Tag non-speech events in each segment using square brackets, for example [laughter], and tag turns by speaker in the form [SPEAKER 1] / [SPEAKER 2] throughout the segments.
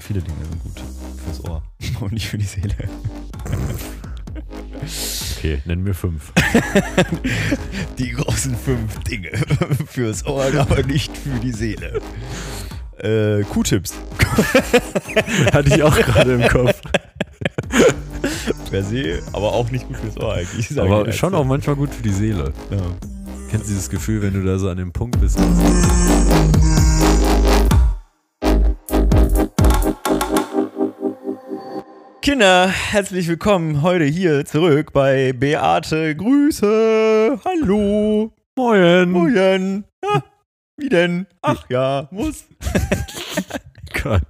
[SPEAKER 1] Viele Dinge sind gut fürs Ohr, [laughs] aber nicht für die Seele.
[SPEAKER 2] Okay, nenn mir
[SPEAKER 1] [laughs]
[SPEAKER 2] fünf.
[SPEAKER 1] Die großen fünf Dinge [laughs] fürs Ohr, aber nicht für die Seele. Äh, Q-Tips.
[SPEAKER 2] Hatte ich auch gerade im [laughs] Kopf.
[SPEAKER 1] Per se, aber auch nicht gut fürs Ohr eigentlich. sag
[SPEAKER 2] Aber
[SPEAKER 1] ich
[SPEAKER 2] schon auch
[SPEAKER 1] jetzt.
[SPEAKER 2] manchmal gut für die Seele.
[SPEAKER 1] Ja.
[SPEAKER 2] Kennst du dieses Gefühl, wenn du da so an dem Punkt bist?
[SPEAKER 1] Kinder, herzlich willkommen heute hier zurück bei Beate Grüße. Hallo.
[SPEAKER 2] Moin!
[SPEAKER 1] Moin. Ja, wie denn? Ach ja, muss.
[SPEAKER 2] Gott.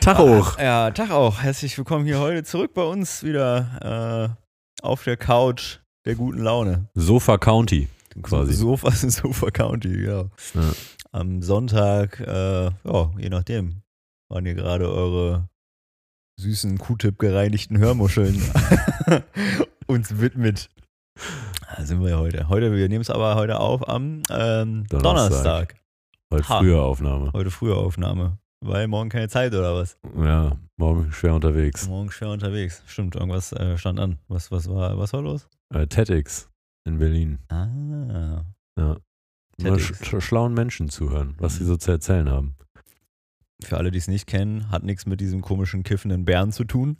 [SPEAKER 2] Tag hoch.
[SPEAKER 1] Ah, Ja, Tag auch. Herzlich willkommen hier heute zurück bei uns wieder äh, auf der Couch der guten Laune.
[SPEAKER 2] Sofa County quasi.
[SPEAKER 1] Sofa, [laughs] Sofa County, genau.
[SPEAKER 2] Ja.
[SPEAKER 1] Am Sonntag, äh, ja, je nachdem, waren hier gerade eure süßen Q-Tip gereinigten Hörmuscheln [laughs] uns widmet. Da sind wir heute. Heute, wir nehmen es aber heute auf am ähm,
[SPEAKER 2] Donnerstag.
[SPEAKER 1] Donnerstag.
[SPEAKER 2] Heute
[SPEAKER 1] Ha.
[SPEAKER 2] frühe Aufnahme.
[SPEAKER 1] Heute frühe Aufnahme. Weil morgen keine Zeit
[SPEAKER 2] [laughs]
[SPEAKER 1] oder was?
[SPEAKER 2] Ja, morgen schwer unterwegs.
[SPEAKER 1] Morgen schwer unterwegs. Stimmt, irgendwas äh, stand an. Was, was, war, was war los?
[SPEAKER 2] Äh, TEDx in Berlin.
[SPEAKER 1] Ah.
[SPEAKER 2] Immer
[SPEAKER 1] TEDx. Mhm.
[SPEAKER 2] sch sch- schlauen Menschen zuhören, was sie so zu erzählen haben.
[SPEAKER 1] Für alle, die es nicht kennen, hat nichts mit diesem komischen kiffenden Bären zu
[SPEAKER 2] [laughs]
[SPEAKER 1] tun.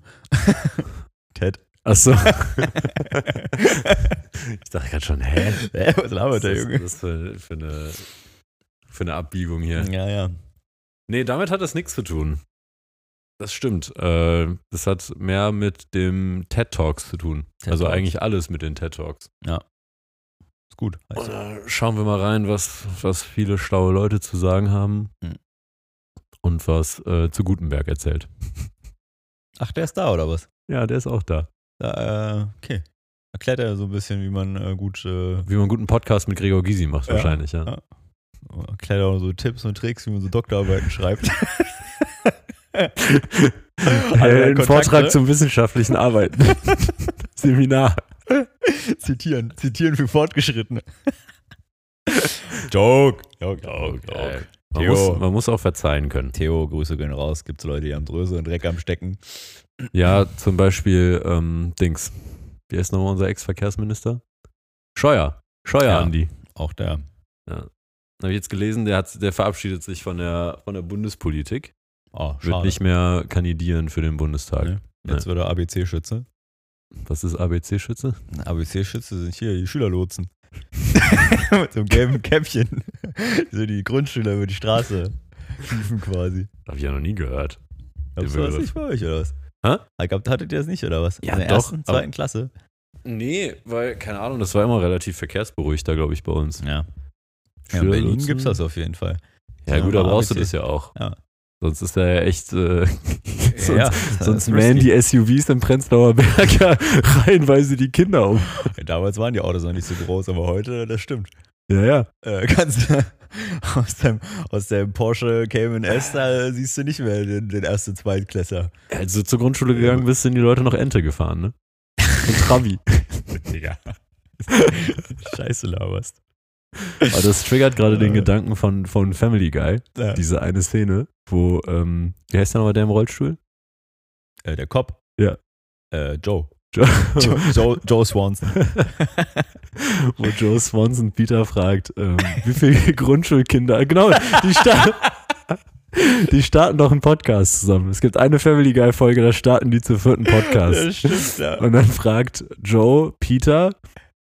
[SPEAKER 1] Ted.
[SPEAKER 2] Achso. ich dachte gerade schon, hä?
[SPEAKER 1] [laughs] Hä, was labert der
[SPEAKER 2] Was ist
[SPEAKER 1] Junge?
[SPEAKER 2] das für, für, eine, für eine Abbiegung hier?
[SPEAKER 1] Ja, ja.
[SPEAKER 2] Nee, damit hat das nichts zu tun. Das stimmt. Äh, das hat mehr mit dem TED Talks zu tun.
[SPEAKER 1] TED
[SPEAKER 2] also
[SPEAKER 1] Talks.
[SPEAKER 2] eigentlich alles mit den TED Talks.
[SPEAKER 1] Ist gut.
[SPEAKER 2] Und
[SPEAKER 1] Also,
[SPEAKER 2] da schauen wir mal rein, was, was viele schlaue Leute zu sagen haben
[SPEAKER 1] Mhm.
[SPEAKER 2] und was äh, zu Gutenberg erzählt.
[SPEAKER 1] ach, der ist da oder was?
[SPEAKER 2] Ja, der ist auch da.
[SPEAKER 1] Da, äh, okay. Erklärt er so ein bisschen, wie man äh, gut. Äh,
[SPEAKER 2] Wie man einen guten Podcast mit Gregor Gysi macht,
[SPEAKER 1] Ja.
[SPEAKER 2] wahrscheinlich, ja.
[SPEAKER 1] Ja. erklärt er auch so Tipps und Tricks, wie man so Doktorarbeiten
[SPEAKER 2] [laughs]
[SPEAKER 1] schreibt. [laughs] Alle
[SPEAKER 2] Äh, Ein
[SPEAKER 1] Kontakte.
[SPEAKER 2] Äh, Vortrag zum wissenschaftlichen Arbeiten. [laughs] Seminar.
[SPEAKER 1] Zitieren. Zitieren für Fortgeschrittene. [laughs] Joke. Joke, joke,
[SPEAKER 2] Äh,
[SPEAKER 1] joke.
[SPEAKER 2] Man
[SPEAKER 1] Jo.
[SPEAKER 2] muss, man muss auch verzeihen können.
[SPEAKER 1] Theo, Grüße gehen raus. Gibt es Leute, die haben Dröse und Dreck am Stecken?
[SPEAKER 2] Ja, zum Beispiel ähm, Dings. Wie ist nochmal unser Ex-Verkehrsminister? Scheuer. Scheuer,
[SPEAKER 1] Ja.
[SPEAKER 2] Andi.
[SPEAKER 1] Auch der.
[SPEAKER 2] Habe ich jetzt gelesen, der, hat, der verabschiedet sich von der, von der Bundespolitik.
[SPEAKER 1] Oh,
[SPEAKER 2] Wird
[SPEAKER 1] schade.
[SPEAKER 2] nicht mehr kandidieren für den Bundestag.
[SPEAKER 1] Nee. Jetzt wird er ABC-Schütze.
[SPEAKER 2] Was ist ABC-Schütze?
[SPEAKER 1] ABC-Schütze sind hier die [laughs] Schülerlotsen. Mit so einem gelben Käppchen. so die Grundschüler über die Straße hieven quasi.
[SPEAKER 2] Habe ich ja noch nie gehört.
[SPEAKER 1] Habt
[SPEAKER 2] Den
[SPEAKER 1] ihr das
[SPEAKER 2] Begriff.
[SPEAKER 1] nicht bei euch oder was?
[SPEAKER 2] Hä?
[SPEAKER 1] Ich glaub, Hattet ihr das nicht oder was?
[SPEAKER 2] Ja,
[SPEAKER 1] In der
[SPEAKER 2] doch,
[SPEAKER 1] ersten,
[SPEAKER 2] aber-
[SPEAKER 1] zweiten Klasse?
[SPEAKER 2] Nee, weil, keine Ahnung, das war immer relativ verkehrsberuhigter, glaube ich, bei uns.
[SPEAKER 1] Ja. ja in Berlin gibt es das auf jeden [laughs] Fall.
[SPEAKER 2] Ja, gut,
[SPEAKER 1] Ja,
[SPEAKER 2] da brauchst du
[SPEAKER 1] ABC.
[SPEAKER 2] das ja auch.
[SPEAKER 1] Ja.
[SPEAKER 2] Sonst ist da ja echt. [laughs] Äh, sonst
[SPEAKER 1] [laughs] das
[SPEAKER 2] sonst
[SPEAKER 1] ist
[SPEAKER 2] mähen
[SPEAKER 1] risky.
[SPEAKER 2] die SUVs im Prenzlauer Berg [laughs] ja reihenweise die Kinder um.
[SPEAKER 1] [laughs] Damals waren die Autos noch nicht so groß, aber heute, das stimmt.
[SPEAKER 2] Ja, ja.
[SPEAKER 1] Äh, [laughs] kannst du aus dem, aus dem Porsche Cayman S, da siehst du nicht mehr den, den ersten [laughs] Zweitklässler.
[SPEAKER 2] Als du zur Grundschule gegangen bist, sind die Leute noch Ente gefahren, ne? Und Trabi.
[SPEAKER 1] Digga. Scheiße laberst.
[SPEAKER 2] Aber das triggert gerade den
[SPEAKER 1] Äh.
[SPEAKER 2] Gedanken von, von Family Guy,
[SPEAKER 1] Ja.
[SPEAKER 2] diese eine Szene, wo, ähm, wie heißt der nochmal, der im Rollstuhl?
[SPEAKER 1] Äh, der Cop.
[SPEAKER 2] Ja.
[SPEAKER 1] Äh, Joe.
[SPEAKER 2] Jo-
[SPEAKER 1] Joe, Joe, Joe Swanson.
[SPEAKER 2] [laughs] wo Joe Swanson Peter fragt, ähm, wie viele [laughs] Grundschulkinder, genau, die starten, die starten doch einen Podcast zusammen. Es gibt eine Family Guy Folge, da starten die zur vierten Podcast.
[SPEAKER 1] Das stimmt, ja.
[SPEAKER 2] Und dann fragt Joe Peter,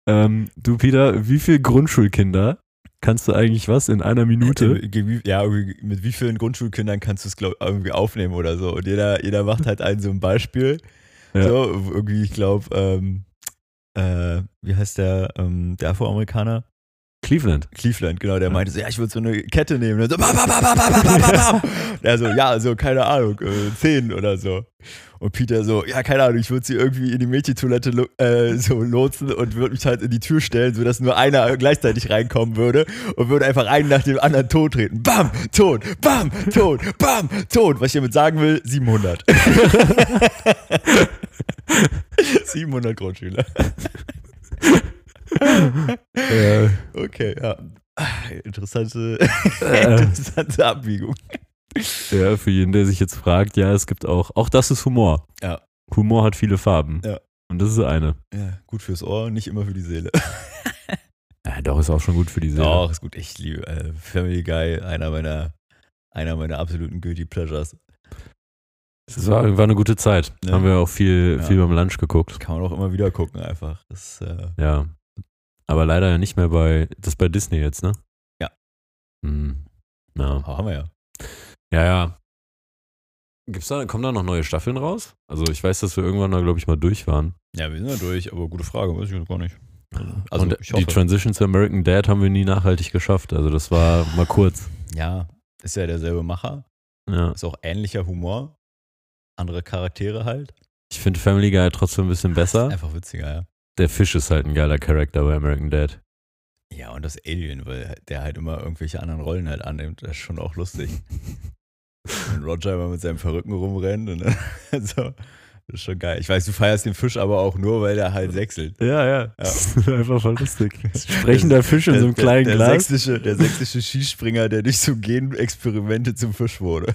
[SPEAKER 2] ähm, du Peter, wie viele Grundschulkinder kannst du eigentlich was in einer Minute?
[SPEAKER 1] Äh, ge- wie- Ja, irgendwie mit wie vielen Grundschulkindern kannst du es glaub, irgendwie aufnehmen oder so? Und jeder, jeder macht halt einen so ein Beispiel.
[SPEAKER 2] Ja.
[SPEAKER 1] So, irgendwie, ich glaube, ähm, äh, wie heißt der, ähm, der Afroamerikaner?
[SPEAKER 2] Cleveland.
[SPEAKER 1] Cleveland, genau, der meinte so, ja, ich würde so eine Kette nehmen. Und so, bam, bam, bam, bam, bam, bam, bam, bam. Der so, ja, so, keine Ahnung, äh, zehn oder so. Und Peter so, ja, keine Ahnung, ich würde sie irgendwie in die Mädchentoilette lo- äh, so lotsen und würde mich halt in die Tür stellen, sodass nur einer gleichzeitig reinkommen würde und würde einfach einen nach dem anderen tot treten. Bam, tot, bam, tot, bam, tot. Was ich damit sagen will, 700. [laughs] 700 Grundschüler.
[SPEAKER 2] Äh,
[SPEAKER 1] Okay, ja. Ah, Interessante,
[SPEAKER 2] äh, [laughs]
[SPEAKER 1] interessante Abbiegung.
[SPEAKER 2] Ja, für jeden, der sich jetzt fragt, ja, es gibt auch, auch das ist Humor.
[SPEAKER 1] Ja.
[SPEAKER 2] Humor hat viele Farben.
[SPEAKER 1] Ja.
[SPEAKER 2] Und das ist eine.
[SPEAKER 1] Ja, gut fürs Ohr, nicht immer für die [laughs] Seele.
[SPEAKER 2] Ja, doch, ist auch schon gut für die Seele.
[SPEAKER 1] Doch, ist gut. Ich liebe äh, Family Guy, einer meiner, einer meiner absoluten Guilty Pleasures.
[SPEAKER 2] Es war, war eine gute Zeit.
[SPEAKER 1] Ja.
[SPEAKER 2] Haben wir auch viel,
[SPEAKER 1] Ja.
[SPEAKER 2] viel beim Lunch geguckt.
[SPEAKER 1] Kann man auch immer wieder gucken, einfach. Das, äh,
[SPEAKER 2] Ja. Aber leider ja nicht mehr bei, das ist bei Disney jetzt, ne?
[SPEAKER 1] Ja.
[SPEAKER 2] Hm. Ja.
[SPEAKER 1] oh, haben wir ja.
[SPEAKER 2] Ja, ja. Gibt's da, kommen da noch neue Staffeln raus? Also ich weiß, dass wir irgendwann da, glaube ich, mal durch waren.
[SPEAKER 1] Ja, wir sind ja durch, aber gute Frage, weiß ich jetzt gar nicht. Also,
[SPEAKER 2] Und
[SPEAKER 1] ich
[SPEAKER 2] die
[SPEAKER 1] hoffe.
[SPEAKER 2] Transition zu American Dad haben wir nie nachhaltig geschafft. Also das war mal kurz.
[SPEAKER 1] Ja, ist ja derselbe Macher,
[SPEAKER 2] Ja.
[SPEAKER 1] ist auch ähnlicher Humor, andere Charaktere halt.
[SPEAKER 2] Ich finde Family Guy trotzdem ein bisschen besser.
[SPEAKER 1] Einfach witziger, ja.
[SPEAKER 2] Der Fisch ist halt ein geiler Charakter bei American Dad.
[SPEAKER 1] Ja, und das Alien, weil der halt immer irgendwelche anderen Rollen halt annimmt, das ist schon auch
[SPEAKER 2] [laughs]
[SPEAKER 1] lustig. Wenn Roger immer mit seinem Verrückten rumrennt und [laughs] dann, so, das ist schon geil. Ich weiß, du feierst den Fisch aber auch nur, weil der halt sechselt.
[SPEAKER 2] Ja, [laughs] ja.
[SPEAKER 1] Das
[SPEAKER 2] Einfach voll
[SPEAKER 1] [laughs]
[SPEAKER 2] lustig. Sprechender Fisch in so einem
[SPEAKER 1] Der-
[SPEAKER 2] kleinen
[SPEAKER 1] der, der
[SPEAKER 2] Glas.
[SPEAKER 1] Sächsische, der sächsische Skispringer, der durch so Genexperimente zum Fisch wurde.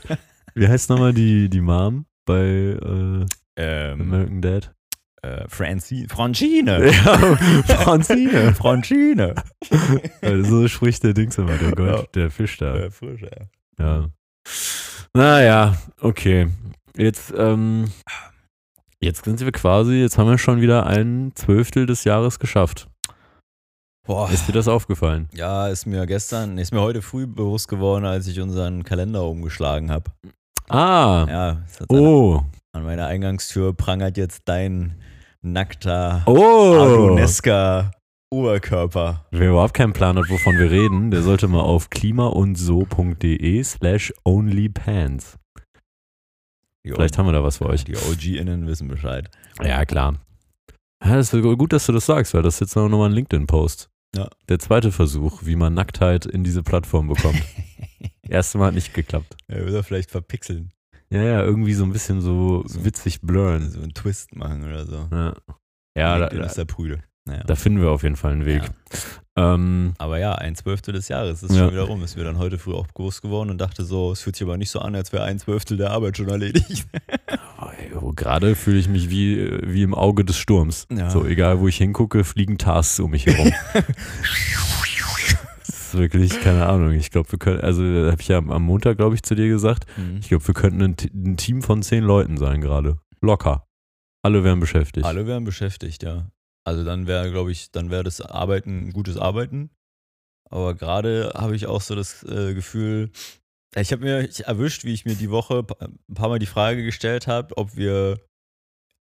[SPEAKER 2] Wie heißt nochmal die, die Mom bei äh,
[SPEAKER 1] Ähm,
[SPEAKER 2] American Dad?
[SPEAKER 1] äh, Franzi Francine.
[SPEAKER 2] [laughs] Ja, Franzine.
[SPEAKER 1] [laughs] Francine.
[SPEAKER 2] Also so spricht der Dings immer, der, Gold,
[SPEAKER 1] Ja.
[SPEAKER 2] der Fisch da.
[SPEAKER 1] Äh, frisch, ja.
[SPEAKER 2] Ja. Naja, okay. Jetzt, ähm, jetzt sind wir quasi, jetzt haben wir schon wieder ein Zwölftel des Jahres geschafft.
[SPEAKER 1] Boah,
[SPEAKER 2] Ist dir das aufgefallen?
[SPEAKER 1] ja, ist mir gestern, nee, ist mir heute früh bewusst geworden, als ich unseren Kalender umgeschlagen habe.
[SPEAKER 2] Ah,
[SPEAKER 1] Ja, es hat
[SPEAKER 2] oh,
[SPEAKER 1] An meiner Eingangstür prangert jetzt dein nackter,
[SPEAKER 2] oh.
[SPEAKER 1] arunesker Oberkörper.
[SPEAKER 2] Wer überhaupt keinen Plan hat, wovon wir reden, der sollte mal auf klimaundso.de slash onlypants.
[SPEAKER 1] Die
[SPEAKER 2] Vielleicht haben wir da was für euch.
[SPEAKER 1] Die OG-Innen wissen Bescheid.
[SPEAKER 2] Ja, klar. Ja, das ist gut, dass du das sagst, weil das ist jetzt noch mal ein LinkedIn-Post.
[SPEAKER 1] Ja.
[SPEAKER 2] Der zweite Versuch, wie man Nacktheit in diese Plattform
[SPEAKER 1] [laughs]
[SPEAKER 2] bekommt. Erste Mal hat nicht geklappt.
[SPEAKER 1] Ja, oder vielleicht verpixeln.
[SPEAKER 2] Ja, ja, irgendwie so ein bisschen so
[SPEAKER 1] So.
[SPEAKER 2] witzig blurren.
[SPEAKER 1] So einen Twist machen oder so.
[SPEAKER 2] Ja, ja da,
[SPEAKER 1] das
[SPEAKER 2] da,
[SPEAKER 1] ist der Prüde. Naja.
[SPEAKER 2] da finden wir auf jeden Fall einen Weg. Ähm,
[SPEAKER 1] Aber ja, ein Zwölftel des Jahres ist
[SPEAKER 2] Ja.
[SPEAKER 1] schon wieder rum. Ist mir dann heute früh auch groß geworden und dachte so, es fühlt sich aber nicht so an, als wäre ein Zwölftel der Arbeit schon erledigt.
[SPEAKER 2] oh, jo, Gerade fühle ich mich wie, äh, wie im Auge des Sturms.
[SPEAKER 1] Ja.
[SPEAKER 2] So, egal wo ich hingucke, fliegen Tasks um mich
[SPEAKER 1] [laughs]
[SPEAKER 2] herum. das ist wirklich, keine Ahnung. Ich glaube, wir können, also habe ich ja am am Montag, glaube ich, zu dir gesagt,
[SPEAKER 1] Mhm.
[SPEAKER 2] Ich glaube, wir könnten ein, T- ein Team von zehn Leuten sein gerade. Locker. Alle wären beschäftigt.
[SPEAKER 1] Alle wären beschäftigt, ja. Also dann wäre, glaube ich, dann wäre das Arbeiten ein gutes Arbeiten. Aber gerade habe ich auch so das äh, Gefühl, ich habe mir ich erwischt, wie ich mir die Woche pa- ein paar Mal die Frage gestellt habe, ob wir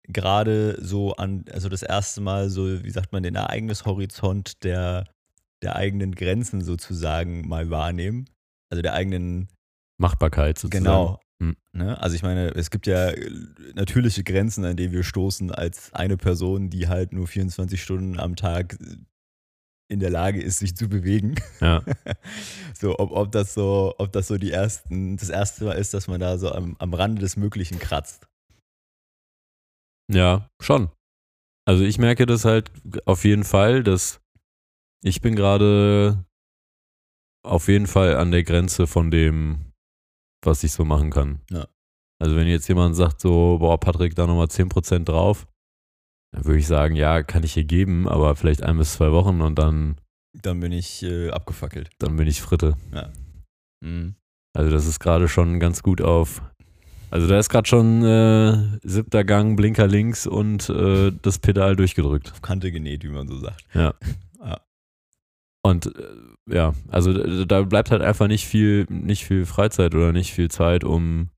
[SPEAKER 1] gerade so an, also das erste Mal so, wie sagt man, den Ereignishorizont der, der eigenen Grenzen sozusagen mal wahrnehmen. Also der eigenen
[SPEAKER 2] Machbarkeit sozusagen.
[SPEAKER 1] Genau.
[SPEAKER 2] Hm.
[SPEAKER 1] Ne? Also ich meine, es gibt ja äh, natürliche Grenzen, an denen wir stoßen als eine Person, die halt nur 24 Stunden am Tag äh, in der Lage ist, sich zu bewegen.
[SPEAKER 2] Ja.
[SPEAKER 1] [laughs] so, ob, ob das so, ob das so die ersten, das erste Mal ist, dass man da so am, am Rande des Möglichen kratzt.
[SPEAKER 2] Ja, schon. Also ich merke das halt auf jeden Fall, dass ich bin gerade auf jeden Fall an der Grenze von dem, was ich so machen kann.
[SPEAKER 1] Ja.
[SPEAKER 2] Also wenn jetzt jemand sagt so, boah, Patrick, da nochmal 10% drauf, dann würde ich sagen, ja, kann ich hier geben, aber vielleicht ein bis zwei Wochen und dann,
[SPEAKER 1] Dann bin ich äh, abgefackelt.
[SPEAKER 2] dann bin ich Fritte.
[SPEAKER 1] Mhm.
[SPEAKER 2] Also das ist gerade schon ganz gut auf. Also da ist gerade schon äh, siebter Gang, Blinker links und äh, das Pedal durchgedrückt.
[SPEAKER 1] Auf Kante genäht, wie man so sagt.
[SPEAKER 2] Und äh, ja, also da- da bleibt halt einfach nicht viel, nicht viel Freizeit oder nicht viel Zeit, um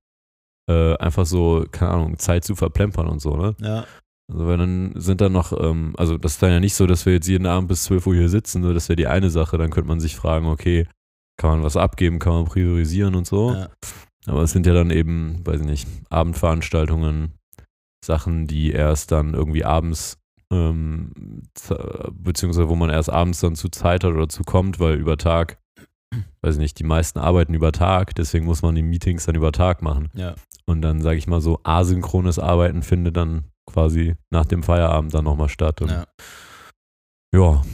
[SPEAKER 2] äh, einfach so, keine Ahnung, Zeit zu verplempern und so, ne?
[SPEAKER 1] Ja.
[SPEAKER 2] Also weil dann sind dann noch, ähm, also das ist dann ja nicht so, dass wir jetzt jeden Abend bis 12 Uhr hier sitzen, so das wäre die eine Sache, dann könnte man sich fragen, okay, kann man was abgeben, kann man priorisieren und so.
[SPEAKER 1] Ja.
[SPEAKER 2] Aber es sind ja dann eben, weiß ich nicht, Abendveranstaltungen, Sachen, die erst dann irgendwie abends, ähm, z- beziehungsweise wo man erst abends dann zu Zeit hat oder zu kommt, weil über Tag, weiß ich nicht, die meisten arbeiten über Tag, deswegen muss man die Meetings dann über Tag machen.
[SPEAKER 1] Ja.
[SPEAKER 2] Und dann, sage ich mal so, asynchrones Arbeiten findet dann quasi nach dem Feierabend dann nochmal statt. Und ja.
[SPEAKER 1] ja.
[SPEAKER 2] ja,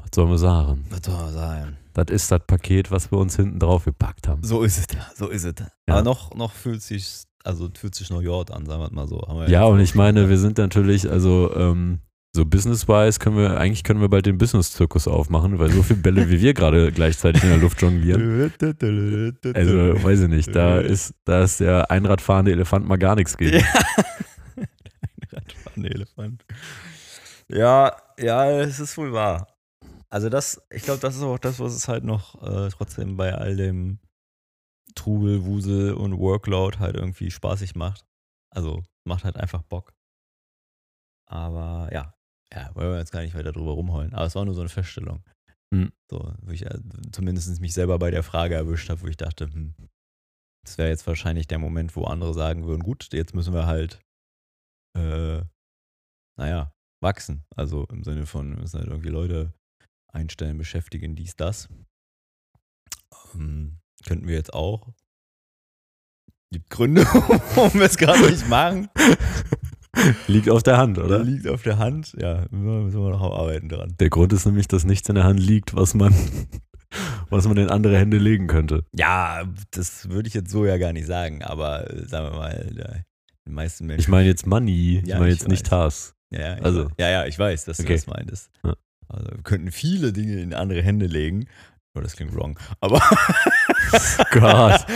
[SPEAKER 2] was soll man sagen?
[SPEAKER 1] Was soll man sagen?
[SPEAKER 2] Das ist das Paket, was wir uns hinten drauf gepackt haben.
[SPEAKER 1] So ist es, so ist es. Aber noch, noch fühlt sich, also fühlt sich New York an, sagen wir mal so. Haben wir
[SPEAKER 2] Ja,
[SPEAKER 1] jetzt
[SPEAKER 2] und
[SPEAKER 1] auch
[SPEAKER 2] ich
[SPEAKER 1] schon
[SPEAKER 2] meine,
[SPEAKER 1] gesagt.
[SPEAKER 2] wir sind natürlich, also ähm, so business-wise können wir, eigentlich können wir bald den Business-Zirkus aufmachen, weil so viele Bälle wie wir gerade gleichzeitig in der Luft jonglieren. Also, [laughs] weiß ich nicht, da ist, da ist der einradfahrende Elefant mal gar nichts gegen.
[SPEAKER 1] Ja. Ein Radfahrender Elefant. Ja, ja, es ist wohl wahr. Also das, ich glaube, das ist auch das, was es halt noch äh, trotzdem bei all dem Trubel, Wusel und Workload halt irgendwie spaßig macht. Also macht halt einfach Bock. Aber ja, ja, wollen wir jetzt gar nicht weiter drüber rumheulen. Aber es war nur so eine Feststellung.
[SPEAKER 2] Hm.
[SPEAKER 1] So, wo ich äh, zumindest mich selber bei der Frage erwischt habe, wo ich dachte, hm, das wäre jetzt wahrscheinlich der Moment, wo andere sagen würden, gut, jetzt müssen wir halt, äh, naja, wachsen. Also im Sinne von, wir müssen halt irgendwie Leute einstellen, beschäftigen, dies, das. Ähm, könnten wir jetzt auch. Gibt Gründe, [laughs] warum wir es gerade nicht machen.
[SPEAKER 2] Liegt auf der Hand, oder?
[SPEAKER 1] Liegt auf der Hand. Ja, müssen wir noch am Arbeiten dran.
[SPEAKER 2] Der Grund ist nämlich, dass nichts in der Hand liegt, was man, [laughs] was man in andere Hände legen könnte.
[SPEAKER 1] Ja, das würde ich jetzt so ja gar nicht sagen, aber äh, sagen wir mal, äh, die meisten Menschen.
[SPEAKER 2] Ich meine jetzt Money, ich
[SPEAKER 1] Ja,
[SPEAKER 2] meine
[SPEAKER 1] ich
[SPEAKER 2] jetzt nicht
[SPEAKER 1] weiß.
[SPEAKER 2] Tasks.
[SPEAKER 1] Ja, ja, ich
[SPEAKER 2] Also-
[SPEAKER 1] weiß. ja, ja, ich weiß, dass du
[SPEAKER 2] Okay.
[SPEAKER 1] das meintest.
[SPEAKER 2] Ja.
[SPEAKER 1] Also, wir könnten viele Dinge in andere Hände legen. Oh, das
[SPEAKER 2] [laughs]
[SPEAKER 1] klingt wrong. [laughs] Aber [laughs]
[SPEAKER 2] Gott.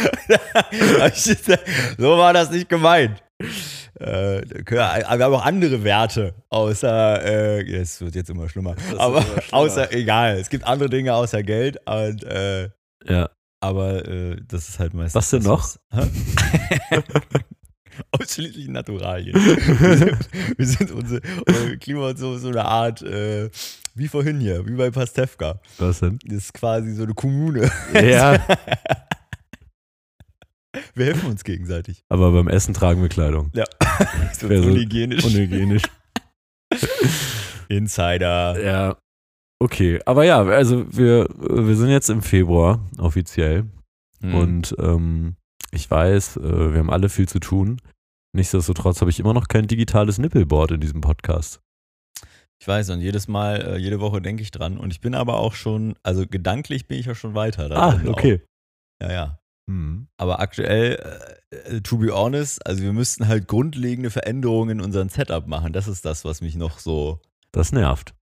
[SPEAKER 1] so war das nicht gemeint. Äh, wir haben auch andere Werte, außer, äh, es wird jetzt immer schlimmer,
[SPEAKER 2] wird
[SPEAKER 1] aber
[SPEAKER 2] immer schlimmer.
[SPEAKER 1] außer, egal, es gibt andere Dinge außer Geld, und, äh,
[SPEAKER 2] Ja.
[SPEAKER 1] aber äh, das ist halt meistens.
[SPEAKER 2] Was denn noch?
[SPEAKER 1] Hä? [laughs] Ausschließlich Naturalien. Wir sind, wir sind unsere, unser Klima ist so, so eine Art, äh, wie vorhin hier, wie bei Pastewka.
[SPEAKER 2] Was denn?
[SPEAKER 1] Das ist quasi so eine Kommune.
[SPEAKER 2] Ja.
[SPEAKER 1] Wir helfen uns gegenseitig.
[SPEAKER 2] Aber beim Essen tragen wir
[SPEAKER 1] [laughs]
[SPEAKER 2] Kleidung.
[SPEAKER 1] Das
[SPEAKER 2] Wer
[SPEAKER 1] wird
[SPEAKER 2] so-
[SPEAKER 1] unhygienisch.
[SPEAKER 2] Unhygienisch.
[SPEAKER 1] Insider.
[SPEAKER 2] Ja. Okay, aber ja, also wir, wir sind jetzt im Februar offiziell
[SPEAKER 1] Mhm. Hm.
[SPEAKER 2] und ähm, ich weiß, äh, wir haben alle viel zu tun. Nichtsdestotrotz habe ich immer noch kein digitales Nippelboard in diesem Podcast.
[SPEAKER 1] ich weiß, und jedes Mal, äh, jede Woche denke ich dran. Und ich bin aber auch schon, also gedanklich bin ich ja schon weiter. da
[SPEAKER 2] Ah,
[SPEAKER 1] drin auch. Mhm.
[SPEAKER 2] okay.
[SPEAKER 1] Ja, ja.
[SPEAKER 2] Hm.
[SPEAKER 1] Aber aktuell, äh, äh, to be honest, also wir müssten halt grundlegende Veränderungen in unserem Setup machen. Das ist das, was mich noch so
[SPEAKER 2] Das nervt.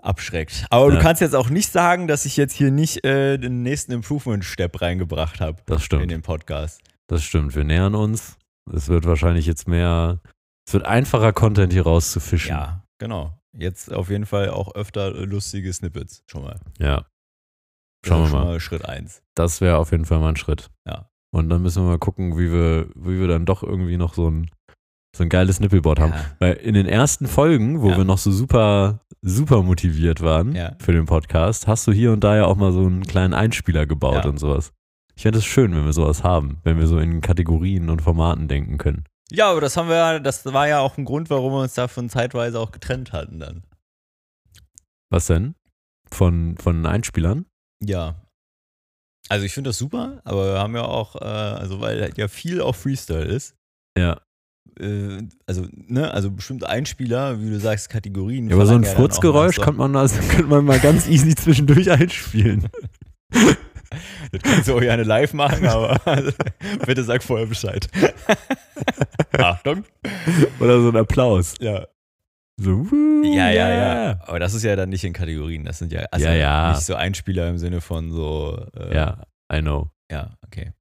[SPEAKER 1] abschreckt. Aber
[SPEAKER 2] Ja.
[SPEAKER 1] du kannst jetzt auch nicht sagen, dass ich jetzt hier nicht äh, den nächsten Improvement-Step reingebracht habe
[SPEAKER 2] Das
[SPEAKER 1] in
[SPEAKER 2] stimmt.
[SPEAKER 1] den Podcast.
[SPEAKER 2] Das stimmt. Wir nähern uns. Es wird wahrscheinlich jetzt mehr. Es wird einfacher, Content hier rauszufischen.
[SPEAKER 1] Ja, genau. Jetzt auf jeden Fall auch öfter äh, lustige Snippets schon mal.
[SPEAKER 2] ja.
[SPEAKER 1] Das
[SPEAKER 2] Schauen
[SPEAKER 1] ist
[SPEAKER 2] wir
[SPEAKER 1] schon
[SPEAKER 2] mal.
[SPEAKER 1] mal Schritt 1.
[SPEAKER 2] Das wäre auf jeden Fall mal ein Schritt.
[SPEAKER 1] Ja.
[SPEAKER 2] Und dann müssen wir mal gucken, wie wir, wie wir dann doch irgendwie noch so ein, so ein geiles Nippelboard haben. Weil in den ersten Folgen, wo
[SPEAKER 1] Ja.
[SPEAKER 2] wir noch so super, super motiviert waren
[SPEAKER 1] Ja.
[SPEAKER 2] für den Podcast, hast du hier und da ja auch mal so einen kleinen Einspieler gebaut
[SPEAKER 1] Ja.
[SPEAKER 2] und sowas. Ich fände es schön, wenn wir sowas haben, wenn wir so in Kategorien und Formaten denken können.
[SPEAKER 1] Ja, aber das haben wir ja, das war ja auch ein Grund, warum wir uns davon zeitweise auch getrennt hatten dann.
[SPEAKER 2] Was denn? Von, von Einspielern?
[SPEAKER 1] Ja. Also ich finde das super, aber wir haben ja auch, äh, also weil halt ja viel auch Freestyle ist,
[SPEAKER 2] Ja.
[SPEAKER 1] äh, also, ne, also bestimmt Einspieler, wie du sagst, Kategorien.
[SPEAKER 2] ja aber so ein
[SPEAKER 1] verlangen ja dann auch
[SPEAKER 2] Furzgeräusch
[SPEAKER 1] mal so-
[SPEAKER 2] könnte man, da- [laughs] könnte man mal ganz easy zwischendurch [laughs] einspielen.
[SPEAKER 1] Das [laughs] kannst du auch gerne live machen, aber [laughs] bitte sag vorher Bescheid. [laughs] Achtung.
[SPEAKER 2] Oder so ein Applaus.
[SPEAKER 1] Ja.
[SPEAKER 2] So, wuh,
[SPEAKER 1] Ja, ja,
[SPEAKER 2] yeah.
[SPEAKER 1] ja. Aber das ist ja dann nicht in Kategorien, das sind ja, also
[SPEAKER 2] Ja, ja.
[SPEAKER 1] nicht so Einspieler im Sinne von so, äh,
[SPEAKER 2] Ja, I know.
[SPEAKER 1] ja, okay.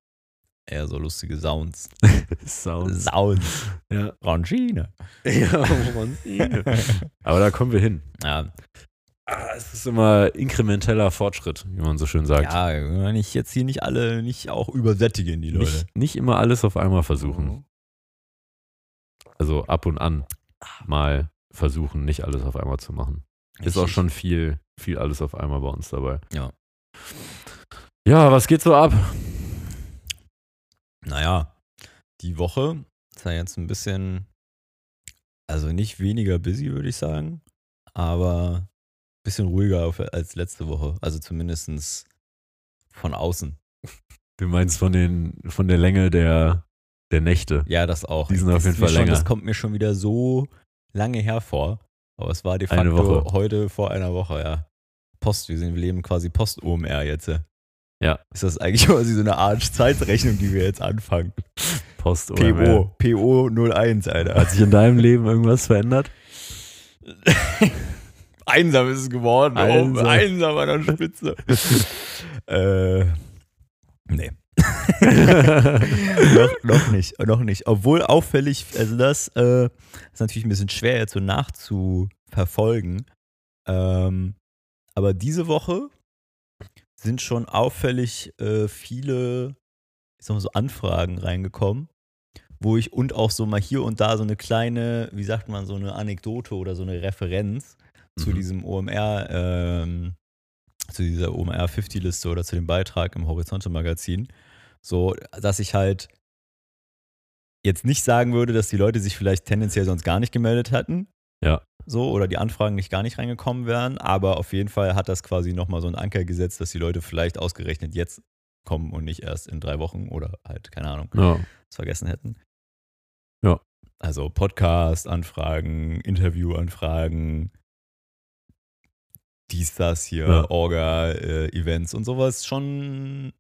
[SPEAKER 1] Eher so lustige Sounds.
[SPEAKER 2] [laughs] Sound.
[SPEAKER 1] Sounds.
[SPEAKER 2] Ja.
[SPEAKER 1] [laughs] Rangine.
[SPEAKER 2] ja, [laughs] Aber da kommen wir hin.
[SPEAKER 1] Ja,
[SPEAKER 2] Ah, es ist immer inkrementeller Fortschritt, wie man so schön sagt.
[SPEAKER 1] ja, wenn ich jetzt hier nicht alle, nicht auch übersättigen, die Leute. Mhm.
[SPEAKER 2] nicht, Mhm. nicht immer alles auf einmal versuchen. Also ab und an mal versuchen, nicht alles auf einmal zu machen. Ist auch schon viel, viel alles auf einmal bei uns dabei.
[SPEAKER 1] Ja.
[SPEAKER 2] Ja, was geht so ab?
[SPEAKER 1] Naja, die Woche ist ja jetzt ein bisschen, also nicht weniger busy, würde ich sagen, aber ein bisschen ruhiger auf, als letzte Woche. Also zumindestens von außen.
[SPEAKER 2] Du meinst von, den, von der Länge der, der Nächte.
[SPEAKER 1] Ja, das auch.
[SPEAKER 2] Die sind auf
[SPEAKER 1] Das
[SPEAKER 2] jeden
[SPEAKER 1] ist mir
[SPEAKER 2] Fall
[SPEAKER 1] schon,
[SPEAKER 2] länger.
[SPEAKER 1] Das kommt mir schon wieder so lange hervor. Aber es war de facto
[SPEAKER 2] Eine Woche.
[SPEAKER 1] heute vor einer Woche, ja. Post. Wir, sind, wir leben quasi Post-OMR jetzt. äh.
[SPEAKER 2] Ja.
[SPEAKER 1] Ist das eigentlich [laughs] quasi so eine Art Zeitrechnung, die wir jetzt anfangen?
[SPEAKER 2] Post
[SPEAKER 1] PO, PO 01, Alter.
[SPEAKER 2] Hat sich in deinem Leben irgendwas verändert?
[SPEAKER 1] Einsam ist es geworden.
[SPEAKER 2] Einsam.
[SPEAKER 1] Einsam, oh, einsam an der Spitze. [laughs] äh, [laughs] nee. noch, noch nicht, noch nicht. Obwohl auffällig, also das äh, ist natürlich ein bisschen schwer jetzt so nachzuverfolgen. Ähm, aber diese Woche sind schon auffällig äh, viele, ich sag mal so, Anfragen reingekommen, wo ich und auch so mal hier und da so eine kleine, wie sagt man, so eine Anekdote oder so eine Referenz zu
[SPEAKER 2] Mhm.
[SPEAKER 1] diesem OMR, ähm, zu dieser OMR 50-Liste oder zu dem Beitrag im Horizonte-Magazin, so, dass ich halt jetzt nicht sagen würde, dass die Leute sich vielleicht tendenziell sonst gar nicht gemeldet hatten.
[SPEAKER 2] Ja.
[SPEAKER 1] So, oder die Anfragen nicht gar nicht reingekommen wären, aber auf jeden Fall hat das quasi nochmal so einen Anker gesetzt, dass die Leute vielleicht ausgerechnet jetzt kommen und nicht erst in drei Wochen oder halt, keine Ahnung,
[SPEAKER 2] Ja.
[SPEAKER 1] es vergessen hätten.
[SPEAKER 2] Ja.
[SPEAKER 1] Also Podcast-Anfragen, Interview-Anfragen, dies, das hier,
[SPEAKER 2] Ja.
[SPEAKER 1] Orga, äh, Events und sowas. Schon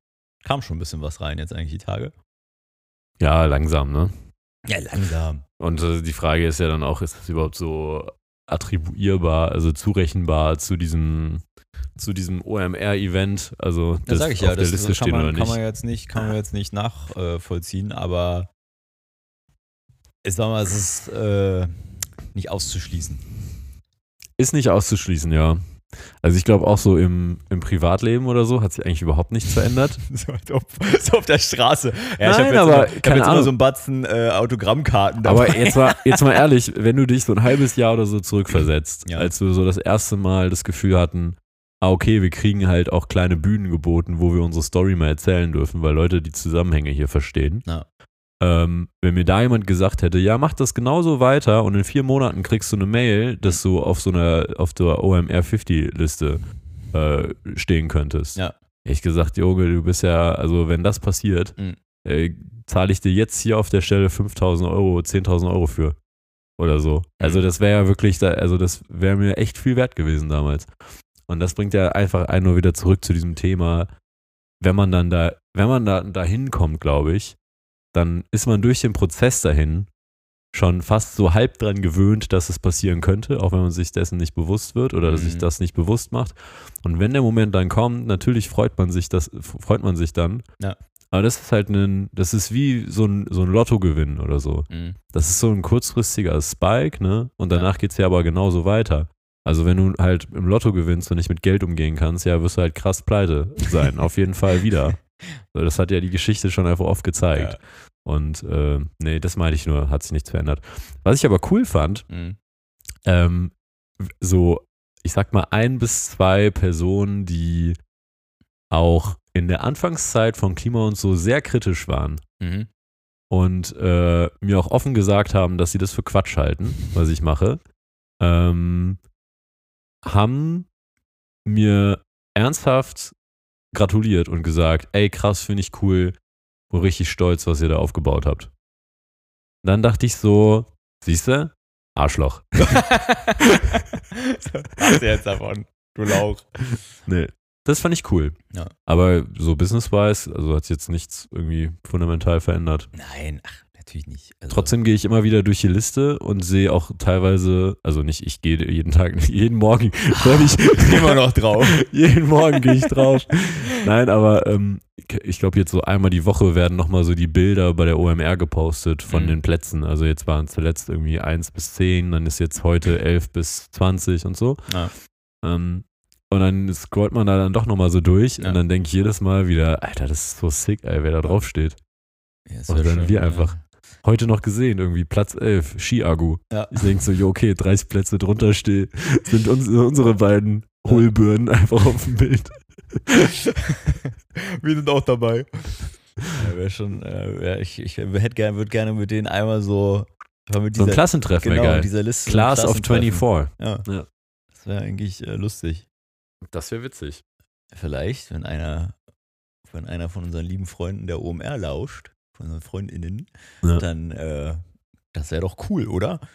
[SPEAKER 1] kam schon ein bisschen was rein jetzt eigentlich die Tage.
[SPEAKER 2] ja, langsam, ne?
[SPEAKER 1] Ja, langsam.
[SPEAKER 2] Und äh, die Frage ist ja dann auch, ist das überhaupt so attribuierbar, also zurechenbar zu diesem, zu diesem OMR-Event, also
[SPEAKER 1] Ja,
[SPEAKER 2] das
[SPEAKER 1] sag ich
[SPEAKER 2] auf
[SPEAKER 1] ja,
[SPEAKER 2] der
[SPEAKER 1] das,
[SPEAKER 2] Liste
[SPEAKER 1] das kann,
[SPEAKER 2] stehen
[SPEAKER 1] man,
[SPEAKER 2] oder
[SPEAKER 1] kann man
[SPEAKER 2] nicht.
[SPEAKER 1] jetzt nicht, kann man jetzt nicht nachvollziehen, aber ich sag mal, es ist äh, nicht auszuschließen.
[SPEAKER 2] Ist nicht auszuschließen, ja. Also ich glaube auch so im, im Privatleben oder so hat sich eigentlich überhaupt nichts verändert.
[SPEAKER 1] [laughs] So, als ob- so auf der Straße. Ja, ich
[SPEAKER 2] Nein,
[SPEAKER 1] habe jetzt,
[SPEAKER 2] aber
[SPEAKER 1] immer, ich hab
[SPEAKER 2] keine
[SPEAKER 1] jetzt immer
[SPEAKER 2] Ahnung.
[SPEAKER 1] so einen Batzen äh, Autogrammkarten dabei.
[SPEAKER 2] Aber jetzt mal, jetzt mal ehrlich, wenn du dich so ein halbes Jahr oder so zurückversetzt,
[SPEAKER 1] Ja.
[SPEAKER 2] als wir so das erste Mal das Gefühl hatten, ah okay, wir kriegen halt auch kleine Bühnen geboten, wo wir unsere Story mal erzählen dürfen, weil Leute die Zusammenhänge hier verstehen.
[SPEAKER 1] Ja.
[SPEAKER 2] Ähm, wenn mir da jemand gesagt hätte, ja, mach das genauso weiter und in vier Monaten kriegst du eine Mail, dass du auf so einer, auf der OMR 50-Liste äh, stehen könntest.
[SPEAKER 1] Ja.
[SPEAKER 2] Ich gesagt, Junge, du bist ja, also wenn das passiert,
[SPEAKER 1] Mhm.
[SPEAKER 2] äh, zahle ich dir jetzt hier auf der Stelle 5000 Euro, 10.000 Euro für. Oder so.
[SPEAKER 1] Mhm.
[SPEAKER 2] Also das wäre ja wirklich, da, also das wäre mir echt viel wert gewesen damals. Und das bringt ja einfach einen nur wieder zurück zu diesem Thema, wenn man dann da, wenn man da, da hinkommt, glaube ich, dann ist man durch den Prozess dahin schon fast so halb dran gewöhnt, dass es passieren könnte, auch wenn man sich dessen nicht bewusst wird oder
[SPEAKER 1] Mhm.
[SPEAKER 2] sich das nicht bewusst macht. Und wenn der Moment dann kommt, natürlich freut man sich, das, freut man sich dann.
[SPEAKER 1] Ja.
[SPEAKER 2] Aber das ist halt ein, das ist wie so ein, so ein Lottogewinn oder so.
[SPEAKER 1] [laughs] Mhm.
[SPEAKER 2] Das ist so ein kurzfristiger Spike, ne? Und danach geht's ja aber genauso weiter. Also wenn du halt im Lotto gewinnst und nicht mit Geld umgehen kannst, ja, wirst du halt krass pleite sein. auf jeden Fall wieder. So, Das hat ja die Geschichte schon einfach oft gezeigt.
[SPEAKER 1] Ja.
[SPEAKER 2] Und äh, nee, das meinte ich nur, hat sich nichts verändert. Was ich aber cool fand,
[SPEAKER 1] Mhm.
[SPEAKER 2] ähm, w- so, ich sag mal, ein bis zwei Personen, die auch in der Anfangszeit von Klima und so sehr kritisch waren
[SPEAKER 1] Mhm. [laughs]
[SPEAKER 2] und äh, mir auch offen gesagt haben, dass sie das für Quatsch halten, was ich mache, ähm, haben mir ernsthaft gratuliert und gesagt, ey, krass, finde ich cool, bin richtig stolz, was ihr da aufgebaut habt. Dann dachte ich so, siehste, Arschloch. [laughs]
[SPEAKER 1] Was jetzt davon? Du Lauch.
[SPEAKER 2] Nee. Das fand ich cool.
[SPEAKER 1] Ja.
[SPEAKER 2] Aber so business-wise, also hat sich jetzt nichts irgendwie fundamental verändert.
[SPEAKER 1] Nein, ach, natürlich nicht. Also, [laughs]
[SPEAKER 2] Trotzdem gehe ich immer wieder durch die Liste und sehe auch teilweise, also nicht, ich gehe jeden Tag, [laughs] jeden Morgen, soll ich,
[SPEAKER 1] immer noch drauf.
[SPEAKER 2] jeden Morgen gehe ich drauf.
[SPEAKER 1] [laughs]
[SPEAKER 2] Nein, aber ähm, ich glaube jetzt so einmal die Woche werden nochmal so die Bilder bei der OMR gepostet von
[SPEAKER 1] Mhm.
[SPEAKER 2] den Plätzen. Also jetzt waren zuletzt irgendwie 1 bis 10, dann ist jetzt heute 11 bis 20 und so.
[SPEAKER 1] Ja.
[SPEAKER 2] Ähm, und dann scrollt man da dann doch nochmal so durch
[SPEAKER 1] Ja.
[SPEAKER 2] und dann denke ich jedes Mal wieder, Alter, das ist so sick, ey, wer da drauf steht. [laughs]
[SPEAKER 1] Ja, ist
[SPEAKER 2] Oder
[SPEAKER 1] doch
[SPEAKER 2] Oh, dann wir
[SPEAKER 1] ja.
[SPEAKER 2] einfach. Heute noch gesehen, irgendwie Platz 11, Ski-Agu.
[SPEAKER 1] Ja.
[SPEAKER 2] Ich denke so, jo, okay, 30 Plätze drunter steh, sind uns, unsere beiden Hohlbirnen einfach auf dem Bild.
[SPEAKER 1] [laughs] wir sind auch dabei. Ja, wär schon, äh, wär, ich ich hätte gern, würde gerne mit denen einmal so. einfach Mit
[SPEAKER 2] So ein
[SPEAKER 1] dieser,
[SPEAKER 2] Klassentreffen
[SPEAKER 1] genau,
[SPEAKER 2] wäre geil.
[SPEAKER 1] dieser Liste.
[SPEAKER 2] Class of
[SPEAKER 1] Klassentreffen.
[SPEAKER 2] 24.
[SPEAKER 1] Ja.
[SPEAKER 2] Ja.
[SPEAKER 1] Das wäre eigentlich äh, lustig.
[SPEAKER 2] Das wäre witzig.
[SPEAKER 1] Vielleicht, wenn einer, wenn einer von unseren lieben Freunden der OMR lauscht, von unseren FreundInnen,
[SPEAKER 2] Ja.
[SPEAKER 1] dann äh, das wäre doch cool,
[SPEAKER 2] [laughs]
[SPEAKER 1] oder? [laughs]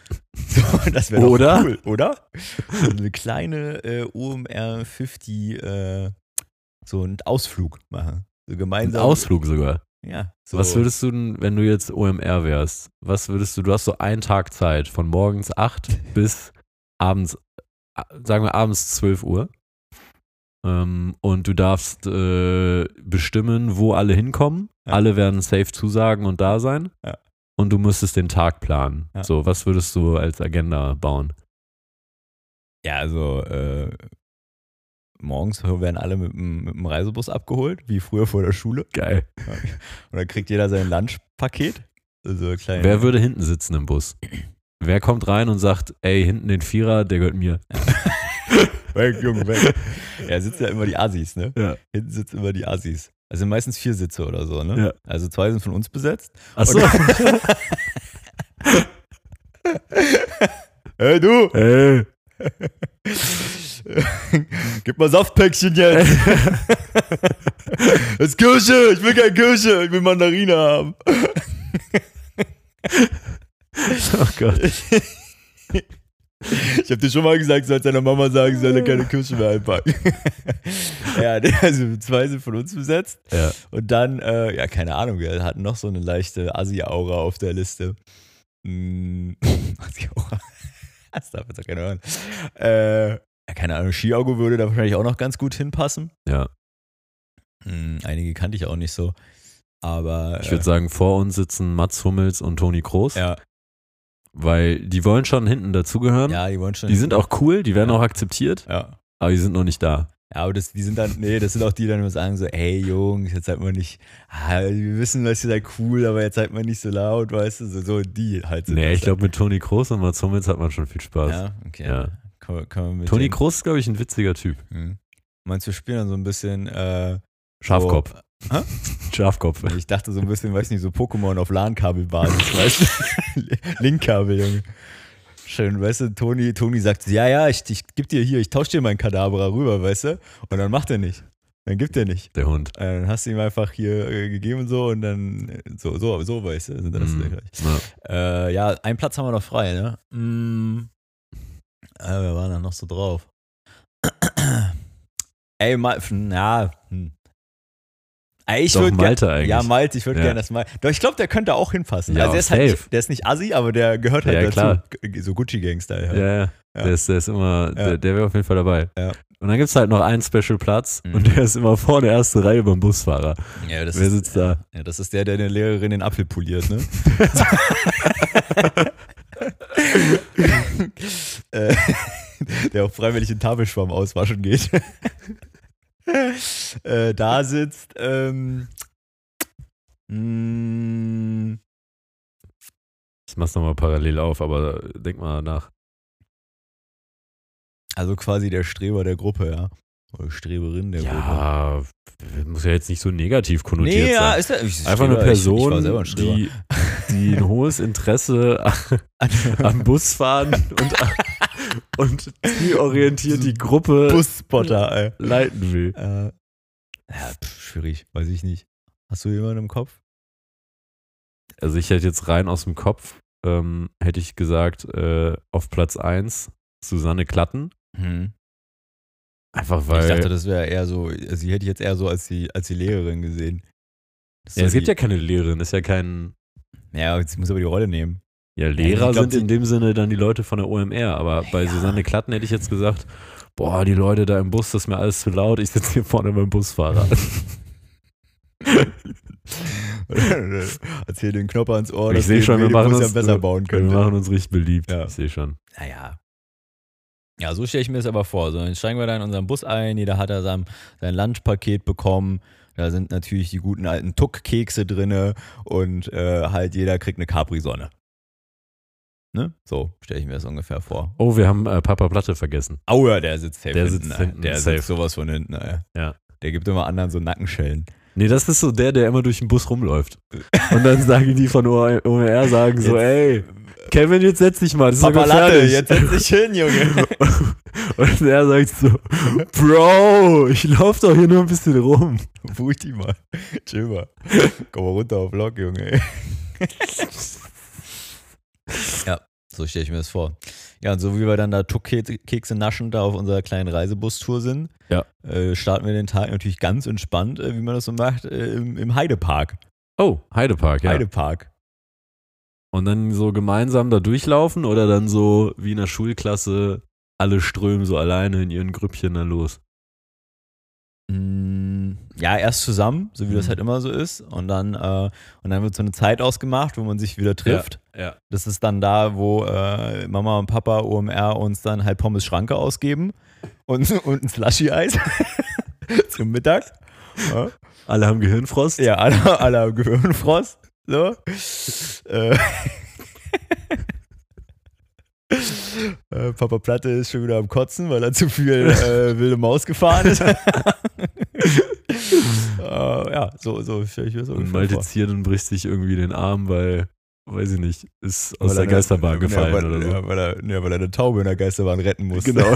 [SPEAKER 1] So, das wäre doch
[SPEAKER 2] Oder?
[SPEAKER 1] cool, oder? So eine kleine äh, OMR 50, äh, so einen Ausflug machen. So
[SPEAKER 2] Ein
[SPEAKER 1] gemeinsam.
[SPEAKER 2] Ausflug sogar.
[SPEAKER 1] ja, so.
[SPEAKER 2] Was würdest du denn, wenn du jetzt OMR wärst, was würdest du, du hast so einen Tag Zeit von morgens
[SPEAKER 1] [laughs]
[SPEAKER 2] 8 bis abends, äh, sagen wir abends 12 Uhr. Ähm, und du darfst äh, bestimmen, wo alle hinkommen.
[SPEAKER 1] Ja.
[SPEAKER 2] Alle werden safe zusagen und da sein.
[SPEAKER 1] Ja.
[SPEAKER 2] Und du müsstest den Tag planen.
[SPEAKER 1] Ja.
[SPEAKER 2] So, was würdest du als Agenda bauen?
[SPEAKER 1] Ja, also äh, morgens werden alle mit, dem- mit dem Reisebus abgeholt, wie früher vor der Schule.
[SPEAKER 2] Geil.
[SPEAKER 1] Und dann kriegt jeder sein Lunchpaket. Also kleine,
[SPEAKER 2] Wer würde hinten sitzen im Bus? Wer kommt rein und sagt, ey, hinten den Vierer, der gehört mir?
[SPEAKER 1] weg, Junge,
[SPEAKER 2] [laughs]
[SPEAKER 1] weg. Ja, sitzen ja immer die Assis, ne?
[SPEAKER 2] Ja.
[SPEAKER 1] Hinten sitzen immer die Assis. Also meistens vier Sitze oder so, ne?
[SPEAKER 2] Ja.
[SPEAKER 1] Also zwei sind von uns besetzt.
[SPEAKER 2] Achso.
[SPEAKER 1] Hey du, Äh.
[SPEAKER 2] Ey.
[SPEAKER 1] [laughs] gib mal Saftpäckchen jetzt. das ist Kirsche, ich will keine Kirsche, ich will Mandarine haben.
[SPEAKER 2] [laughs] Oh Gott.
[SPEAKER 1] Ich habe dir schon mal gesagt, soll deiner Mama sagen, sie soll dir keine Kirsche mehr einpacken. ja, ne, also zwei sind von uns besetzt.
[SPEAKER 2] Ja.
[SPEAKER 1] Und dann, äh, ja, keine Ahnung, wir hatten noch so eine leichte Assi-Aura auf der Liste. Mm, [laughs] Assi-Aura. [laughs] Das darf jetzt auch keiner hören. Äh, ja, keine Ahnung, Skiauge würde da wahrscheinlich auch noch ganz gut hinpassen.
[SPEAKER 2] Ja.
[SPEAKER 1] Mm, einige kannte ich auch nicht so. Aber.
[SPEAKER 2] Ich würde sagen, vor uns sitzen Mats Hummels und Toni Kroos,
[SPEAKER 1] äh, ja,
[SPEAKER 2] weil die wollen schon hinten dazugehören.
[SPEAKER 1] ja, die wollen schon.
[SPEAKER 2] Die sind auch cool, die werden
[SPEAKER 1] Ja.
[SPEAKER 2] auch akzeptiert,
[SPEAKER 1] Ja.
[SPEAKER 2] aber die sind noch nicht da.
[SPEAKER 1] Ja, aber das, die sind dann, nee, das sind auch die, die dann immer sagen so, ey Jungs, jetzt seid mal nicht, ah, wir wissen, dass ihr seid cool, aber jetzt seid mal nicht so laut, weißt du, so, so die halt sind.
[SPEAKER 2] Nee,
[SPEAKER 1] das
[SPEAKER 2] ich glaube, mit Toni Kroos und Mats Hummels hat man schon viel
[SPEAKER 1] dann.
[SPEAKER 2] Spaß.
[SPEAKER 1] Ja, okay.
[SPEAKER 2] Ja.
[SPEAKER 1] Kann, man- kann man mit
[SPEAKER 2] Toni
[SPEAKER 1] denen-
[SPEAKER 2] Kroos ist, glaube ich, ein witziger Typ.
[SPEAKER 1] [laughs] Hm. Meinst du, wir spielen dann so ein bisschen, äh,
[SPEAKER 2] Schafkopf.
[SPEAKER 1] Hä?
[SPEAKER 2] Schafkopf.
[SPEAKER 1] ich dachte so ein bisschen, weiß nicht, so Pokémon auf
[SPEAKER 2] [laughs]
[SPEAKER 1] LAN-Kabelbasis, weißt du? [laughs] Linkkabel, Junge. Schön, weißt du, Toni, Toni sagt, ja, ja, ich, ich geb dir hier, ich tausch dir meinen Kadabra rüber, weißt du? Und dann macht er nicht. Dann gibt er nicht.
[SPEAKER 2] Der Hund.
[SPEAKER 1] Äh, Dann hast du ihm einfach hier äh, gegeben und so und dann äh, so, so, so weißt du, sind das
[SPEAKER 2] Mhm.
[SPEAKER 1] ja gleich.
[SPEAKER 2] Ja.
[SPEAKER 1] Äh, ja, einen Platz haben wir noch frei, ne? Mm. Äh, wir waren da noch so drauf. [clears throat] Ey, mal, na, hm. Ey, ich
[SPEAKER 2] Doch,
[SPEAKER 1] würde
[SPEAKER 2] Malte eigentlich.
[SPEAKER 1] Ja, Malte, ich würde
[SPEAKER 2] Ja.
[SPEAKER 1] gerne das mal. Doch, ich glaube, der könnte auch hinpassen.
[SPEAKER 2] Ja,
[SPEAKER 1] also der ist, halt,
[SPEAKER 2] safe.
[SPEAKER 1] nicht- der ist nicht assi, aber der gehört halt
[SPEAKER 2] Ja, ja,
[SPEAKER 1] dazu.
[SPEAKER 2] klar.
[SPEAKER 1] G- So Gucci-Gang-Style.
[SPEAKER 2] Ja,
[SPEAKER 1] Halt.
[SPEAKER 2] ja.
[SPEAKER 1] Ja.
[SPEAKER 2] Der, ist, der ist immer, der, der wäre auf jeden Fall dabei.
[SPEAKER 1] Ja.
[SPEAKER 2] Und dann gibt es halt noch einen Special-Platz
[SPEAKER 1] Mhm.
[SPEAKER 2] und der ist immer vorne erste Reihe beim Busfahrer.
[SPEAKER 1] Ja, das
[SPEAKER 2] Wer sitzt da?
[SPEAKER 1] Ja, das ist der, der der Lehrerin den Apfel poliert, ne? Äh, der auch freiwillig in Tafelschwamm auswaschen geht. äh, da sitzt ähm, mm,
[SPEAKER 2] Ich mach's nochmal parallel auf, aber denk mal nach.
[SPEAKER 1] also quasi der Streber der Gruppe, ja. Oder Streberin der Gruppe.
[SPEAKER 2] Ja, muss ja jetzt nicht so negativ konnotiert
[SPEAKER 1] Nee, ja,
[SPEAKER 2] sein.
[SPEAKER 1] ist er, ich,
[SPEAKER 2] Einfach eine
[SPEAKER 1] Streber, ich- ich war
[SPEAKER 2] Person,
[SPEAKER 1] selber ein Streber.
[SPEAKER 2] die, [laughs] die ein hohes Interesse [laughs]
[SPEAKER 1] [laughs]
[SPEAKER 2] am Busfahren und, und [laughs] zielorientiert die Gruppe
[SPEAKER 1] Busspotter, ey.
[SPEAKER 2] leiten will.
[SPEAKER 1] Äh, ja, pf, schwierig, weiß ich nicht. Hast du jemanden im Kopf?
[SPEAKER 2] Also ich hätte jetzt rein aus dem Kopf, ähm, hätte ich gesagt, äh, auf Platz 1 Susanne Klatten. Einfach weil...
[SPEAKER 1] Mhm. ich dachte, das wäre eher so, also sie hätte ich jetzt eher so als die, als die Lehrerin gesehen. Das ist
[SPEAKER 2] ja,
[SPEAKER 1] so
[SPEAKER 2] es gibt
[SPEAKER 1] die,
[SPEAKER 2] ja keine Lehrerin, ist ja kein...
[SPEAKER 1] ja. Ja, jetzt muss aber die
[SPEAKER 2] [laughs]
[SPEAKER 1] Rolle nehmen.
[SPEAKER 2] Ja, Lehrer
[SPEAKER 1] also ich glaub,
[SPEAKER 2] sind
[SPEAKER 1] die-
[SPEAKER 2] in dem Sinne dann die Leute von der OMR, aber bei
[SPEAKER 1] Ja.
[SPEAKER 2] Susanne Klatten hätte ich jetzt gesagt, boah, die Leute da im Bus, das ist mir alles zu laut, ich sitze hier vorne beim
[SPEAKER 1] [laughs]
[SPEAKER 2] Busfahrer.
[SPEAKER 1] Erzähl den Knopper ans Ohr,
[SPEAKER 2] Ich
[SPEAKER 1] dass
[SPEAKER 2] seh schon, wir
[SPEAKER 1] den
[SPEAKER 2] machen
[SPEAKER 1] Medibus ja
[SPEAKER 2] uns-
[SPEAKER 1] besser bauen
[SPEAKER 2] Wir
[SPEAKER 1] können.
[SPEAKER 2] machen uns richtig beliebt,
[SPEAKER 1] Ja.
[SPEAKER 2] ich sehe schon.
[SPEAKER 1] Naja. Ja, so stelle ich mir das aber vor. So, dann steigen wir da in unseren Bus ein, jeder hat da sein, sein Lunchpaket bekommen. Da sind natürlich die guten alten Tuck-Kekse drin und äh, halt jeder kriegt eine Capri-Sonne. Ne? So stelle ich mir das ungefähr vor.
[SPEAKER 2] Oh, wir haben äh, Papa Platte vergessen.
[SPEAKER 1] Aua, der sitzt safe
[SPEAKER 2] Der
[SPEAKER 1] hinten.
[SPEAKER 2] sitzt
[SPEAKER 1] ey.
[SPEAKER 2] hinten,
[SPEAKER 1] der
[SPEAKER 2] safe.
[SPEAKER 1] sitzt sowas von hinten. Ey.
[SPEAKER 2] Ja.
[SPEAKER 1] Der gibt immer anderen so Nackenschellen.
[SPEAKER 2] Nee, das ist so der, der immer durch den Bus
[SPEAKER 1] [laughs]
[SPEAKER 2] rumläuft. Und dann sagen die von OMR, sagen so, ey, Kevin, jetzt setz dich mal, das ist
[SPEAKER 1] Papa
[SPEAKER 2] doch
[SPEAKER 1] Latte,
[SPEAKER 2] gefährlich.
[SPEAKER 1] jetzt setz
[SPEAKER 2] [laughs]
[SPEAKER 1] dich hin, Junge.
[SPEAKER 2] Und er sagt so, Bro, ich lauf doch hier nur ein bisschen rum.
[SPEAKER 1] Buch dich mal.
[SPEAKER 2] [laughs]
[SPEAKER 1] Chill mal. Komm mal runter auf Lock, Junge. So stelle ich mir das vor. Ja, und so wie wir dann da Tuckkekse naschen, da auf unserer kleinen Reisebustour sind,
[SPEAKER 2] Ja.
[SPEAKER 1] äh, starten wir den Tag natürlich ganz entspannt, äh, wie man das so macht, äh, im, im Heidepark.
[SPEAKER 2] Oh, Heidepark, ja.
[SPEAKER 1] Heidepark.
[SPEAKER 2] Und dann so gemeinsam da durchlaufen oder dann so wie in der Schulklasse alle strömen so alleine in ihren Grüppchen dann los.
[SPEAKER 1] Mm, Ja, erst zusammen, so wie das
[SPEAKER 2] Mhm.
[SPEAKER 1] halt immer so ist. Und dann, äh, und dann wird so eine Zeit ausgemacht, wo man sich wieder trifft.
[SPEAKER 2] Ja.
[SPEAKER 1] Das ist dann da, wo äh, Mama und Papa OMR uns dann halt Pommes Schranke ausgeben und, [laughs] und ein Slushy-Eis [laughs] zum Mittag. Ja.
[SPEAKER 2] Alle haben Gehirnfrost.
[SPEAKER 1] Ja, aller, aller Gehirnfrost. So. Äh. [laughs] Äh, Papa Platte ist schon wieder am Kotzen, weil er zu viel äh, wilde Maus gefahren
[SPEAKER 2] [laughs]
[SPEAKER 1] ist. äh, ja, so, so stelle ich mir das
[SPEAKER 2] Und
[SPEAKER 1] ungefähr vor.
[SPEAKER 2] maltizieren bricht sich irgendwie den Arm, weil, weiß ich nicht, ist aus
[SPEAKER 1] Weil
[SPEAKER 2] der
[SPEAKER 1] er-
[SPEAKER 2] Geisterbahn gefallen
[SPEAKER 1] ja, weil,
[SPEAKER 2] oder [laughs] so.
[SPEAKER 1] Ja, weil, er, ja, weil er eine Taube in der Geisterbahn retten musste.
[SPEAKER 2] Genau.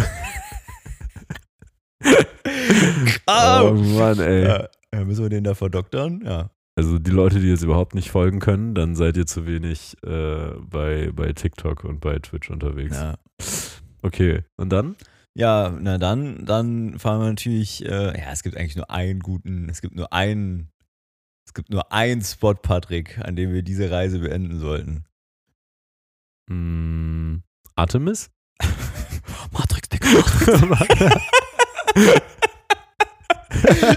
[SPEAKER 1] Au!
[SPEAKER 2] Oh Mann, ey.
[SPEAKER 1] [laughs] ja, ja, müssen wir den da verdoktern? Ja.
[SPEAKER 2] Also die Leute, die jetzt überhaupt nicht folgen können, dann seid ihr zu wenig äh, bei, bei TikTok und bei Twitch unterwegs.
[SPEAKER 1] ja.
[SPEAKER 2] Okay, und dann?
[SPEAKER 1] Ja, na dann, dann fahren wir natürlich, äh, ja, es gibt eigentlich nur einen guten, es gibt nur einen, es gibt nur einen Spot, Patrick, an dem wir diese Reise beenden sollten.
[SPEAKER 2] Mm,
[SPEAKER 1] [laughs]
[SPEAKER 2] Artemis? [laughs] Oh,
[SPEAKER 1] Matrix, Digga. [laughs]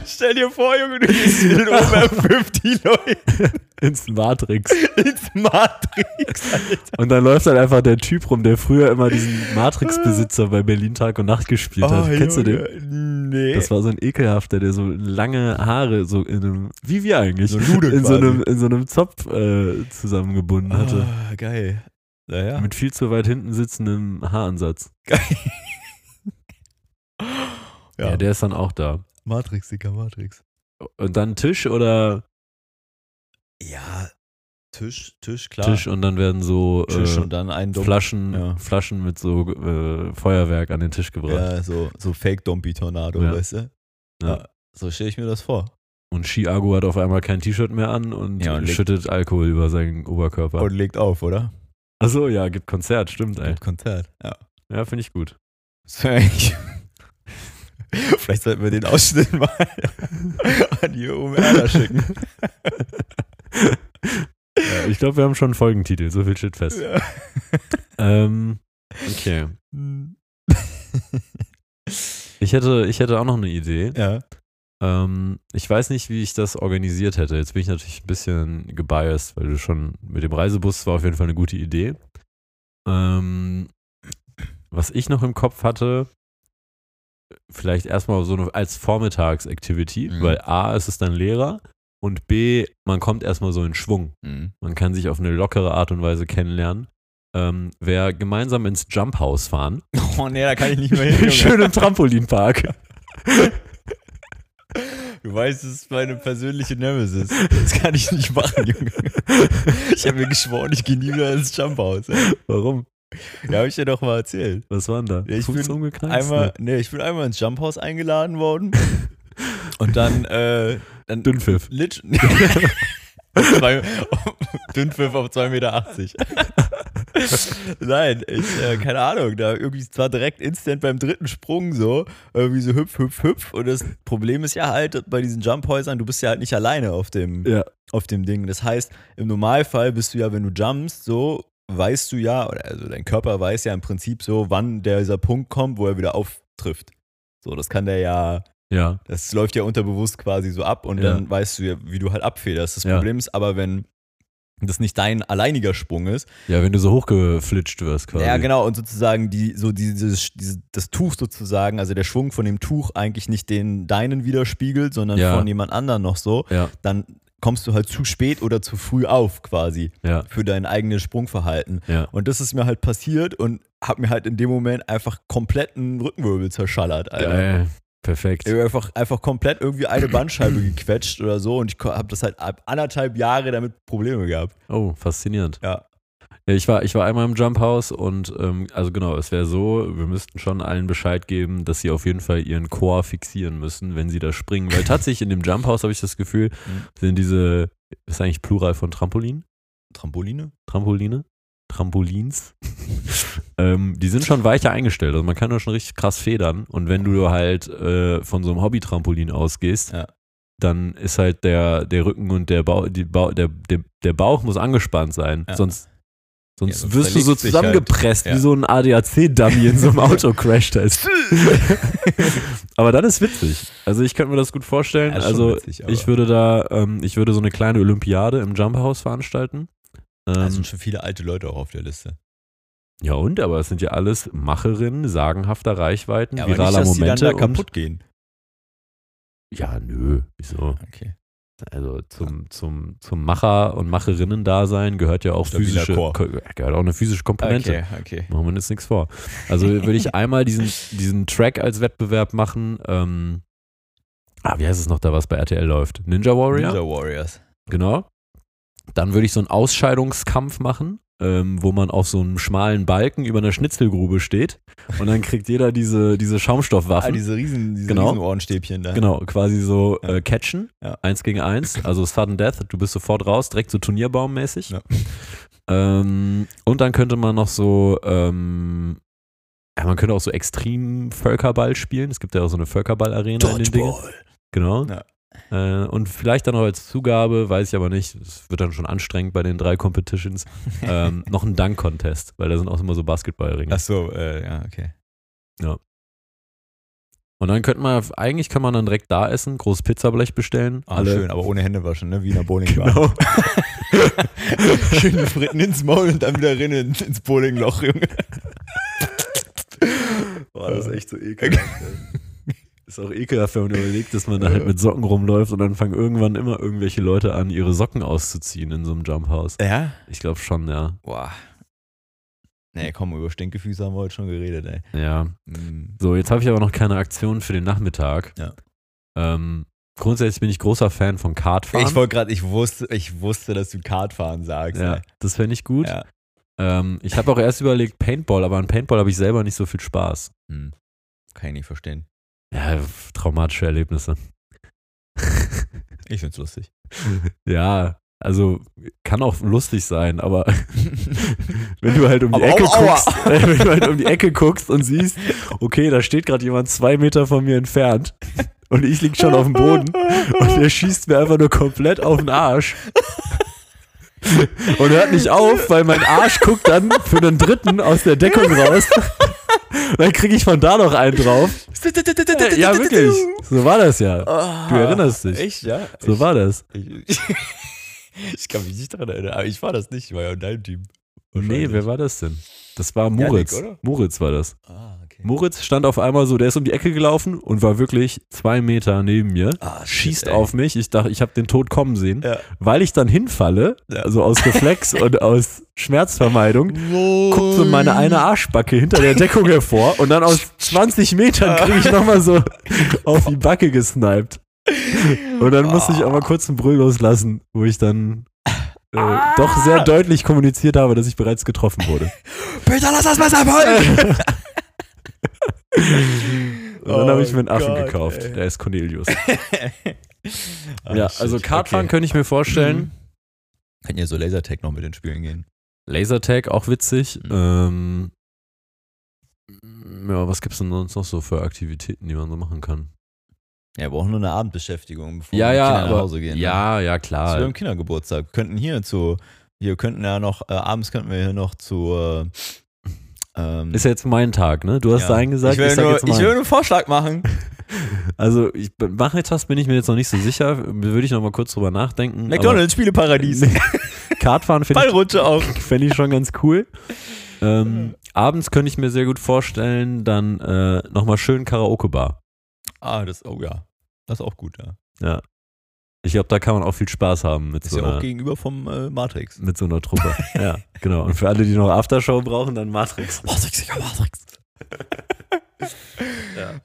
[SPEAKER 1] Stell dir vor, Junge, du gehst mit den Ober
[SPEAKER 2] [laughs]
[SPEAKER 1] 50 Leuten
[SPEAKER 2] Ins Matrix.
[SPEAKER 1] ins Matrix. Alter.
[SPEAKER 2] Und dann läuft dann einfach der Typ rum, der früher immer diesen Matrix-Besitzer bei Berlin Tag und Nacht gespielt hat. Kennst du den?
[SPEAKER 1] den? Oh, Nee.
[SPEAKER 2] Das war so ein ekelhafter, der so lange Haare so in einem, wie wir eigentlich,
[SPEAKER 1] So ein Nude
[SPEAKER 2] in, so
[SPEAKER 1] quasi.
[SPEAKER 2] einem, in so einem Zopf äh, zusammengebunden hatte.
[SPEAKER 1] Ah, geil. Naja.
[SPEAKER 2] Mit viel zu weit hinten sitzendem Haaransatz. Ja.
[SPEAKER 1] Ja,
[SPEAKER 2] der ist dann auch da.
[SPEAKER 1] Matrix, Digga, Matrix.
[SPEAKER 2] Und dann Tisch oder
[SPEAKER 1] Ja, Tisch, Tisch, klar.
[SPEAKER 2] Tisch und dann werden so
[SPEAKER 1] Tisch
[SPEAKER 2] äh,
[SPEAKER 1] und dann ein Dom-
[SPEAKER 2] Flaschen,
[SPEAKER 1] ja.
[SPEAKER 2] Flaschen mit so äh, Feuerwerk an den Tisch gebracht.
[SPEAKER 1] Ja, so, so Fake-Dompi-Tornado,
[SPEAKER 2] Ja.
[SPEAKER 1] weißt du?
[SPEAKER 2] Ja.
[SPEAKER 1] Ja. So stelle ich mir das vor.
[SPEAKER 2] Und Chiago hat auf einmal kein T-Shirt mehr an und,
[SPEAKER 1] Ja, und legt-
[SPEAKER 2] schüttet Alkohol über seinen Oberkörper.
[SPEAKER 1] Und legt auf, oder?
[SPEAKER 2] Achso, ja, gibt Konzert, stimmt, ey.
[SPEAKER 1] Mit Konzert. Ja.
[SPEAKER 2] Ja, finde ich gut.
[SPEAKER 1] Das wär eigentlich- [laughs] Vielleicht sollten wir den Ausschnitt mal [laughs] an die
[SPEAKER 2] [laughs]
[SPEAKER 1] OMR schicken.
[SPEAKER 2] Ja, ich glaube, wir haben schon einen Folgentitel, so viel steht fest.
[SPEAKER 1] Ja.
[SPEAKER 2] Ähm, okay. Ich hätte, ich hätte auch noch eine Idee.
[SPEAKER 1] ja.
[SPEAKER 2] Ähm, ich weiß nicht, wie ich das organisiert hätte. Jetzt bin ich natürlich ein bisschen gebiased, weil du schon mit dem Reisebus war auf jeden Fall eine gute Idee. Ähm, was ich noch im Kopf hatte, vielleicht erstmal so eine, als Vormittagsactivity,
[SPEAKER 1] Mhm.
[SPEAKER 2] weil A, es ist dann leerer und B, man kommt erstmal so in Schwung.
[SPEAKER 1] Mhm.
[SPEAKER 2] Man kann sich auf eine lockere Art und Weise kennenlernen. Ähm, wer gemeinsam ins Jump House
[SPEAKER 1] [laughs]
[SPEAKER 2] fahren,
[SPEAKER 1] Oh nee, da kann ich nicht mehr hin.
[SPEAKER 2] [laughs]
[SPEAKER 1] Junge.
[SPEAKER 2] schön im Trampolinpark.
[SPEAKER 1] [laughs] Du weißt, das ist meine persönliche Nemesis. Das kann ich nicht machen, Junge. Ich habe mir geschworen, ich gehe nie wieder ins Jumphaus. ey.
[SPEAKER 2] Warum?
[SPEAKER 1] Ja, habe ich dir doch mal erzählt.
[SPEAKER 2] Was war denn da?
[SPEAKER 1] Ja, ich
[SPEAKER 2] Fuß
[SPEAKER 1] bin
[SPEAKER 2] umgeknallt?
[SPEAKER 1] einmal, nee, ich bin einmal ins Jumphaus eingeladen worden. und dann, äh, dann
[SPEAKER 2] Dünnpfiff.
[SPEAKER 1] Litsch.
[SPEAKER 2] [laughs]
[SPEAKER 1] Auf zwei- [laughs] Dünnpfiff auf 2,80 Meter. [laughs] Nein, ich, äh, keine Ahnung, da irgendwie zwar direkt instant beim dritten Sprung so, irgendwie so hüpf, hüpf, hüpf. Und das Problem ist ja halt, dass bei diesen Jumphäusern, du bist ja halt nicht alleine auf dem,
[SPEAKER 2] Ja.
[SPEAKER 1] auf dem Ding. Das heißt, im Normalfall bist du ja, wenn du jumpst, so weißt du ja, oder also dein Körper weiß ja im Prinzip so, wann dieser Punkt kommt, wo er wieder auftrifft. So, das kann der ja,
[SPEAKER 2] Ja.
[SPEAKER 1] das läuft ja unterbewusst quasi so ab und
[SPEAKER 2] Ja.
[SPEAKER 1] dann weißt du ja, wie du halt abfederst. Das
[SPEAKER 2] Ja.
[SPEAKER 1] Problem ist aber, wenn das nicht dein alleiniger Sprung ist.
[SPEAKER 2] Ja, wenn du so hochgeflitscht wirst quasi.
[SPEAKER 1] Ja, genau, und sozusagen die, so dieses, dieses, das Tuch sozusagen, also der Schwung von dem Tuch eigentlich nicht den deinen widerspiegelt, sondern
[SPEAKER 2] Ja.
[SPEAKER 1] von jemand anderem noch so,
[SPEAKER 2] Ja.
[SPEAKER 1] dann kommst du halt zu spät oder zu früh auf quasi
[SPEAKER 2] Ja.
[SPEAKER 1] für dein eigenes Sprungverhalten.
[SPEAKER 2] Ja.
[SPEAKER 1] Und das ist mir halt passiert und hab mir halt in dem Moment einfach kompletten Rückenwirbel zerschallert, Alter.
[SPEAKER 2] Geil. Äh, Perfekt.
[SPEAKER 1] Ich hab Einfach, einfach komplett irgendwie eine Bandscheibe gequetscht oder so und ich ko- hab das halt ab anderthalb Jahre damit Probleme gehabt.
[SPEAKER 2] Oh, faszinierend.
[SPEAKER 1] Ja.
[SPEAKER 2] Ja, ich war, ich war einmal im Jump House und ähm, also genau, es wäre so, wir müssten schon allen Bescheid geben, dass sie auf jeden Fall ihren Chor fixieren müssen, wenn sie da springen. Weil tatsächlich in dem Jump House habe ich das Gefühl,
[SPEAKER 1] [laughs] Mhm.
[SPEAKER 2] sind diese, ist eigentlich Plural von Trampolin?
[SPEAKER 1] Trampoline?
[SPEAKER 2] Trampoline? Trampolins, [laughs] ähm, die sind schon weicher eingestellt. Also man kann da schon richtig krass federn. Und wenn du halt äh, von so einem Hobby-Trampolin ausgehst,
[SPEAKER 1] Ja.
[SPEAKER 2] dann ist halt der, der Rücken und der, Bau, die Bau, der, der, der Bauch muss angespannt sein.
[SPEAKER 1] Ja.
[SPEAKER 2] Sonst, sonst,
[SPEAKER 1] Ja, sonst
[SPEAKER 2] wirst du so
[SPEAKER 1] verlegt sich halt.
[SPEAKER 2] zusammengepresst,
[SPEAKER 1] Ja.
[SPEAKER 2] wie so ein ADAC-Dummy in so
[SPEAKER 1] [laughs]
[SPEAKER 2] einem Autocrash-Test. [laughs] Aber dann ist witzig. Also ich könnte mir das gut vorstellen.
[SPEAKER 1] Ja, ist schon
[SPEAKER 2] also
[SPEAKER 1] witzig, aber-
[SPEAKER 2] ich würde da, ähm, ich würde so eine kleine Olympiade im Jump House veranstalten. Ähm,
[SPEAKER 1] Da sind schon viele alte Leute auch auf der Liste.
[SPEAKER 2] ja und, aber es sind ja alles Macherinnen sagenhafter Reichweiten,
[SPEAKER 1] Ja, aber nicht,
[SPEAKER 2] viraler
[SPEAKER 1] dass die dann
[SPEAKER 2] Momente.
[SPEAKER 1] da
[SPEAKER 2] und,
[SPEAKER 1] kaputt gehen.
[SPEAKER 2] ja, nö, wieso?
[SPEAKER 1] Okay.
[SPEAKER 2] Also zum, zum, zum Macher und Macherinnen Dasein gehört ja auch
[SPEAKER 1] Stabiler
[SPEAKER 2] physische,
[SPEAKER 1] Chor.
[SPEAKER 2] gehört auch eine physische Komponente.
[SPEAKER 1] Okay, okay.
[SPEAKER 2] Machen wir uns nichts vor. Also würde ich einmal diesen, diesen Track als Wettbewerb machen. Ähm, ah, wie heißt es noch da, was bei RTL läuft? Ninja Warrior?
[SPEAKER 1] Ninja Warriors.
[SPEAKER 2] Genau. Dann würde ich so einen Ausscheidungskampf machen, ähm, wo man auf so einem schmalen Balken über einer Schnitzelgrube steht und dann kriegt jeder diese, diese
[SPEAKER 1] Ah,
[SPEAKER 2] Schaumstoffwaffen.
[SPEAKER 1] diese riesen, diese
[SPEAKER 2] Genau.
[SPEAKER 1] riesen Ohrenstäbchen da.
[SPEAKER 2] genau, quasi so
[SPEAKER 1] Ja.
[SPEAKER 2] äh, catchen,
[SPEAKER 1] Ja.
[SPEAKER 2] eins gegen eins, also Sudden Death, du bist sofort raus, direkt so Turnierbaummäßig.
[SPEAKER 1] Ja.
[SPEAKER 2] Ähm, und dann könnte man noch so, ähm, ja, man könnte auch so extrem Völkerball spielen. Es gibt ja auch so eine Völkerball-Arena in den Dingen. Genau.
[SPEAKER 1] Ja.
[SPEAKER 2] Äh, und vielleicht dann noch als Zugabe, weiß ich aber nicht, es wird dann schon anstrengend bei den drei [laughs] Competitions, ähm, noch ein Dunk-Contest, weil da sind auch immer so Basketballringe.
[SPEAKER 1] Ach so, äh, ja, okay.
[SPEAKER 2] Und dann könnte man, eigentlich kann man dann direkt da essen, großes Pizzablech bestellen.
[SPEAKER 1] Ah,
[SPEAKER 2] alle,
[SPEAKER 1] schön, aber ohne Hände waschen, ne? Wie in der Bowlingbar.
[SPEAKER 2] Genau.
[SPEAKER 1] [laughs] schön die Fritten ins Maul und dann wieder rein in, ins Bowlingloch, Junge.
[SPEAKER 2] Boah, das ist echt so ekelhaft. ey. [laughs] ist auch ekelhaft, wenn man überlegt, dass man da halt mit Socken rumläuft und dann fangen irgendwann immer irgendwelche Leute an, ihre Socken auszuziehen in so einem Jump House.
[SPEAKER 1] Ja?
[SPEAKER 2] Ich glaube schon, ja.
[SPEAKER 1] Boah. Hm. Nee, komm, über Stinkefüße haben wir heute schon geredet, ey.
[SPEAKER 2] Ja.
[SPEAKER 1] Mm.
[SPEAKER 2] So, jetzt habe ich aber noch keine Aktion für den Nachmittag.
[SPEAKER 1] Ja.
[SPEAKER 2] Ähm, grundsätzlich bin ich großer Fan von Kartfahren.
[SPEAKER 1] Ich wollte gerade, ich wusste, ich wusste, dass du Kartfahren sagst.
[SPEAKER 2] ja,
[SPEAKER 1] ey.
[SPEAKER 2] das fände ich gut.
[SPEAKER 1] Ja.
[SPEAKER 2] Ähm, ich habe auch erst überlegt, Paintball, aber an Paintball habe ich selber nicht so viel Spaß.
[SPEAKER 1] Hm. Kann ich nicht verstehen.
[SPEAKER 2] Ja, pf, traumatische
[SPEAKER 1] [laughs]
[SPEAKER 2] Erlebnisse.
[SPEAKER 1] Ich find's lustig.
[SPEAKER 2] ja, also kann auch lustig sein,
[SPEAKER 1] [laughs]
[SPEAKER 2] aber wenn du halt um die
[SPEAKER 1] Aber
[SPEAKER 2] Ecke
[SPEAKER 1] aua, aua.
[SPEAKER 2] guckst, [laughs] wenn du halt um die Ecke guckst und siehst, okay, da steht gerade jemand zwei Meter von mir entfernt und ich lieg schon auf dem
[SPEAKER 1] [laughs]
[SPEAKER 2] Boden und der schießt mir einfach nur komplett auf den Arsch. Und hört nicht auf, weil mein Arsch guckt dann für einen Dritten aus der Deckung raus. Dann kriege ich von da noch einen drauf. Ja, wirklich. So war das ja. Du erinnerst dich.
[SPEAKER 1] Ah. Echt, ja?
[SPEAKER 2] So
[SPEAKER 1] ich,
[SPEAKER 2] war das.
[SPEAKER 1] Ich, [laughs] ich kann mich nicht daran erinnern, aber ich war das nicht, ich war ja in deinem Team.
[SPEAKER 2] Nee, wer war das denn? Das war Moritz.
[SPEAKER 1] Janik, oder?
[SPEAKER 2] Moritz war das.
[SPEAKER 1] Ah, okay.
[SPEAKER 2] Moritz stand auf einmal so, der ist um die Ecke gelaufen und war wirklich zwei Meter neben mir.
[SPEAKER 1] Ah,
[SPEAKER 2] Schießt
[SPEAKER 1] shit, ey.
[SPEAKER 2] auf mich. Ich dachte, ich habe den Tod kommen sehen.
[SPEAKER 1] Ja.
[SPEAKER 2] Weil ich dann hinfalle,
[SPEAKER 1] Ja.
[SPEAKER 2] also aus
[SPEAKER 1] [laughs]
[SPEAKER 2] Reflex und aus Schmerzvermeidung,
[SPEAKER 1] Nein.
[SPEAKER 2] guckt so meine eine Arschbacke hinter der Deckung hervor und dann aus 20 Metern kriege ich nochmal so auf die Backe gesniped. Und dann musste ich aber kurz einen Brüll loslassen, wo ich dann äh,
[SPEAKER 1] Ah.
[SPEAKER 2] doch sehr deutlich kommuniziert habe, dass ich bereits getroffen wurde.
[SPEAKER 1] Peter, lass das [laughs] Messer fallen!
[SPEAKER 2] Und dann habe ich mir einen
[SPEAKER 1] Oh
[SPEAKER 2] Affen
[SPEAKER 1] Gott,
[SPEAKER 2] gekauft.
[SPEAKER 1] ey.
[SPEAKER 2] Der ist Cornelius.
[SPEAKER 1] Ah,
[SPEAKER 2] ja,
[SPEAKER 1] shit,
[SPEAKER 2] also Kartfahren
[SPEAKER 1] okay.
[SPEAKER 2] könnte ich mir
[SPEAKER 1] Mhm.
[SPEAKER 2] vorstellen.
[SPEAKER 1] Könnt ihr so Lasertag noch mit den Spielen gehen?
[SPEAKER 2] Lasertag auch witzig. Ähm,
[SPEAKER 1] Mhm.
[SPEAKER 2] ja, was gibt's denn sonst noch so für Aktivitäten, die man so machen kann?
[SPEAKER 1] Ja, wir brauchen nur eine Abendbeschäftigung, bevor
[SPEAKER 2] Ja,
[SPEAKER 1] die
[SPEAKER 2] ja,
[SPEAKER 1] Kinder nach
[SPEAKER 2] aber,
[SPEAKER 1] Hause gehen. ne?
[SPEAKER 2] ja, ja,
[SPEAKER 1] Das
[SPEAKER 2] klar.
[SPEAKER 1] wäre im Kindergeburtstag. Wir könnten hier zu, hier könnten ja noch, äh, abends könnten wir hier noch zu, äh, ähm,
[SPEAKER 2] Ist jetzt mein Tag, ne? Du hast
[SPEAKER 1] ja.
[SPEAKER 2] deinen gesagt,
[SPEAKER 1] ich
[SPEAKER 2] ich,
[SPEAKER 1] will,
[SPEAKER 2] sag
[SPEAKER 1] nur,
[SPEAKER 2] jetzt
[SPEAKER 1] ich will nur
[SPEAKER 2] mein.
[SPEAKER 1] einen Vorschlag [laughs] machen.
[SPEAKER 2] Also, ich, bin- Nachmittags bin ich mir jetzt noch nicht so sicher. Würde ich noch mal kurz drüber nachdenken.
[SPEAKER 1] McDonalds,
[SPEAKER 2] aber,
[SPEAKER 1] [laughs] Spieleparadies.
[SPEAKER 2] Kartfahren finde ich,
[SPEAKER 1] Ballrutsche auch.
[SPEAKER 2] fänd ich schon ganz
[SPEAKER 1] [laughs]
[SPEAKER 2] cool. Ähm, abends könnte ich mir sehr gut vorstellen, dann äh, nochmal schön Karaoke-Bar.
[SPEAKER 1] Ah, das, oh ja. Das ist auch gut, ja.
[SPEAKER 2] Ich glaube, da kann man auch viel Spaß haben mit
[SPEAKER 1] Ist
[SPEAKER 2] so
[SPEAKER 1] ja
[SPEAKER 2] einer.
[SPEAKER 1] auch gegenüber vom äh, Matrix.
[SPEAKER 2] mit so einer
[SPEAKER 1] [laughs]
[SPEAKER 2] Truppe. ja, genau. Und für alle, die noch Aftershow brauchen, dann
[SPEAKER 1] [laughs]
[SPEAKER 2] Matrix.
[SPEAKER 1] Matrix, ja, [laughs] Matrix.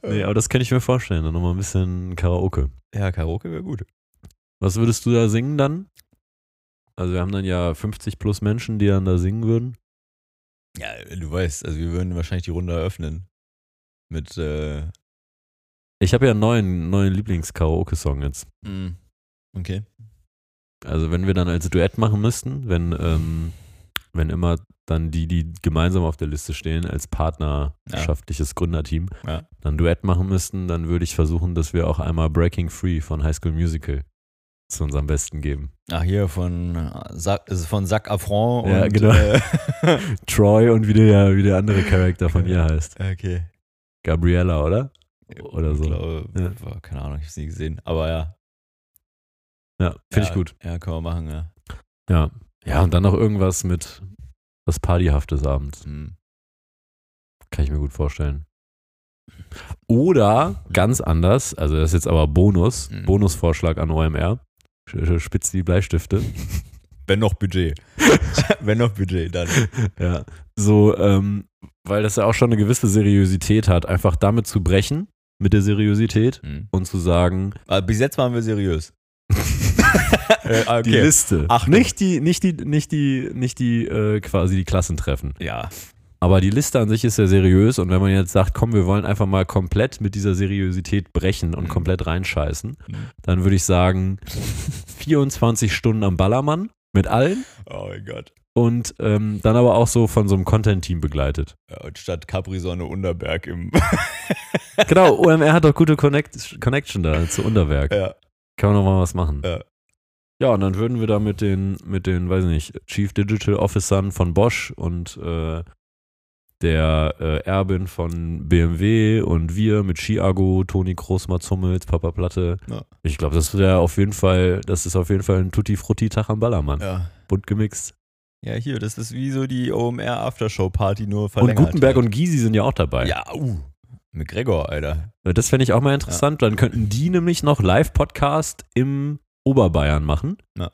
[SPEAKER 2] Nee, aber das kann ich mir vorstellen. Dann nochmal ein bisschen Karaoke.
[SPEAKER 1] Ja, Karaoke wäre gut.
[SPEAKER 2] Was würdest du da singen dann? Also wir haben dann ja 50 plus Menschen, die dann da singen würden.
[SPEAKER 1] Ja, du weißt, also wir würden wahrscheinlich die Runde eröffnen. Mit, äh,
[SPEAKER 2] Ich habe ja einen neuen, neuen Lieblings-Karaoke-Song jetzt.
[SPEAKER 1] mm, okay.
[SPEAKER 2] Also wenn wir dann als Duett machen müssten, wenn ähm, wenn immer dann die, die gemeinsam auf der Liste stehen, als partnerschaftliches Gründerteam,
[SPEAKER 1] Ja.
[SPEAKER 2] dann Duett machen müssten, dann würde ich versuchen, dass wir auch einmal Breaking Free von High School Musical zu unserem Besten geben.
[SPEAKER 1] Ach, hier von äh, Sack, ist von Sack Affront.
[SPEAKER 2] Ja,
[SPEAKER 1] und,
[SPEAKER 2] genau.
[SPEAKER 1] Äh,
[SPEAKER 2] Troy und wie der, wie der andere Charakter von ihr heißt.
[SPEAKER 1] [laughs] okay.
[SPEAKER 2] Gabriella, oder? Oder
[SPEAKER 1] Ich
[SPEAKER 2] so.
[SPEAKER 1] glaube,
[SPEAKER 2] Ja.
[SPEAKER 1] war- keine Ahnung, ich habe es nie gesehen. Aber ja.
[SPEAKER 2] Ja, finde
[SPEAKER 1] ja,
[SPEAKER 2] ich gut.
[SPEAKER 1] Ja, können wir machen, ja.
[SPEAKER 2] Ja. Ja, und dann noch irgendwas mit was Partyhaftes abends.
[SPEAKER 1] Hm.
[SPEAKER 2] Kann ich mir gut vorstellen. Oder ganz anders, also das ist jetzt aber Bonus,
[SPEAKER 1] Mhm.
[SPEAKER 2] Bonusvorschlag an OMR. Sch- sch- Spitz die
[SPEAKER 1] [laughs]
[SPEAKER 2] Bleistifte.
[SPEAKER 1] Wenn noch [laughs] Budget. Wenn noch Budget, dann.
[SPEAKER 2] ja. So, ähm, weil das ja auch schon eine gewisse Seriosität hat, einfach damit zu brechen, mit der Seriosität
[SPEAKER 1] Hm.
[SPEAKER 2] und zu
[SPEAKER 1] [laughs]
[SPEAKER 2] sagen,
[SPEAKER 1] Aber bis jetzt waren wir seriös. [laughs] äh, okay.
[SPEAKER 2] die Liste.
[SPEAKER 1] Achtung.
[SPEAKER 2] nicht die, nicht die, nicht die, nicht die äh, quasi die Klassentreffen.
[SPEAKER 1] Ja.
[SPEAKER 2] Aber die Liste an sich ist ja seriös und wenn man jetzt sagt, komm, wir wollen einfach mal komplett mit dieser Seriosität brechen und
[SPEAKER 1] Mhm.
[SPEAKER 2] komplett reinscheißen,
[SPEAKER 1] Mhm.
[SPEAKER 2] dann würde ich
[SPEAKER 1] [laughs]
[SPEAKER 2] sagen 24 Stunden am Ballermann mit allen
[SPEAKER 1] Oh mein Gott.
[SPEAKER 2] und ähm, dann aber auch so von so einem Content-Team begleitet.
[SPEAKER 1] [laughs] Ja, und statt Capri-Sonne Unterberg im. [laughs]
[SPEAKER 2] Genau, OMR hat doch gute Connect Connection da zu Unterwerk.
[SPEAKER 1] ja.
[SPEAKER 2] Kann man noch mal was machen.
[SPEAKER 1] Ja.
[SPEAKER 2] Ja, und dann würden wir da mit den, mit den, weiß ich nicht, Chief Digital Officern von Bosch und äh, der äh, Erbin von BMW und wir mit Chiago, Toni Groß, Mats Hummels, Papa Platte.
[SPEAKER 1] Ja.
[SPEAKER 2] Ich glaube, das wäre auf jeden Fall, das ist auf jeden Fall ein Tutti Frutti Tag am Ballermann.
[SPEAKER 1] ja.
[SPEAKER 2] Bunt gemixt.
[SPEAKER 1] Ja, hier, das ist wie so die OMR Aftershow Party nur
[SPEAKER 2] Und
[SPEAKER 1] verlängert.
[SPEAKER 2] Gutenberg und Gysi sind ja auch dabei.
[SPEAKER 1] Ja, uh. Mit
[SPEAKER 2] [laughs]
[SPEAKER 1] Gregor, Alter.
[SPEAKER 2] Äh, Das fände ich auch mal interessant. Dann könnten die nämlich noch Live-Podcast im Oberbayern machen.
[SPEAKER 1] Ja.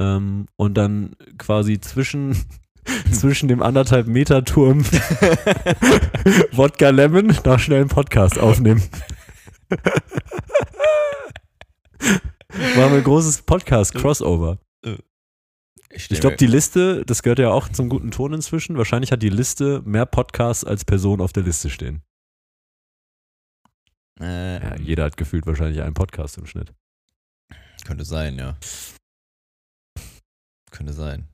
[SPEAKER 2] Ähm, und dann quasi zwischen, [laughs] zwischen dem anderthalb Meter Turm [laughs] Wodka Lemon noch schnell einen Podcast aufnehmen. [laughs] Machen wir ein großes Podcast-Crossover.
[SPEAKER 1] stell
[SPEAKER 2] Ich glaube,
[SPEAKER 1] mir-
[SPEAKER 2] die Liste, das gehört ja auch zum guten Ton inzwischen. Wahrscheinlich hat die Liste mehr Podcasts als Personen auf der Liste stehen.
[SPEAKER 1] Äh,
[SPEAKER 2] Ja, jeder hat gefühlt wahrscheinlich einen Podcast im Schnitt.
[SPEAKER 1] Könnte sein, ja. Könnte sein.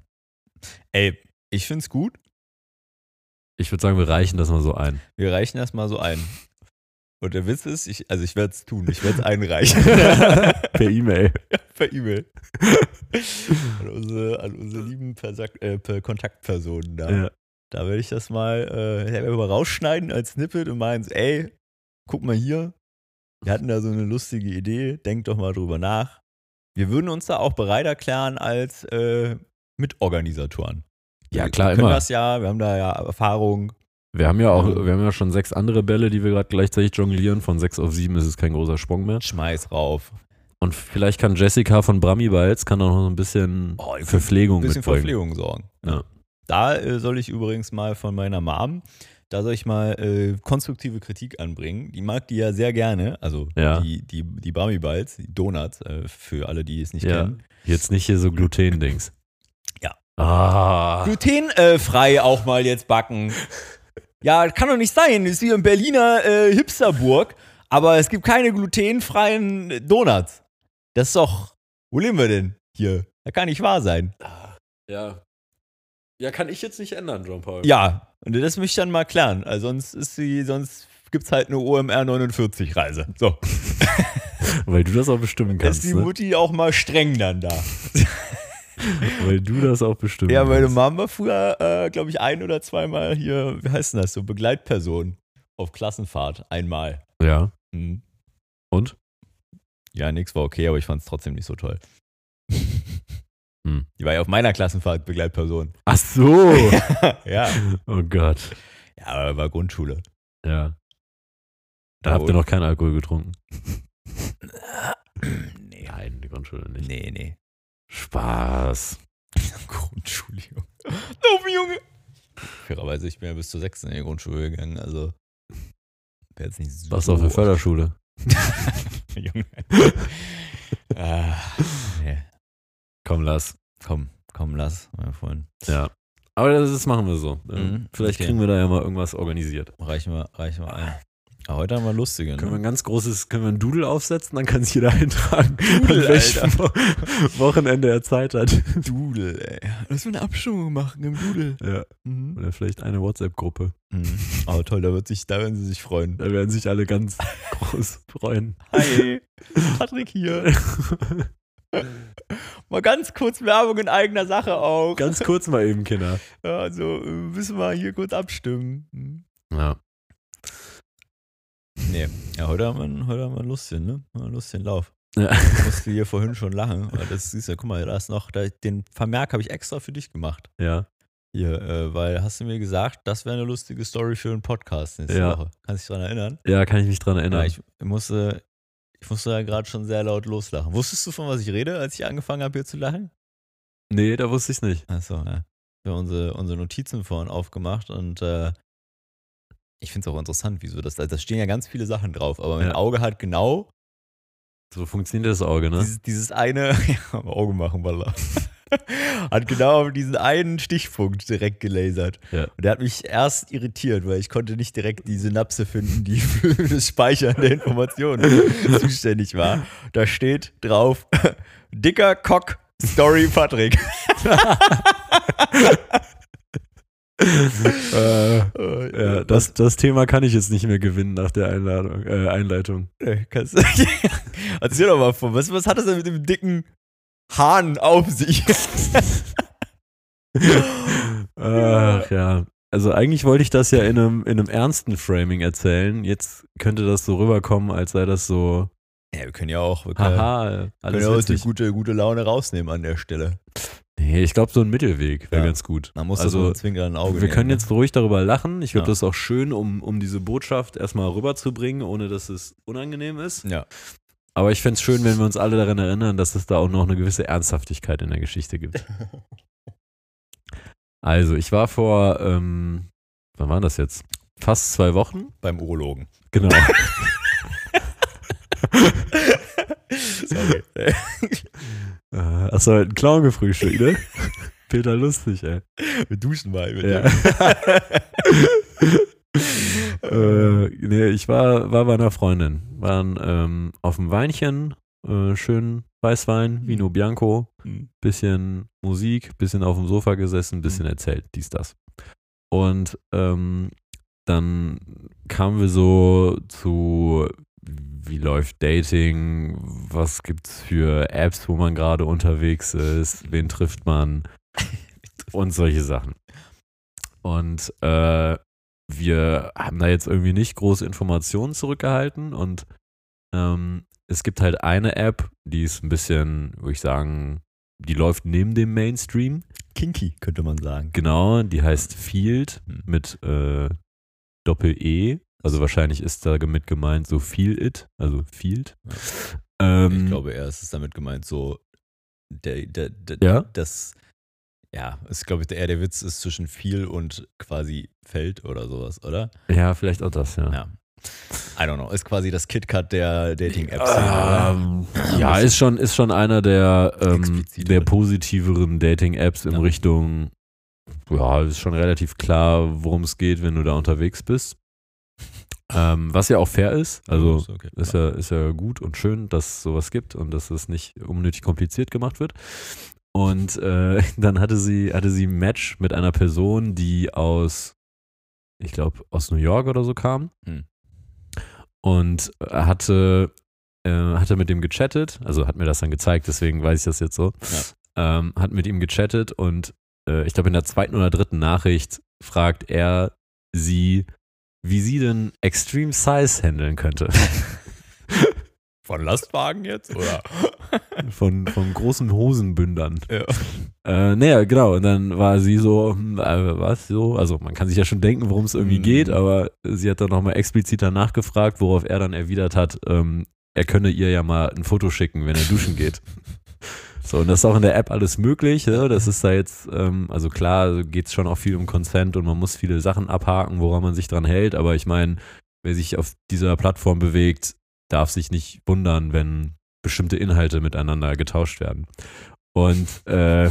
[SPEAKER 1] Ey, ich find's gut.
[SPEAKER 2] Ich würde sagen, wir reichen das mal so [laughs] ein.
[SPEAKER 1] Wir reichen das mal so ein. Und der Witz ist, ich, also ich werde es tun, ich werde
[SPEAKER 2] [laughs]
[SPEAKER 1] es einreichen.
[SPEAKER 2] per E-Mail.
[SPEAKER 1] per E-Mail. An unsere, an unsere lieben Versack, äh, per Kontaktpersonen da.
[SPEAKER 2] Ja.
[SPEAKER 1] Da werde ich das mal, äh, ja, mal rausschneiden als Snippet und meins, ey, guck mal hier, wir hatten da so eine lustige Idee, denkt doch mal drüber nach. Wir würden uns da auch bereit erklären als äh, Mitorganisatoren.
[SPEAKER 2] ja,
[SPEAKER 1] Wir-
[SPEAKER 2] klar,
[SPEAKER 1] wir können
[SPEAKER 2] immer.
[SPEAKER 1] das ja, wir haben da ja Erfahrung.
[SPEAKER 2] Wir haben ja auch, wir haben ja schon sechs andere Bälle, die wir gerade gleichzeitig jonglieren. Von sechs auf sieben ist es kein großer Sprung mehr.
[SPEAKER 1] Schmeiß rauf.
[SPEAKER 2] Und vielleicht kann Jessica von Brammy Balz kann auch noch so ein bisschen
[SPEAKER 1] Oh, die kann
[SPEAKER 2] Verpflegung
[SPEAKER 1] Ein bisschen für
[SPEAKER 2] mitbringen.
[SPEAKER 1] Verpflegung sorgen.
[SPEAKER 2] Ja.
[SPEAKER 1] Da äh, soll ich übrigens mal von meiner Mom, da soll ich mal äh, konstruktive Kritik anbringen. Die mag die ja sehr gerne, also
[SPEAKER 2] Ja.
[SPEAKER 1] die, die, die Barmy Balls, die Donuts, äh, für alle, die es nicht
[SPEAKER 2] Ja.
[SPEAKER 1] kennen.
[SPEAKER 2] Jetzt nicht hier so Gluten-Dings.
[SPEAKER 1] Ja.
[SPEAKER 2] Ah.
[SPEAKER 1] Glutenfrei auch mal jetzt backen. Ja, kann doch nicht sein. Ist wie in Berliner äh, Hipsterburg, aber es gibt keine glutenfreien äh, Donuts. Das ist doch. Wo leben wir denn hier? Das kann nicht wahr sein.
[SPEAKER 2] Ja. Ja, kann ich jetzt nicht ändern, John Paul.
[SPEAKER 1] Ja, und das möchte ich dann mal klären. Also sonst ist sie, sonst gibt's halt eine OMR 49 Reise. So,
[SPEAKER 2] Weil du das auch bestimmen
[SPEAKER 1] ist
[SPEAKER 2] kannst.
[SPEAKER 1] die
[SPEAKER 2] Ne?
[SPEAKER 1] Mutti auch mal streng dann da.
[SPEAKER 2] [laughs] Weil du das auch bestimmen
[SPEAKER 1] Ja, meine
[SPEAKER 2] kannst.
[SPEAKER 1] Mama war früher, äh, glaube ich, ein oder zweimal hier, wie heißt denn das so, Begleitperson auf Klassenfahrt einmal.
[SPEAKER 2] Ja.
[SPEAKER 1] Hm.
[SPEAKER 2] Und?
[SPEAKER 1] Ja, nix war okay, aber ich fand's trotzdem nicht so toll.
[SPEAKER 2] Hm.
[SPEAKER 1] Die war ja auf meiner Klassenfahrt Begleitperson. [laughs]
[SPEAKER 2] Ach so.
[SPEAKER 1] ja.
[SPEAKER 2] oh Gott.
[SPEAKER 1] Ja, aber war Grundschule. [clears throat]
[SPEAKER 2] Ja. Da
[SPEAKER 1] Da
[SPEAKER 2] habt ihr
[SPEAKER 1] wurde-
[SPEAKER 2] noch keinen Alkohol getrunken.
[SPEAKER 1] Nee.
[SPEAKER 2] Nein, die Grundschule nicht.
[SPEAKER 1] Nee, nee.
[SPEAKER 2] Spaß.
[SPEAKER 1] Grundschule, Junge. [laughs] Doof, Junge. Fairerweise, ich bin ja bis zur sechsten in die Grundschule gegangen, also. Wäre jetzt nicht so.
[SPEAKER 2] Was auch für Förderschule.
[SPEAKER 1] [laughs] Junge. [laughs] ah, nee.
[SPEAKER 2] Komm, lass.
[SPEAKER 1] Komm, komm, lass, mein Freund.
[SPEAKER 2] Ja. Aber das, das machen wir so. Ähm,
[SPEAKER 1] Mhm,
[SPEAKER 2] Vielleicht
[SPEAKER 1] okay.
[SPEAKER 2] kriegen wir da ja mal irgendwas organisiert.
[SPEAKER 1] Reichen wir, reichen wir ein. Ja, heute haben wir lustige.
[SPEAKER 2] Können wir
[SPEAKER 1] Ne?
[SPEAKER 2] ein ganz großes, können wir ein Doodle aufsetzen, dann kann sich jeder [laughs] eintragen, an welchem Wo- Wochenende er Zeit hat.
[SPEAKER 1] Doodle, ey. Lass mal eine Abstimmung machen im Doodle.
[SPEAKER 2] Ja.
[SPEAKER 1] Mhm.
[SPEAKER 2] Oder vielleicht eine WhatsApp-Gruppe.
[SPEAKER 1] Mhm. Aber toll, da, wird sich, da werden sie sich freuen.
[SPEAKER 2] Da werden sich alle
[SPEAKER 1] [laughs]
[SPEAKER 2] ganz groß freuen.
[SPEAKER 1] Hi, [laughs] Patrick [laughs] hier. Mal ganz kurz Werbung in eigener Sache auch.
[SPEAKER 2] Ganz kurz mal eben, Kinder.
[SPEAKER 1] Ja, also äh, müssen wir hier kurz abstimmen. Mhm.
[SPEAKER 2] Ja.
[SPEAKER 1] Nee, ja, heute haben wir, heute haben wir Lustchen, ne? Haben wir Lustchen Lauf.
[SPEAKER 2] Ja.
[SPEAKER 1] Ich musste hier vorhin schon lachen. weil Das ist ja, guck mal, da ist noch, da, den Vermerk habe ich extra für dich gemacht.
[SPEAKER 2] Ja.
[SPEAKER 1] Hier, äh, weil hast du mir gesagt, das wäre eine lustige Story für einen Podcast nächste
[SPEAKER 2] Ja. Genau.
[SPEAKER 1] Woche. Kannst du dich dran erinnern?
[SPEAKER 2] Ja, kann ich mich dran
[SPEAKER 1] Ja,
[SPEAKER 2] erinnern.
[SPEAKER 1] ich musste, ich musste ja gerade schon sehr laut loslachen. Wusstest du, von was ich rede, als ich angefangen habe, hier zu lachen?
[SPEAKER 2] nee, da wusste ich nicht.
[SPEAKER 1] Achso, ja. Also, ne, Wir haben unsere, unsere Notizen vorhin aufgemacht und äh, ich finde es auch interessant, wieso das. also, Da da stehen ja ganz viele Sachen drauf, aber mein
[SPEAKER 2] Ja.
[SPEAKER 1] Auge hat genau
[SPEAKER 2] So funktioniert das Auge, ne?
[SPEAKER 1] dieses, dieses eine. [laughs] Ja, Auge machen, Baller. [laughs] hat genau auf diesen einen Stichpunkt direkt gelasert.
[SPEAKER 2] Ja.
[SPEAKER 1] Und der hat mich erst irritiert, weil ich konnte nicht direkt die Synapse finden, die [laughs] für das Speichern der Informationen [laughs] zuständig war. Da steht drauf, [laughs] dicker Cock, Story Patrick.
[SPEAKER 2] äh, ja,
[SPEAKER 1] [laughs] Äh,
[SPEAKER 2] das, das Thema kann ich jetzt nicht mehr gewinnen nach der Einladung, äh, Einleitung.
[SPEAKER 1] Nee, Kannst du. [laughs] Erzähl doch mal von. Was, was hat das denn mit dem dicken Hahn auf sich? [laughs]
[SPEAKER 2] Ach ja. Also eigentlich wollte ich das ja in einem, in einem ernsten Framing erzählen. Jetzt könnte das so rüberkommen, als sei das so,
[SPEAKER 1] Ja, wir können ja auch. Wir können,
[SPEAKER 2] haha,
[SPEAKER 1] können
[SPEAKER 2] alles
[SPEAKER 1] ja auch die
[SPEAKER 2] witzig.
[SPEAKER 1] gute, gute Laune rausnehmen an der Stelle.
[SPEAKER 2] Nee, ich glaube, so ein Mittelweg wäre
[SPEAKER 1] Ja.
[SPEAKER 2] ganz gut.
[SPEAKER 1] Man muss das
[SPEAKER 2] also,
[SPEAKER 1] mit einem Zwinkern in ein Auge
[SPEAKER 2] wir können
[SPEAKER 1] nehmen, ne?
[SPEAKER 2] jetzt ruhig darüber lachen. Ich glaube,
[SPEAKER 1] Ja.
[SPEAKER 2] das ist auch schön, um, um diese Botschaft erstmal rüberzubringen, ohne dass es unangenehm ist.
[SPEAKER 1] Ne? Ja.
[SPEAKER 2] Aber ich fände es schön, wenn wir uns alle daran erinnern, dass es da auch noch eine gewisse Ernsthaftigkeit in der Geschichte
[SPEAKER 1] [laughs]
[SPEAKER 2] gibt. Also, ich war vor, ähm, wann war das jetzt? Fast zwei Wochen?
[SPEAKER 1] Beim
[SPEAKER 2] [laughs]
[SPEAKER 1] Urologen.
[SPEAKER 2] Genau.
[SPEAKER 1] Sorry.
[SPEAKER 2] Äh, Hast du heute einen Clown gefrühstückt, ne? [laughs] Peter lustig, ey.
[SPEAKER 1] wir duschen mal. Mit
[SPEAKER 2] Ja.
[SPEAKER 1] dem.
[SPEAKER 2] [laughs]
[SPEAKER 1] [laughs]
[SPEAKER 2] Äh, nee, ich war, war bei einer Freundin. Waren ähm, auf dem Weinchen, äh, schön Weißwein, Vino Bianco,
[SPEAKER 1] Hm.
[SPEAKER 2] bisschen Musik, bisschen auf dem Sofa gesessen, bisschen erzählt, dies, das. Und ähm, dann kamen wir so zu, wie läuft Dating, was gibt's für Apps, wo man gerade unterwegs ist, wen trifft man und solche Sachen. Und äh, wir haben da jetzt irgendwie nicht große Informationen zurückgehalten und ähm, es gibt halt eine App, die ist ein bisschen, würde ich sagen, die läuft neben dem Mainstream.
[SPEAKER 1] Kinky, könnte man sagen.
[SPEAKER 2] Genau, die heißt Field
[SPEAKER 1] Hm.
[SPEAKER 2] mit äh, Doppel-E. Also wahrscheinlich ist da mit gemeint so Feel It, also Field. Ähm,
[SPEAKER 1] Ich glaube, er ist damit gemeint, so der, der, der,
[SPEAKER 2] Ja?
[SPEAKER 1] das, ja, ist, glaube ich, eher der Witz ist zwischen viel und quasi Feld oder sowas, oder?
[SPEAKER 2] Ja, vielleicht auch das, ja.
[SPEAKER 1] Ja. I don't know. Ist quasi das KitKat der Dating-Apps. oder?
[SPEAKER 2] Ähm, ja, ist schon, ist schon einer der, ähm,
[SPEAKER 1] Explizit
[SPEAKER 2] der
[SPEAKER 1] drin.
[SPEAKER 2] positiveren Dating-Apps in
[SPEAKER 1] Ja.
[SPEAKER 2] Richtung, ja, ist schon relativ klar, worum es geht, wenn du da unterwegs bist. Ähm, was ja auch fair ist, also
[SPEAKER 1] Ist okay.
[SPEAKER 2] ist ja, ist ja gut und schön, dass es sowas gibt und dass es nicht unnötig kompliziert gemacht wird. Und äh, [laughs] dann hatte sie, hatte sie ein Match mit einer Person, die aus, ich glaube, aus New York oder so kam.
[SPEAKER 1] Hm.
[SPEAKER 2] Und hatte, äh, hatte mit dem gechattet, also hat mir das dann gezeigt, deswegen weiß ich das jetzt so. Ähm, hat mit ihm gechattet und äh, ich glaube, in der zweiten oder dritten Nachricht fragt er sie, wie sie denn Extreme Size handeln könnte. [laughs]
[SPEAKER 1] Von Lastwagen jetzt?
[SPEAKER 2] [laughs]
[SPEAKER 1] Oder?
[SPEAKER 2] Von, von großen Hosenbündern.
[SPEAKER 1] ja.
[SPEAKER 2] Äh, naja, genau. Und dann war sie so, hm, äh, was so? Also man kann sich ja schon denken, worum es irgendwie
[SPEAKER 1] Mhm.
[SPEAKER 2] geht, aber sie hat dann nochmal explizit danach gefragt, worauf er dann erwidert hat, ähm, er könne ihr ja mal ein Foto schicken, wenn er duschen geht. So, und das ist auch in der App alles möglich. Ne? Das ist da jetzt, ähm, also klar, geht es schon auch viel um Consent und man muss viele Sachen abhaken, woran man sich dran hält. Aber ich meine, wer sich auf dieser Plattform bewegt, darf sich nicht wundern, wenn bestimmte Inhalte miteinander getauscht werden. Und äh,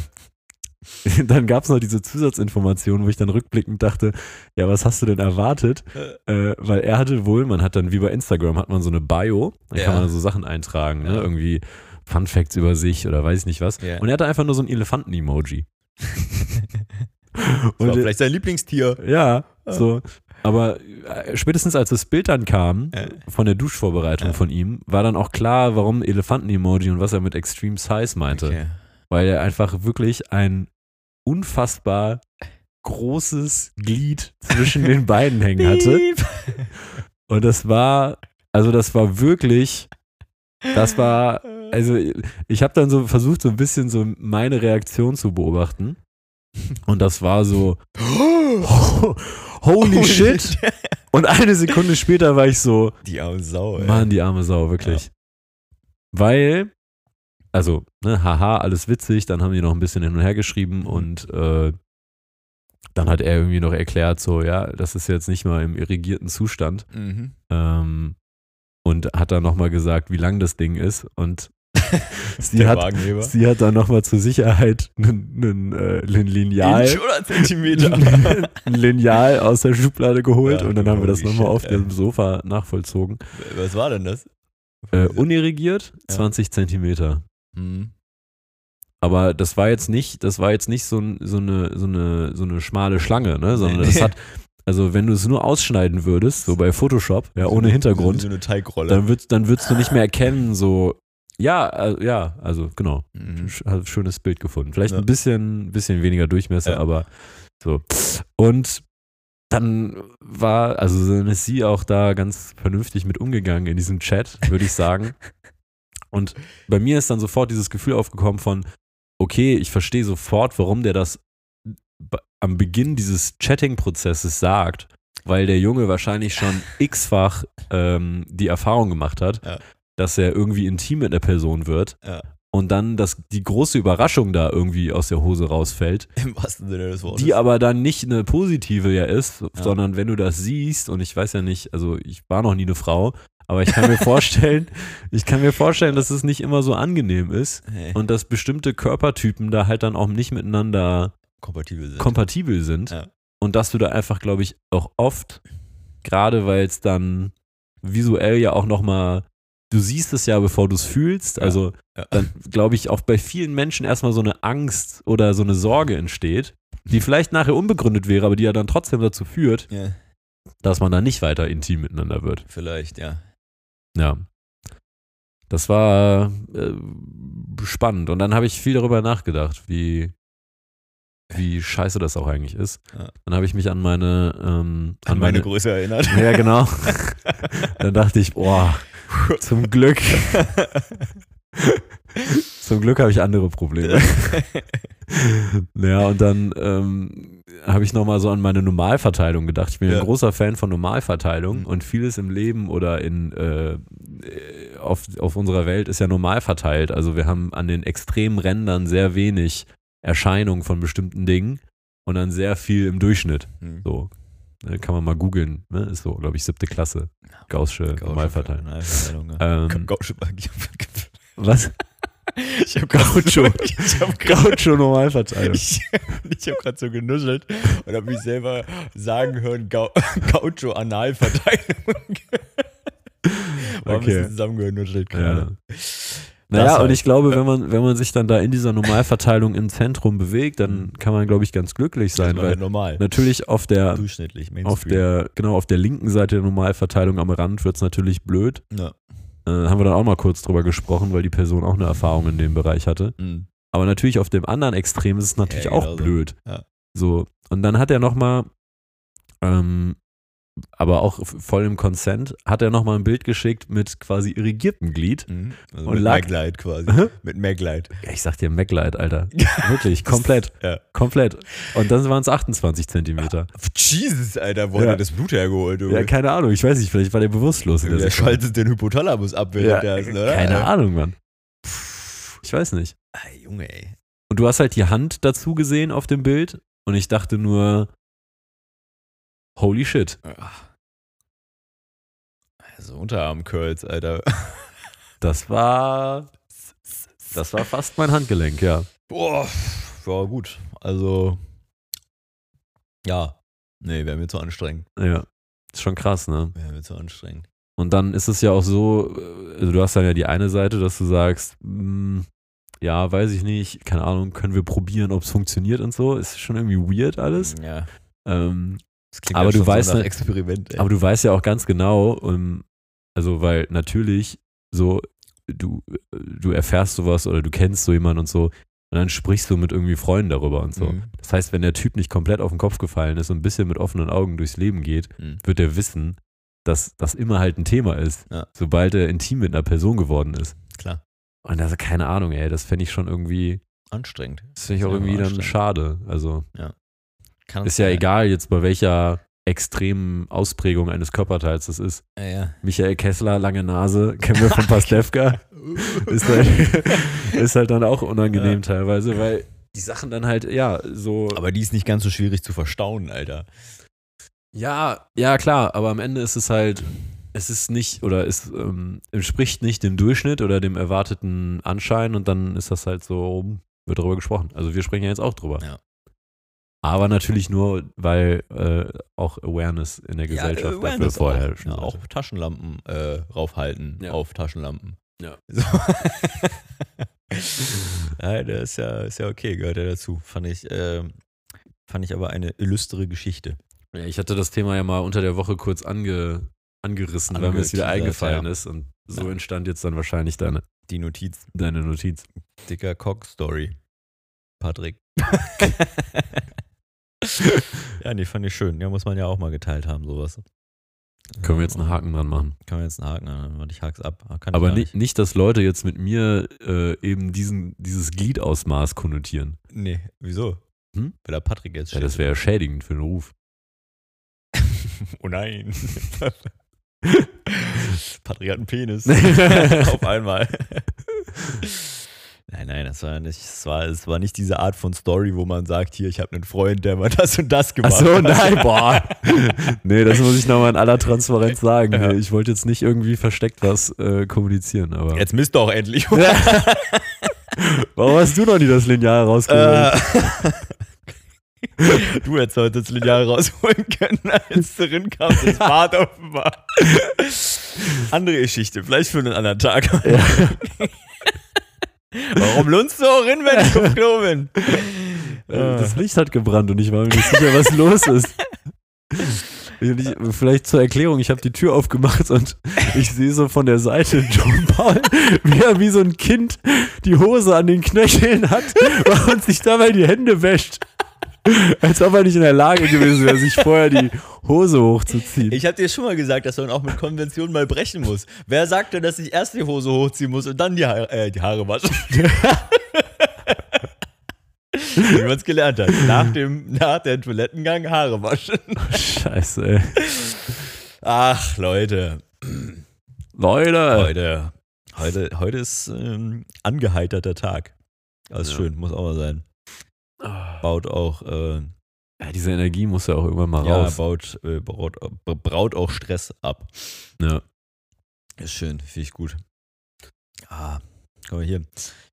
[SPEAKER 2] [laughs] dann gab es noch diese Zusatzinformation, wo ich dann rückblickend dachte, ja, was hast du denn erwartet? Äh, weil er hatte wohl, man hat dann wie bei Instagram, hat man so eine Bio, dann
[SPEAKER 1] Ja.
[SPEAKER 2] kann man so Sachen eintragen, ne?
[SPEAKER 1] Ja.
[SPEAKER 2] irgendwie Fun Facts über sich oder weiß ich nicht was. [laughs]
[SPEAKER 1] Ja.
[SPEAKER 2] Und er hatte einfach nur so ein Elefanten-Emoji.
[SPEAKER 1] Das war
[SPEAKER 2] Und, äh,
[SPEAKER 1] vielleicht sein Lieblingstier.
[SPEAKER 2] ja, so. Aber äh, spätestens als das Bild dann kam,
[SPEAKER 1] Äh.
[SPEAKER 2] von der Duschvorbereitung von ihm, war dann auch klar, warum Elefanten-Emoji und was er mit Extreme Size meinte.
[SPEAKER 1] Okay.
[SPEAKER 2] Weil er einfach wirklich ein unfassbar großes Glied zwischen [laughs] den Beinen hängen hatte.
[SPEAKER 1] Piep.
[SPEAKER 2] Und das war, also das war wirklich, das war,
[SPEAKER 1] [laughs]
[SPEAKER 2] also ich habe dann so versucht, so ein bisschen so meine Reaktion zu beobachten. Und das war so, [laughs] holy shit. Und eine Sekunde später war ich so,
[SPEAKER 1] Die arme Sau, ey.
[SPEAKER 2] Mann, die arme Sau, wirklich. Weil, also, ne, haha, alles witzig, dann haben die noch ein bisschen hin und her
[SPEAKER 1] Mhm.
[SPEAKER 2] geschrieben und äh, dann hat er irgendwie noch erklärt, so, ja, das ist jetzt nicht mal im irrigierten Zustand.
[SPEAKER 1] Mhm.
[SPEAKER 2] Ähm, und hat dann nochmal gesagt, wie lang das Ding ist.
[SPEAKER 1] [laughs]
[SPEAKER 2] Und sie,
[SPEAKER 1] Der
[SPEAKER 2] hat,
[SPEAKER 1] Wagenheber.
[SPEAKER 2] sie hat dann nochmal zur Sicherheit einen äh, nen Lineal
[SPEAKER 1] Inch oder Zentimeter?
[SPEAKER 2] [laughs] ein Lineal aus der Schublade geholt
[SPEAKER 1] Ja,
[SPEAKER 2] und dann haben wir das
[SPEAKER 1] holy
[SPEAKER 2] nochmal
[SPEAKER 1] shit,
[SPEAKER 2] auf
[SPEAKER 1] ey.
[SPEAKER 2] dem Sofa nachvollzogen.
[SPEAKER 1] Was war denn das? Hm.
[SPEAKER 2] Äh, unirrigiert,
[SPEAKER 1] Ja.
[SPEAKER 2] 20 Zentimeter.
[SPEAKER 1] Mhm.
[SPEAKER 2] Aber das war jetzt nicht, das war jetzt nicht so, ein- so, eine, so, eine, so eine schmale Schlange, ne? Sondern
[SPEAKER 1] Nee.
[SPEAKER 2] das
[SPEAKER 1] [laughs]
[SPEAKER 2] hat, also wenn du es nur ausschneiden würdest, so bei Photoshop, ja,
[SPEAKER 1] [laughs]
[SPEAKER 2] ohne
[SPEAKER 1] So,
[SPEAKER 2] Hintergrund,
[SPEAKER 1] so eine Teigrolle.
[SPEAKER 2] dann würdest, dann würdest du nicht mehr erkennen, so, ja, äh, ja, also genau,
[SPEAKER 1] Mhm.
[SPEAKER 2] Sch- hab ein schönes Bild gefunden. Vielleicht
[SPEAKER 1] Ja.
[SPEAKER 2] ein bisschen, bisschen weniger Durchmesser,
[SPEAKER 1] Ja.
[SPEAKER 2] aber so. Und dann war, also dann ist sie auch da ganz vernünftig mit umgegangen in diesem Chat, würde ich sagen.
[SPEAKER 1] [laughs]
[SPEAKER 2] Und bei mir ist dann sofort dieses Gefühl aufgekommen von, okay, ich verstehe sofort, warum der das b- am Beginn dieses Chatting-Prozesses sagt, weil der Junge wahrscheinlich
[SPEAKER 1] [laughs]
[SPEAKER 2] schon x-fach ähm, die Erfahrung gemacht hat,
[SPEAKER 1] Ja.
[SPEAKER 2] dass er irgendwie intim mit der Person wird
[SPEAKER 1] Ja.
[SPEAKER 2] und dann das, die große Überraschung da irgendwie aus der Hose rausfällt,
[SPEAKER 1] Im wahrsten Sinne des Wortes.
[SPEAKER 2] die aber dann nicht eine positive ja ist,
[SPEAKER 1] Oh, Ja.
[SPEAKER 2] sondern wenn du das siehst und ich weiß ja nicht, also ich war noch nie eine Frau, aber ich kann mir [laughs] vorstellen, ich kann mir vorstellen, dass es nicht immer so angenehm ist
[SPEAKER 1] Hey,
[SPEAKER 2] und dass bestimmte Körpertypen da halt dann auch nicht miteinander
[SPEAKER 1] kompatibel sind.
[SPEAKER 2] kompatibel sind
[SPEAKER 1] Ja.
[SPEAKER 2] und dass du da einfach, glaube ich, auch oft, gerade weil es dann visuell ja auch nochmal, du siehst es ja, bevor du es fühlst, also
[SPEAKER 1] Ja.
[SPEAKER 2] dann glaube ich auch bei vielen Menschen erstmal so eine Angst oder so eine Sorge entsteht, die vielleicht nachher unbegründet wäre, aber die ja dann trotzdem dazu führt,
[SPEAKER 1] ja,
[SPEAKER 2] dass man dann nicht weiter intim miteinander wird.
[SPEAKER 1] vielleicht, ja.
[SPEAKER 2] Ja. Das war äh, spannend. Und dann habe ich viel darüber nachgedacht, wie, wie scheiße das auch eigentlich ist.
[SPEAKER 1] Ja.
[SPEAKER 2] Dann habe ich mich an meine, ähm,
[SPEAKER 1] An meine Größe erinnert.
[SPEAKER 2] Ja,
[SPEAKER 1] [laughs]
[SPEAKER 2] genau. dann dachte ich, boah, zum
[SPEAKER 1] [laughs]
[SPEAKER 2] Glück. zum Glück habe ich andere
[SPEAKER 1] [laughs]
[SPEAKER 2] Probleme. [laughs] Ja, und dann ähm, habe ich nochmal so an meine Normalverteilung gedacht. Ich bin ja.
[SPEAKER 1] Ja.
[SPEAKER 2] ein großer Fan von Normalverteilung
[SPEAKER 1] Mhm.
[SPEAKER 2] und vieles im Leben oder in, äh, äh, auf, auf unserer Welt ist ja normal verteilt. Also wir haben an den extremen Rändern sehr wenig Erscheinung von bestimmten Dingen und dann sehr viel im Durchschnitt.
[SPEAKER 1] Hm.
[SPEAKER 2] So. Ne, Kann man mal googeln. Ne? Ist so, glaube ich, siebte Klasse. Gaußsche
[SPEAKER 1] Gaußsche ne.
[SPEAKER 2] Normalverteilung.
[SPEAKER 1] Normalverteilung, ja.
[SPEAKER 2] Ähm,
[SPEAKER 1] Gaussche Magie.
[SPEAKER 2] was?
[SPEAKER 1] Ich hab Gaucho. [laughs] Ich hab Gaucho.
[SPEAKER 2] Gaucho Normalverteilung.
[SPEAKER 1] Ich, ich habe gerade so genuschelt und habe mich selber sagen hören, Gau [laughs] Gaucho Analverteilung. [laughs] War ein
[SPEAKER 2] Okay.
[SPEAKER 1] bisschen zusammengenuschelt
[SPEAKER 2] Ja.
[SPEAKER 1] gerade.
[SPEAKER 2] Naja,
[SPEAKER 1] Das
[SPEAKER 2] und
[SPEAKER 1] halt.
[SPEAKER 2] ich glaube, wenn man, wenn man sich dann da in dieser Normalverteilung im Zentrum bewegt,
[SPEAKER 1] Mhm.
[SPEAKER 2] dann kann man, glaube ich, ganz glücklich
[SPEAKER 1] Das
[SPEAKER 2] sein,
[SPEAKER 1] war ja
[SPEAKER 2] weil
[SPEAKER 1] normal.
[SPEAKER 2] natürlich auf der,
[SPEAKER 1] Durchschnittlich,
[SPEAKER 2] auf der, genau, auf der linken Seite der Normalverteilung am Rand wird es natürlich blöd.
[SPEAKER 1] Ja.
[SPEAKER 2] Äh, haben wir dann auch mal kurz drüber gesprochen, weil die Person auch eine Erfahrung in dem Bereich hatte.
[SPEAKER 1] Mhm.
[SPEAKER 2] Aber natürlich auf dem anderen Extrem ist es natürlich
[SPEAKER 1] Ja,
[SPEAKER 2] auch
[SPEAKER 1] genau so.
[SPEAKER 2] blöd.
[SPEAKER 1] Ja.
[SPEAKER 2] So, und dann hat er nochmal, ähm, aber auch f- voll im Consent, hat er nochmal ein Bild geschickt mit quasi irrigiertem Glied.
[SPEAKER 1] Mhm. Also
[SPEAKER 2] Und
[SPEAKER 1] mit
[SPEAKER 2] lag-
[SPEAKER 1] Maglite quasi. Mit Maglite.
[SPEAKER 2] Ja, Ich sag dir, Maglite, [laughs] Alter. Wirklich, komplett,
[SPEAKER 1] Ja.
[SPEAKER 2] komplett. Und dann waren es 28 Zentimeter.
[SPEAKER 1] Jesus, Alter, wo hat
[SPEAKER 2] Ja.
[SPEAKER 1] er das Blut hergeholt? Junge?
[SPEAKER 2] Ja, keine Ahnung, ich weiß nicht, vielleicht war der bewusstlos in der
[SPEAKER 1] der
[SPEAKER 2] Sekunde.
[SPEAKER 1] schaltet den Hypothalamus ab, während
[SPEAKER 2] Ja,
[SPEAKER 1] der ist, oder?
[SPEAKER 2] Keine Ahnung, Mann. Ich weiß nicht.
[SPEAKER 1] Ah, Junge, ey.
[SPEAKER 2] Und du hast halt die Hand dazu gesehen auf dem Bild und ich dachte nur, holy shit. Ah.
[SPEAKER 1] So Unterarm-Curls, Also Alter.
[SPEAKER 2] Das war, das war fast mein Handgelenk, ja.
[SPEAKER 1] Boah, ja gut. Also, ja. Nee, wäre mir zu anstrengend.
[SPEAKER 2] Ja. Ist schon krass, ne?
[SPEAKER 1] Wäre mir zu anstrengend.
[SPEAKER 2] Und dann ist es ja auch so, äh, also du hast dann ja die eine Seite, dass du sagst, mm, ja, weiß ich nicht, keine Ahnung, können wir probieren, ob es funktioniert und so. Ist schon irgendwie weird alles.
[SPEAKER 1] Ja.
[SPEAKER 2] Ähm,
[SPEAKER 1] Das klingt
[SPEAKER 2] Aber
[SPEAKER 1] ja
[SPEAKER 2] du
[SPEAKER 1] schon so
[SPEAKER 2] weißt
[SPEAKER 1] nach
[SPEAKER 2] nicht-
[SPEAKER 1] Experiment, ey.
[SPEAKER 2] aber du weißt ja auch ganz genau, ähm, also weil natürlich so, du, äh, du erfährst sowas oder du kennst so jemanden und so und dann sprichst du mit irgendwie Freunden darüber und so.
[SPEAKER 1] Mhm.
[SPEAKER 2] Das heißt, wenn der Typ nicht komplett auf den Kopf gefallen ist und ein bisschen mit offenen Augen durchs Leben geht,
[SPEAKER 1] Mhm.
[SPEAKER 2] wird er wissen, dass das immer halt ein Thema ist,
[SPEAKER 1] Ja.
[SPEAKER 2] sobald er intim mit einer Person geworden ist.
[SPEAKER 1] Klar.
[SPEAKER 2] Und also keine Ahnung, ey, das fände ich schon irgendwie,
[SPEAKER 1] Anstrengend.
[SPEAKER 2] das finde ich auch
[SPEAKER 1] Ist ja
[SPEAKER 2] irgendwie dann
[SPEAKER 1] anstrengend.
[SPEAKER 2] schade. Also
[SPEAKER 1] Kann
[SPEAKER 2] ist ja
[SPEAKER 1] sein.
[SPEAKER 2] egal jetzt, bei welcher extremen Ausprägung eines Körperteils das ist.
[SPEAKER 1] Ja, ja.
[SPEAKER 2] Michael Kessler, lange Nase, [laughs] kennen wir von
[SPEAKER 1] [laughs]
[SPEAKER 2] Pastewka. [laughs] ist, halt, [laughs] ist halt dann auch unangenehm teilweise, weil die Sachen dann halt, ja, so.
[SPEAKER 1] Aber die ist nicht ganz so schwierig zu verstauen, Alter.
[SPEAKER 2] Ja, ja, klar, aber am Ende ist es halt, es ist nicht oder es ähm, entspricht nicht dem Durchschnitt oder dem erwarteten Anschein und dann ist das halt so, wird darüber gesprochen. Also wir sprechen ja jetzt auch drüber.
[SPEAKER 1] Ja.
[SPEAKER 2] Aber natürlich nur, weil äh, auch Awareness in der
[SPEAKER 1] ja,
[SPEAKER 2] Gesellschaft
[SPEAKER 1] äh,
[SPEAKER 2] dafür
[SPEAKER 1] Awareness
[SPEAKER 2] vorher
[SPEAKER 1] auch, ja, auch also Taschenlampen äh, raufhalten
[SPEAKER 2] Ja.
[SPEAKER 1] auf Taschenlampen.
[SPEAKER 2] Ja.
[SPEAKER 1] So. [laughs] Nein, das ist ja, ist ja okay, gehört ja dazu. Fand ich, ähm, fand ich aber eine illustre Geschichte.
[SPEAKER 2] Ja, ich hatte das Thema ja mal unter der Woche kurz ange, angerissen, weil mir es wieder
[SPEAKER 1] Angeteasert,
[SPEAKER 2] eingefallen
[SPEAKER 1] ja.
[SPEAKER 2] ist und so
[SPEAKER 1] Ja.
[SPEAKER 2] entstand jetzt dann wahrscheinlich deine,
[SPEAKER 1] Die Notiz,
[SPEAKER 2] deine Notiz.
[SPEAKER 1] dicker Cock-Story. [laughs] Patrick. ja, nee, fand ich schön. Ja, muss man ja auch mal geteilt haben, sowas.
[SPEAKER 2] Können wir jetzt einen Haken dran machen.
[SPEAKER 1] Können wir jetzt einen Haken an, warte, ich hak's ab. Ah, Kann ich
[SPEAKER 2] Aber
[SPEAKER 1] gar
[SPEAKER 2] nicht, nicht, dass Leute jetzt mit mir äh, eben diesen, dieses Glied-Ausmaß konnotieren.
[SPEAKER 1] Nee, wieso?
[SPEAKER 2] Hm?
[SPEAKER 1] Weil der Patrick jetzt
[SPEAKER 2] Ja,
[SPEAKER 1] [laughs]
[SPEAKER 2] das wäre ja schädigend für den Ruf.
[SPEAKER 1] Oh [laughs] nein. Patrick hat einen [laughs] Penis. Auf
[SPEAKER 2] ja,
[SPEAKER 1] einmal. [laughs] Nein, nein, das war nicht, es war, es war nicht diese Art von Story, wo man sagt, hier, ich habe einen Freund, der mal das und das gemacht
[SPEAKER 2] Ach so,
[SPEAKER 1] hat.
[SPEAKER 2] [laughs] nein, boah. nee, das muss ich nochmal in aller Transparenz sagen.
[SPEAKER 1] Ja.
[SPEAKER 2] Ich wollte jetzt nicht irgendwie versteckt was äh, kommunizieren, aber.
[SPEAKER 1] Jetzt misst doch endlich.
[SPEAKER 2] Warum hast du noch nie das Lineal rausgeholt?
[SPEAKER 1] Äh, [laughs] du hättest heute das Lineal rausholen können, als du rinkamst. Das war offenbar. Andere Geschichte, vielleicht für einen anderen Tag. [laughs] Warum lunst du auch hin, wenn ich auf Klo bin? Ah.
[SPEAKER 2] Äh, Das Licht hat gebrannt und ich war mir nicht sicher,
[SPEAKER 1] [laughs]
[SPEAKER 2] was los ist. Und Ich, vielleicht zur Erklärung, ich habe die Tür aufgemacht und ich sehe so von der Seite John Paul, wie er wie so ein Kind die Hose an den Knöcheln hat und sich dabei die Hände wäscht. Als ob er nicht in der Lage gewesen wäre, sich vorher die Hose hochzuziehen.
[SPEAKER 1] Ich habe dir schon mal gesagt, dass man auch mit Konventionen mal brechen muss. Wer sagt denn, dass ich erst die Hose hochziehen muss und dann die, ha äh, die Haare waschen? [laughs] Wie man es gelernt hat. Nach dem nach der Toilettengang Haare waschen.
[SPEAKER 2] Scheiße, ey.
[SPEAKER 1] Ach, Leute.
[SPEAKER 2] Leute,
[SPEAKER 1] Heute, heute, heute ist ähm, angeheiterter Tag. Das ist
[SPEAKER 2] Ja.
[SPEAKER 1] schön, muss auch mal sein. Baut auch, äh,
[SPEAKER 2] Ja, Ah, diese Energie muss ja auch irgendwann mal
[SPEAKER 1] ja,
[SPEAKER 2] raus.
[SPEAKER 1] baut, äh, braut, braut auch Stress ab.
[SPEAKER 2] Ja.
[SPEAKER 1] Ist schön, finde ich gut. Ah, guck mal hier.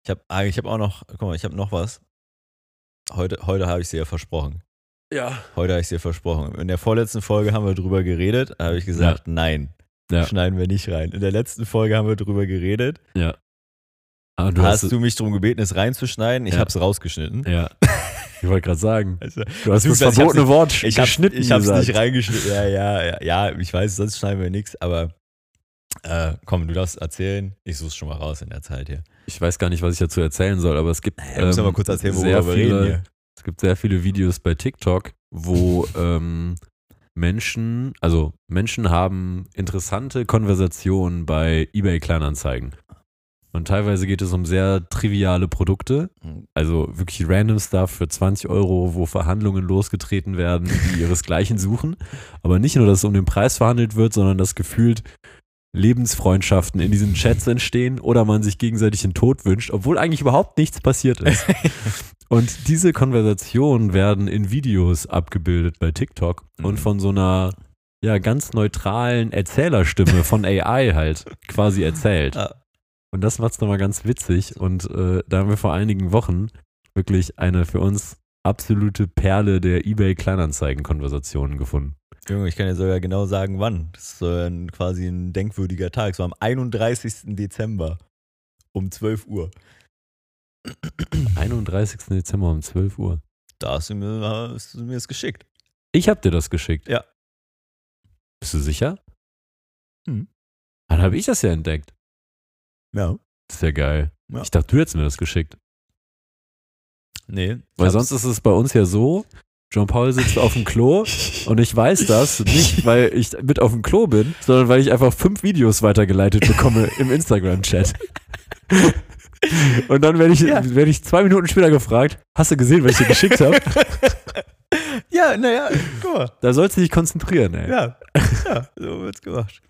[SPEAKER 1] Ich habe ah, ich hab auch noch, guck mal, ich habe noch was. Heute, heute habe ich sie ja versprochen.
[SPEAKER 2] Ja.
[SPEAKER 1] Heute habe ich sie versprochen. In der vorletzten Folge haben wir drüber geredet, da habe ich gesagt, nein,
[SPEAKER 2] Ja.
[SPEAKER 1] schneiden wir nicht rein. In der letzten Folge haben wir drüber geredet.
[SPEAKER 2] Ah, du
[SPEAKER 1] hast,
[SPEAKER 2] hast,
[SPEAKER 1] du mich darum gebeten, es reinzuschneiden? Ich
[SPEAKER 2] Ja.
[SPEAKER 1] habe es rausgeschnitten.
[SPEAKER 2] Ja. Ich wollte gerade sagen.
[SPEAKER 1] Also,
[SPEAKER 2] Du hast das
[SPEAKER 1] Beziehungsweise ich hab's
[SPEAKER 2] verbotene Wort
[SPEAKER 1] ich habe
[SPEAKER 2] geschnitten.
[SPEAKER 1] ich hab's
[SPEAKER 2] gesagt.
[SPEAKER 1] nicht reingeschnitten. Ja, ja, ja, ja, ich weiß, sonst schneiden wir nichts, aber äh, komm, du darfst erzählen. Ich suche schon mal raus in der Zeit hier.
[SPEAKER 2] Ich weiß gar nicht, was ich dazu erzählen soll, aber es gibt,
[SPEAKER 1] Ich muss
[SPEAKER 2] ähm,
[SPEAKER 1] mal kurz erzählen,
[SPEAKER 2] sehr
[SPEAKER 1] worüber wir reden
[SPEAKER 2] viele-
[SPEAKER 1] hier.
[SPEAKER 2] es gibt sehr viele Videos bei TikTok,
[SPEAKER 1] [laughs]
[SPEAKER 2] wo ähm, Menschen, also Menschen haben interessante Konversationen bei eBay Kleinanzeigen. Und teilweise geht es um sehr triviale Produkte,
[SPEAKER 1] Hm,
[SPEAKER 2] also wirklich random Stuff für 20 Euro, wo Verhandlungen losgetreten werden, die ihresgleichen suchen. Aber nicht nur, dass um den Preis verhandelt wird, sondern dass gefühlt Lebensfreundschaften in diesen Chats entstehen oder man sich gegenseitig den Tod wünscht, obwohl eigentlich überhaupt nichts passiert ist. Und diese Konversationen werden in Videos abgebildet bei TikTok und
[SPEAKER 1] Mhm.
[SPEAKER 2] von so einer ja, ganz neutralen Erzählerstimme von AI halt quasi erzählt.
[SPEAKER 1] Ah.
[SPEAKER 2] Und das macht's nochmal ganz witzig. Und äh, da haben wir vor einigen Wochen wirklich eine für uns absolute Perle der eBay-Kleinanzeigen-Konversationen gefunden.
[SPEAKER 1] Junge, ich kann dir sogar genau sagen, wann. Das ist äh, ein- quasi ein denkwürdiger Tag. Es war am 31. Dezember um 12 Uhr.
[SPEAKER 2] 31. Dezember um 12 Uhr.
[SPEAKER 1] Da hast du mir, hast du mir das geschickt.
[SPEAKER 2] Ich hab dir das geschickt.
[SPEAKER 1] Ja.
[SPEAKER 2] Bist du sicher?
[SPEAKER 1] Hm.
[SPEAKER 2] Dann habe ich das ja entdeckt.
[SPEAKER 1] Ja.
[SPEAKER 2] Das ist ja geil.
[SPEAKER 1] Ja.
[SPEAKER 2] Ich dachte, du hättest mir das geschickt.
[SPEAKER 1] Nee.
[SPEAKER 2] Weil sonst ist es bei uns ja so, Jean-Paul sitzt auf dem Klo und ich weiß das nicht, weil ich mit auf dem Klo bin, sondern weil ich einfach fünf Videos weitergeleitet bekomme im Instagram-Chat. Und dann werde ich,
[SPEAKER 1] Ja.
[SPEAKER 2] werde ich zwei Minuten später gefragt, hast du gesehen, was ich dir geschickt habe?
[SPEAKER 1] [laughs] Ja, naja, guck mal.
[SPEAKER 2] Da sollst du dich konzentrieren, ey.
[SPEAKER 1] Ja, ja, so wird's gemacht.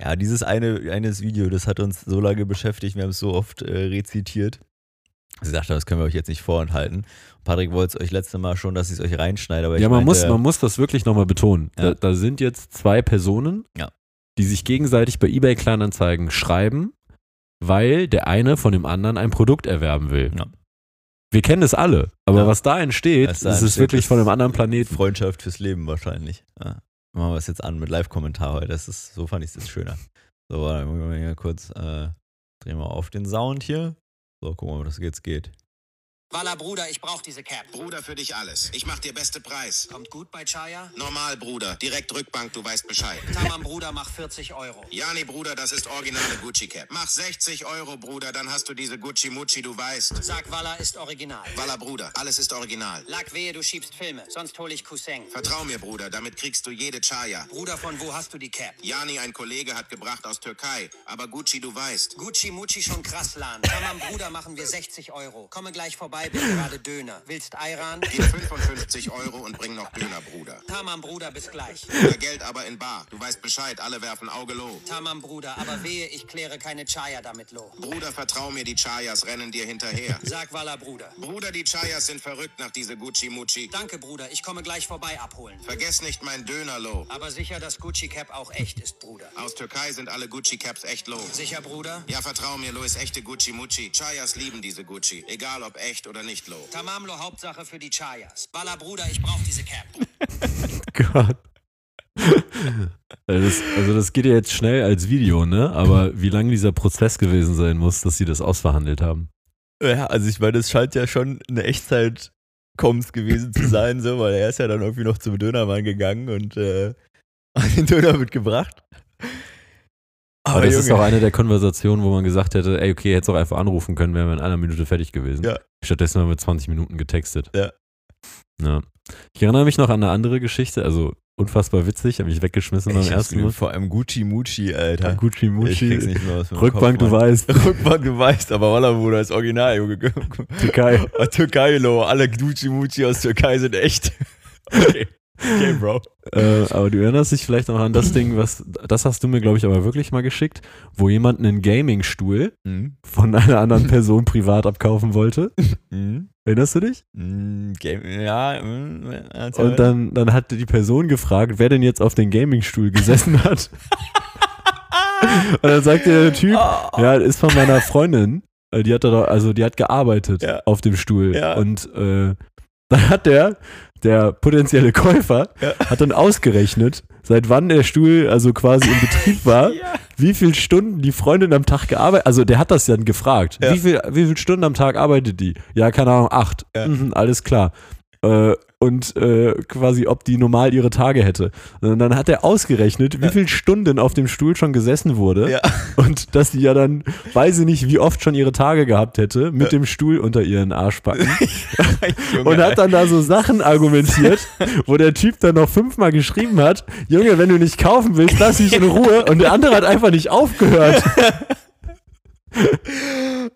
[SPEAKER 1] Ja, dieses eine eines Video, das hat uns so lange beschäftigt, wir haben es so oft äh, rezitiert. Sie dachte, das können wir euch jetzt nicht vorenthalten. Patrick wollte es euch letzte Mal schon, dass ich es euch reinschneide, aber ich äh,
[SPEAKER 2] ja, man,
[SPEAKER 1] meinte,
[SPEAKER 2] muss, man muss das wirklich nochmal betonen. Da,
[SPEAKER 1] Ja.
[SPEAKER 2] da sind jetzt zwei Personen,
[SPEAKER 1] Ja.
[SPEAKER 2] die sich gegenseitig bei eBay Kleinanzeigen schreiben, weil der eine von dem anderen ein Produkt erwerben will.
[SPEAKER 1] Ja.
[SPEAKER 2] Wir kennen es alle, aber
[SPEAKER 1] Ja.
[SPEAKER 2] was da entsteht,
[SPEAKER 1] Was da
[SPEAKER 2] ist es
[SPEAKER 1] entsteht,
[SPEAKER 2] wirklich
[SPEAKER 1] ist-
[SPEAKER 2] von einem anderen Planeten.
[SPEAKER 1] Freundschaft fürs Leben wahrscheinlich. Ja. Machen wir es jetzt an mit Live-Kommentar heute. Das ist, so fand ich es schöner. So, warte, wir mal hier kurz äh, drehen wir auf den Sound hier. So, gucken wir mal, ob das jetzt geht.
[SPEAKER 3] Walla, Bruder, ich brauch diese Cap.
[SPEAKER 4] Bruder, für dich alles. Ich mach dir beste Preis.
[SPEAKER 3] Kommt gut bei Chaya?
[SPEAKER 4] Normal, Bruder. Direkt Rückbank, du weißt Bescheid.
[SPEAKER 3] Tamam, Bruder, mach 40 Euro.
[SPEAKER 4] Ja, nee, Bruder, das ist originale Gucci Cap. Mach 60 Euro, Bruder, dann hast du diese Gucci Mucci, du weißt.
[SPEAKER 3] Sag, Walla ist original.
[SPEAKER 4] Walla, Bruder, alles ist original.
[SPEAKER 3] Lack wehe, du schiebst Filme, sonst hol ich Cousin.
[SPEAKER 4] Vertrau mir, Bruder, damit kriegst du jede Chaya.
[SPEAKER 3] Bruder, von wo hast du die Cap?
[SPEAKER 4] Jani, ein Kollege, hat gebracht aus Türkei. Aber Gucci, du weißt.
[SPEAKER 3] Gucci Mucci schon krass, Lan. Tamam, Bruder, machen wir 60 Euro. Komme gleich vorbei, bin gerade Döner. Willst Ayran?
[SPEAKER 4] Gib 55 Euro und bring noch Döner, Bruder.
[SPEAKER 3] Tamam, Bruder, bis gleich.
[SPEAKER 4] Oder Geld aber in Bar. Du weißt Bescheid, alle werfen Auge low.
[SPEAKER 3] Tamam, Bruder, aber wehe, ich kläre keine Chaya damit lo.
[SPEAKER 4] Bruder, vertrau mir, die Chayas rennen dir hinterher.
[SPEAKER 3] Sag, Walla, Bruder.
[SPEAKER 4] Bruder, die Chayas sind verrückt nach diese Gucci Mucci.
[SPEAKER 3] Danke, Bruder, ich komme gleich vorbei abholen.
[SPEAKER 4] Vergesst nicht mein Döner-Low.
[SPEAKER 3] Aber sicher, dass Gucci Cap auch echt ist, Bruder.
[SPEAKER 4] Aus Türkei sind alle Gucci-Caps echt low.
[SPEAKER 3] Sicher, Bruder?
[SPEAKER 4] Ja, vertrau mir, Low ist echte Gucci-Mucci. Chayas lieben diese Gucci, egal ob echt oder nicht low.
[SPEAKER 3] Tamamlo, Hauptsache für die Chayas. Walla, Bruder, ich brauch diese Cap.
[SPEAKER 2] Gott. Also das, also das geht ja jetzt schnell als Video, ne? Aber wie lange dieser Prozess gewesen sein muss, dass sie das ausverhandelt haben.
[SPEAKER 1] Ja, also ich meine, es scheint ja schon eine Echtzeit Koms gewesen zu sein, so, weil er ist ja dann irgendwie noch zum Dönermann gegangen und äh, [laughs] hat den Döner mitgebracht. Aber,
[SPEAKER 2] Aber das
[SPEAKER 1] Junge,
[SPEAKER 2] ist auch eine der Konversationen, wo man gesagt hätte, ey, okay, hättest auch einfach anrufen können, wären wir in einer Minute fertig gewesen.
[SPEAKER 1] Ja.
[SPEAKER 2] Stattdessen haben wir 20 Minuten getextet.
[SPEAKER 1] Ja.
[SPEAKER 2] Ja. Ich erinnere mich noch an eine andere Geschichte, also unfassbar witzig, habe mich weggeschmissen beim
[SPEAKER 1] ich hab's
[SPEAKER 2] ersten Mal.
[SPEAKER 1] geliebt, vor allem Gucci Mucci, Alter.
[SPEAKER 2] Gucci
[SPEAKER 1] Ich krieg's nicht mehr aus meinem
[SPEAKER 2] Rückbank,
[SPEAKER 1] Kopf,
[SPEAKER 2] du
[SPEAKER 1] [laughs] Mann.
[SPEAKER 2] weißt,
[SPEAKER 1] Rückbank, du weißt, aber Walla Bruder ist original, Junge. [laughs]
[SPEAKER 2] Türkei.
[SPEAKER 1] Türkei, lo, alle Gucci Mucci aus Türkei sind echt. [laughs] Okay, okay Bro.
[SPEAKER 2] Äh, aber du erinnerst dich vielleicht noch an das Ding, was, das hast du mir, glaube ich, aber wirklich mal geschickt, wo jemand einen Gaming-Stuhl
[SPEAKER 1] Mhm.
[SPEAKER 2] von einer anderen Person privat abkaufen wollte.
[SPEAKER 1] Mhm.
[SPEAKER 2] Erinnerst du dich?
[SPEAKER 1] Mhm. Game, ja, mhm. erzähl
[SPEAKER 2] Und
[SPEAKER 1] weiter.
[SPEAKER 2] dann, dann hat die Person gefragt, wer denn jetzt auf den Gaming-Stuhl
[SPEAKER 1] [laughs]
[SPEAKER 2] gesessen hat. Und dann sagte der Typ,
[SPEAKER 1] Oh.
[SPEAKER 2] ja, das ist von meiner Freundin. Äh, Die hat da, doch- also die hat gearbeitet
[SPEAKER 1] Ja.
[SPEAKER 2] auf dem Stuhl.
[SPEAKER 1] Ja.
[SPEAKER 2] Und äh, dann hat der, der potenzielle Käufer,
[SPEAKER 1] Ja.
[SPEAKER 2] hat dann ausgerechnet, seit wann der Stuhl also quasi in
[SPEAKER 1] [laughs]
[SPEAKER 2] Betrieb war,
[SPEAKER 1] Ja.
[SPEAKER 2] wie viele Stunden die Freundin am Tag gearbeitet Also der hat das dann gefragt.
[SPEAKER 1] Ja.
[SPEAKER 2] Wie, viel, wie viele Stunden am Tag arbeitet die? Ja, keine Ahnung, acht.
[SPEAKER 1] Ja.
[SPEAKER 2] Mhm, alles klar. Äh, und äh, quasi, ob die normal ihre Tage hätte. Und dann hat er ausgerechnet, wie viele Stunden auf dem Stuhl schon gesessen wurde.
[SPEAKER 1] Ja.
[SPEAKER 2] [laughs] Und dass die ja dann, weiß ich nicht, wie oft schon ihre Tage gehabt hätte, mit dem Stuhl unter ihren [laughs] Arschbacken.
[SPEAKER 1] Junge,
[SPEAKER 2] Und hat dann da so Sachen argumentiert, wo der Typ dann noch fünfmal geschrieben hat, Junge, wenn du nicht kaufen willst, lass mich [laughs] in Ruhe. Und der andere hat einfach nicht aufgehört.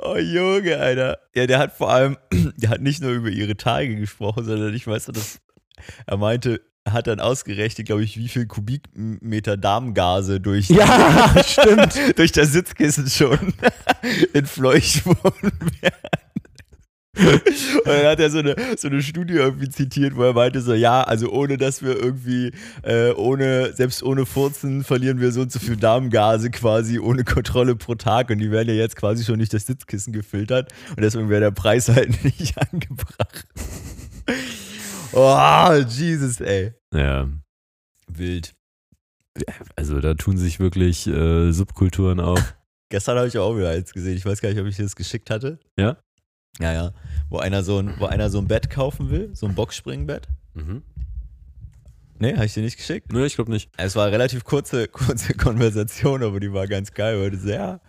[SPEAKER 1] Oh Junge, Alter. Ja, der hat vor allem, [clears throat] der hat nicht nur über ihre Tage gesprochen, sondern ich weiß, dass er meinte, er hat dann ausgerechnet, glaube ich, wie viel Kubikmeter Darmgase
[SPEAKER 2] [laughs]
[SPEAKER 1] durch,
[SPEAKER 2] Ja, stimmt.
[SPEAKER 1] [laughs] durch das Sitzkissen schon [laughs] entfleucht worden wären. Und dann hat er so eine, so eine Studie irgendwie zitiert, wo er meinte so, ja, also ohne, dass wir irgendwie, äh, ohne, selbst ohne Furzen verlieren wir so und so viel Darmgase quasi ohne Kontrolle pro Tag und die werden ja jetzt quasi schon [laughs] durch das Sitzkissen gefiltert und deswegen wäre der Preis halt nicht angebracht. Oh, Jesus, ey.
[SPEAKER 2] Ja,
[SPEAKER 1] Wild.
[SPEAKER 2] also da tun sich wirklich äh, Subkulturen auf.
[SPEAKER 1] Gestern habe ich auch wieder eins gesehen. Ich weiß gar nicht, ob ich dir das geschickt hatte.
[SPEAKER 2] Ja?
[SPEAKER 1] Ja, ja. Wo einer so ein, wo einer so ein Bett kaufen will, so ein Boxspringbett.
[SPEAKER 2] Mhm.
[SPEAKER 1] Nee, habe ich dir nicht geschickt.
[SPEAKER 2] Nö, ich glaube nicht.
[SPEAKER 1] Es war eine relativ kurze, [laughs] kurze Konversation, aber die war ganz geil. Weil das, ja,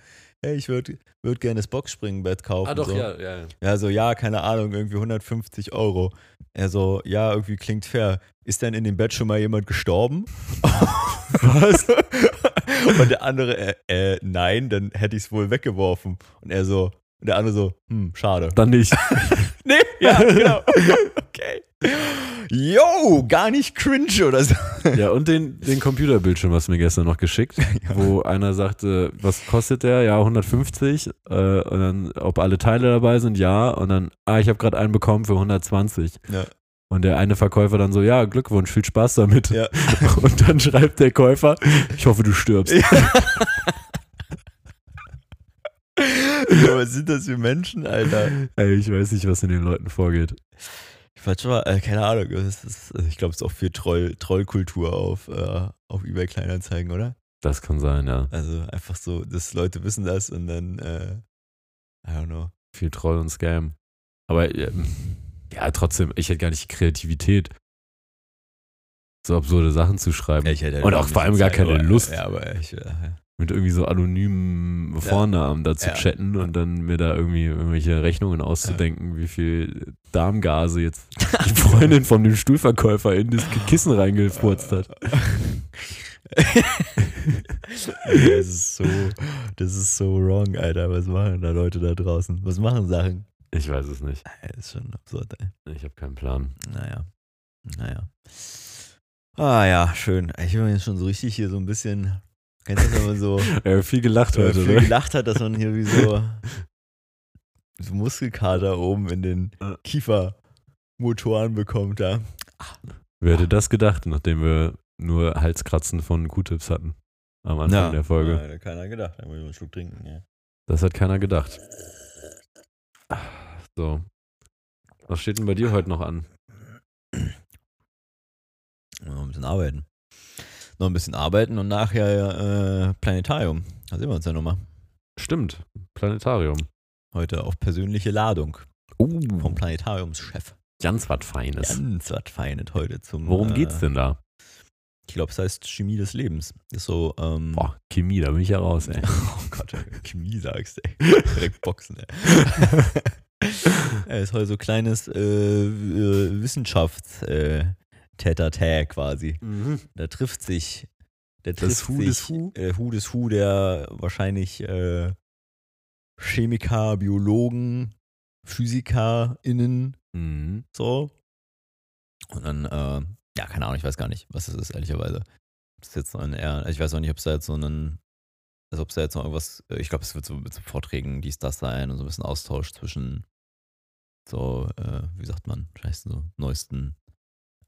[SPEAKER 1] hey, ich würde würd gerne das Boxspringbett kaufen. so.
[SPEAKER 2] Ah, ja, ja.
[SPEAKER 1] Ja, so, ja, keine Ahnung, irgendwie 150 Euro. Er so, ja, irgendwie klingt fair. Ist denn in dem Bett schon mal jemand gestorben? [laughs] Was? Und der andere, äh, äh, nein, dann hätte ich es wohl weggeworfen. Und er so, und der andere so, hm, schade.
[SPEAKER 2] Dann nicht.
[SPEAKER 1] [laughs] Nee, ja, genau. Okay. Yo, gar nicht cringe oder so.
[SPEAKER 2] Ja, und den, den Computerbildschirm hast du mir gestern noch geschickt, wo einer sagte, was kostet der? Ja, 150. Äh, und dann, ob alle Teile dabei sind? Ja. Und dann, ah, ich habe gerade einen bekommen für 120.
[SPEAKER 1] Ja.
[SPEAKER 2] Und der eine Verkäufer dann so, ja, Glückwunsch, viel Spaß damit.
[SPEAKER 1] Ja.
[SPEAKER 2] [laughs] Und dann schreibt der Käufer, ich hoffe, du stirbst.
[SPEAKER 1] Was sind das für Menschen, Alter?
[SPEAKER 2] Ey, ich weiß nicht, was in den Leuten vorgeht.
[SPEAKER 1] Ich war schon mal, äh, keine Ahnung, es ist, ich glaube, es ist auch viel Troll, Trollkultur auf, äh, auf eBay Kleinanzeigen, oder?
[SPEAKER 2] Das kann sein, ja.
[SPEAKER 1] Also einfach so, dass Leute wissen das und dann, äh, I don't know.
[SPEAKER 2] Viel Troll und Scam. Aber ähm, ja, trotzdem, ich hätte gar nicht die Kreativität, so absurde Sachen zu schreiben.
[SPEAKER 1] halt
[SPEAKER 2] Und auch vor allem gar keine Lust,
[SPEAKER 1] Ja, aber ich, äh, ja,
[SPEAKER 2] mit irgendwie so anonymen Vornamen da zu
[SPEAKER 1] Ja.
[SPEAKER 2] chatten und dann mir da irgendwie irgendwelche Rechnungen auszudenken, wie viel Darmgase [laughs] jetzt die Freundin von dem Stuhlverkäufer in das Kissen reingefurzt
[SPEAKER 1] [laughs]
[SPEAKER 2] hat.
[SPEAKER 1] das ist so, das ist so wrong, Alter. Was machen da Leute da draußen? Was machen Sachen?
[SPEAKER 2] Ich weiß es nicht.
[SPEAKER 1] Ey, Das ist schon absurd, ey.
[SPEAKER 2] Ich habe keinen Plan.
[SPEAKER 1] Naja, naja. Ah ja, schön. Ich bin jetzt schon so richtig hier so ein bisschen, kennst du das, wenn man so
[SPEAKER 2] Äh, viel gelacht
[SPEAKER 1] wenn man
[SPEAKER 2] heute,
[SPEAKER 1] viel
[SPEAKER 2] ne?
[SPEAKER 1] gelacht hat, dass man hier wie so,
[SPEAKER 2] [laughs]
[SPEAKER 1] so Muskelkater oben in den
[SPEAKER 2] Ja.
[SPEAKER 1] Kiefermotoren bekommt da.
[SPEAKER 2] Wer hätte das gedacht, nachdem wir nur Halskratzen von Q-Tips hatten am Anfang der Folge?
[SPEAKER 1] Ja, keiner gedacht, da muss ich einen Schluck trinken. Ja.
[SPEAKER 2] Das hat keiner gedacht. Ah, So. Was steht denn bei dir heute noch an?
[SPEAKER 1] Noch ein bisschen arbeiten. Noch ein bisschen arbeiten und nachher äh, Planetarium. Da sehen wir uns ja nochmal.
[SPEAKER 2] Stimmt, Planetarium.
[SPEAKER 1] Heute auf persönliche Ladung
[SPEAKER 2] Oh,
[SPEAKER 1] vom Planetariumschef.
[SPEAKER 2] ganz was Feines.
[SPEAKER 1] Ganz was Feines heute zum.
[SPEAKER 2] Worum
[SPEAKER 1] äh,
[SPEAKER 2] geht's denn da?
[SPEAKER 1] Ich glaube, es heißt Chemie des Lebens. Ist so. Ähm,
[SPEAKER 2] Boah, Chemie, da bin ich ja raus, ey.
[SPEAKER 1] [laughs] Oh Gott, wenn du Chemie sagst, ey. Direkt boxen, ey. [laughs] Er ist heute so kleines äh, w- äh, Wissenschafts äh, Tag quasi. Da trifft sich da
[SPEAKER 2] Das
[SPEAKER 1] trifft
[SPEAKER 2] Who
[SPEAKER 1] sich,
[SPEAKER 2] des Who?
[SPEAKER 1] äh, Who des Who der wahrscheinlich äh, Chemiker, Biologen, PhysikerInnen
[SPEAKER 2] Mhm.
[SPEAKER 1] so. Und dann, äh, ja, keine Ahnung, ich weiß gar nicht, was es ist, ehrlicherweise. Ob es jetzt so ein eher, also ich weiß auch nicht, ob es da jetzt so einen, also ob es da jetzt noch irgendwas, äh, ich glaube, es wird so mit so Vorträgen, dies, das sein und so ein bisschen Austausch zwischen so, äh, wie sagt man, scheiße, so neuesten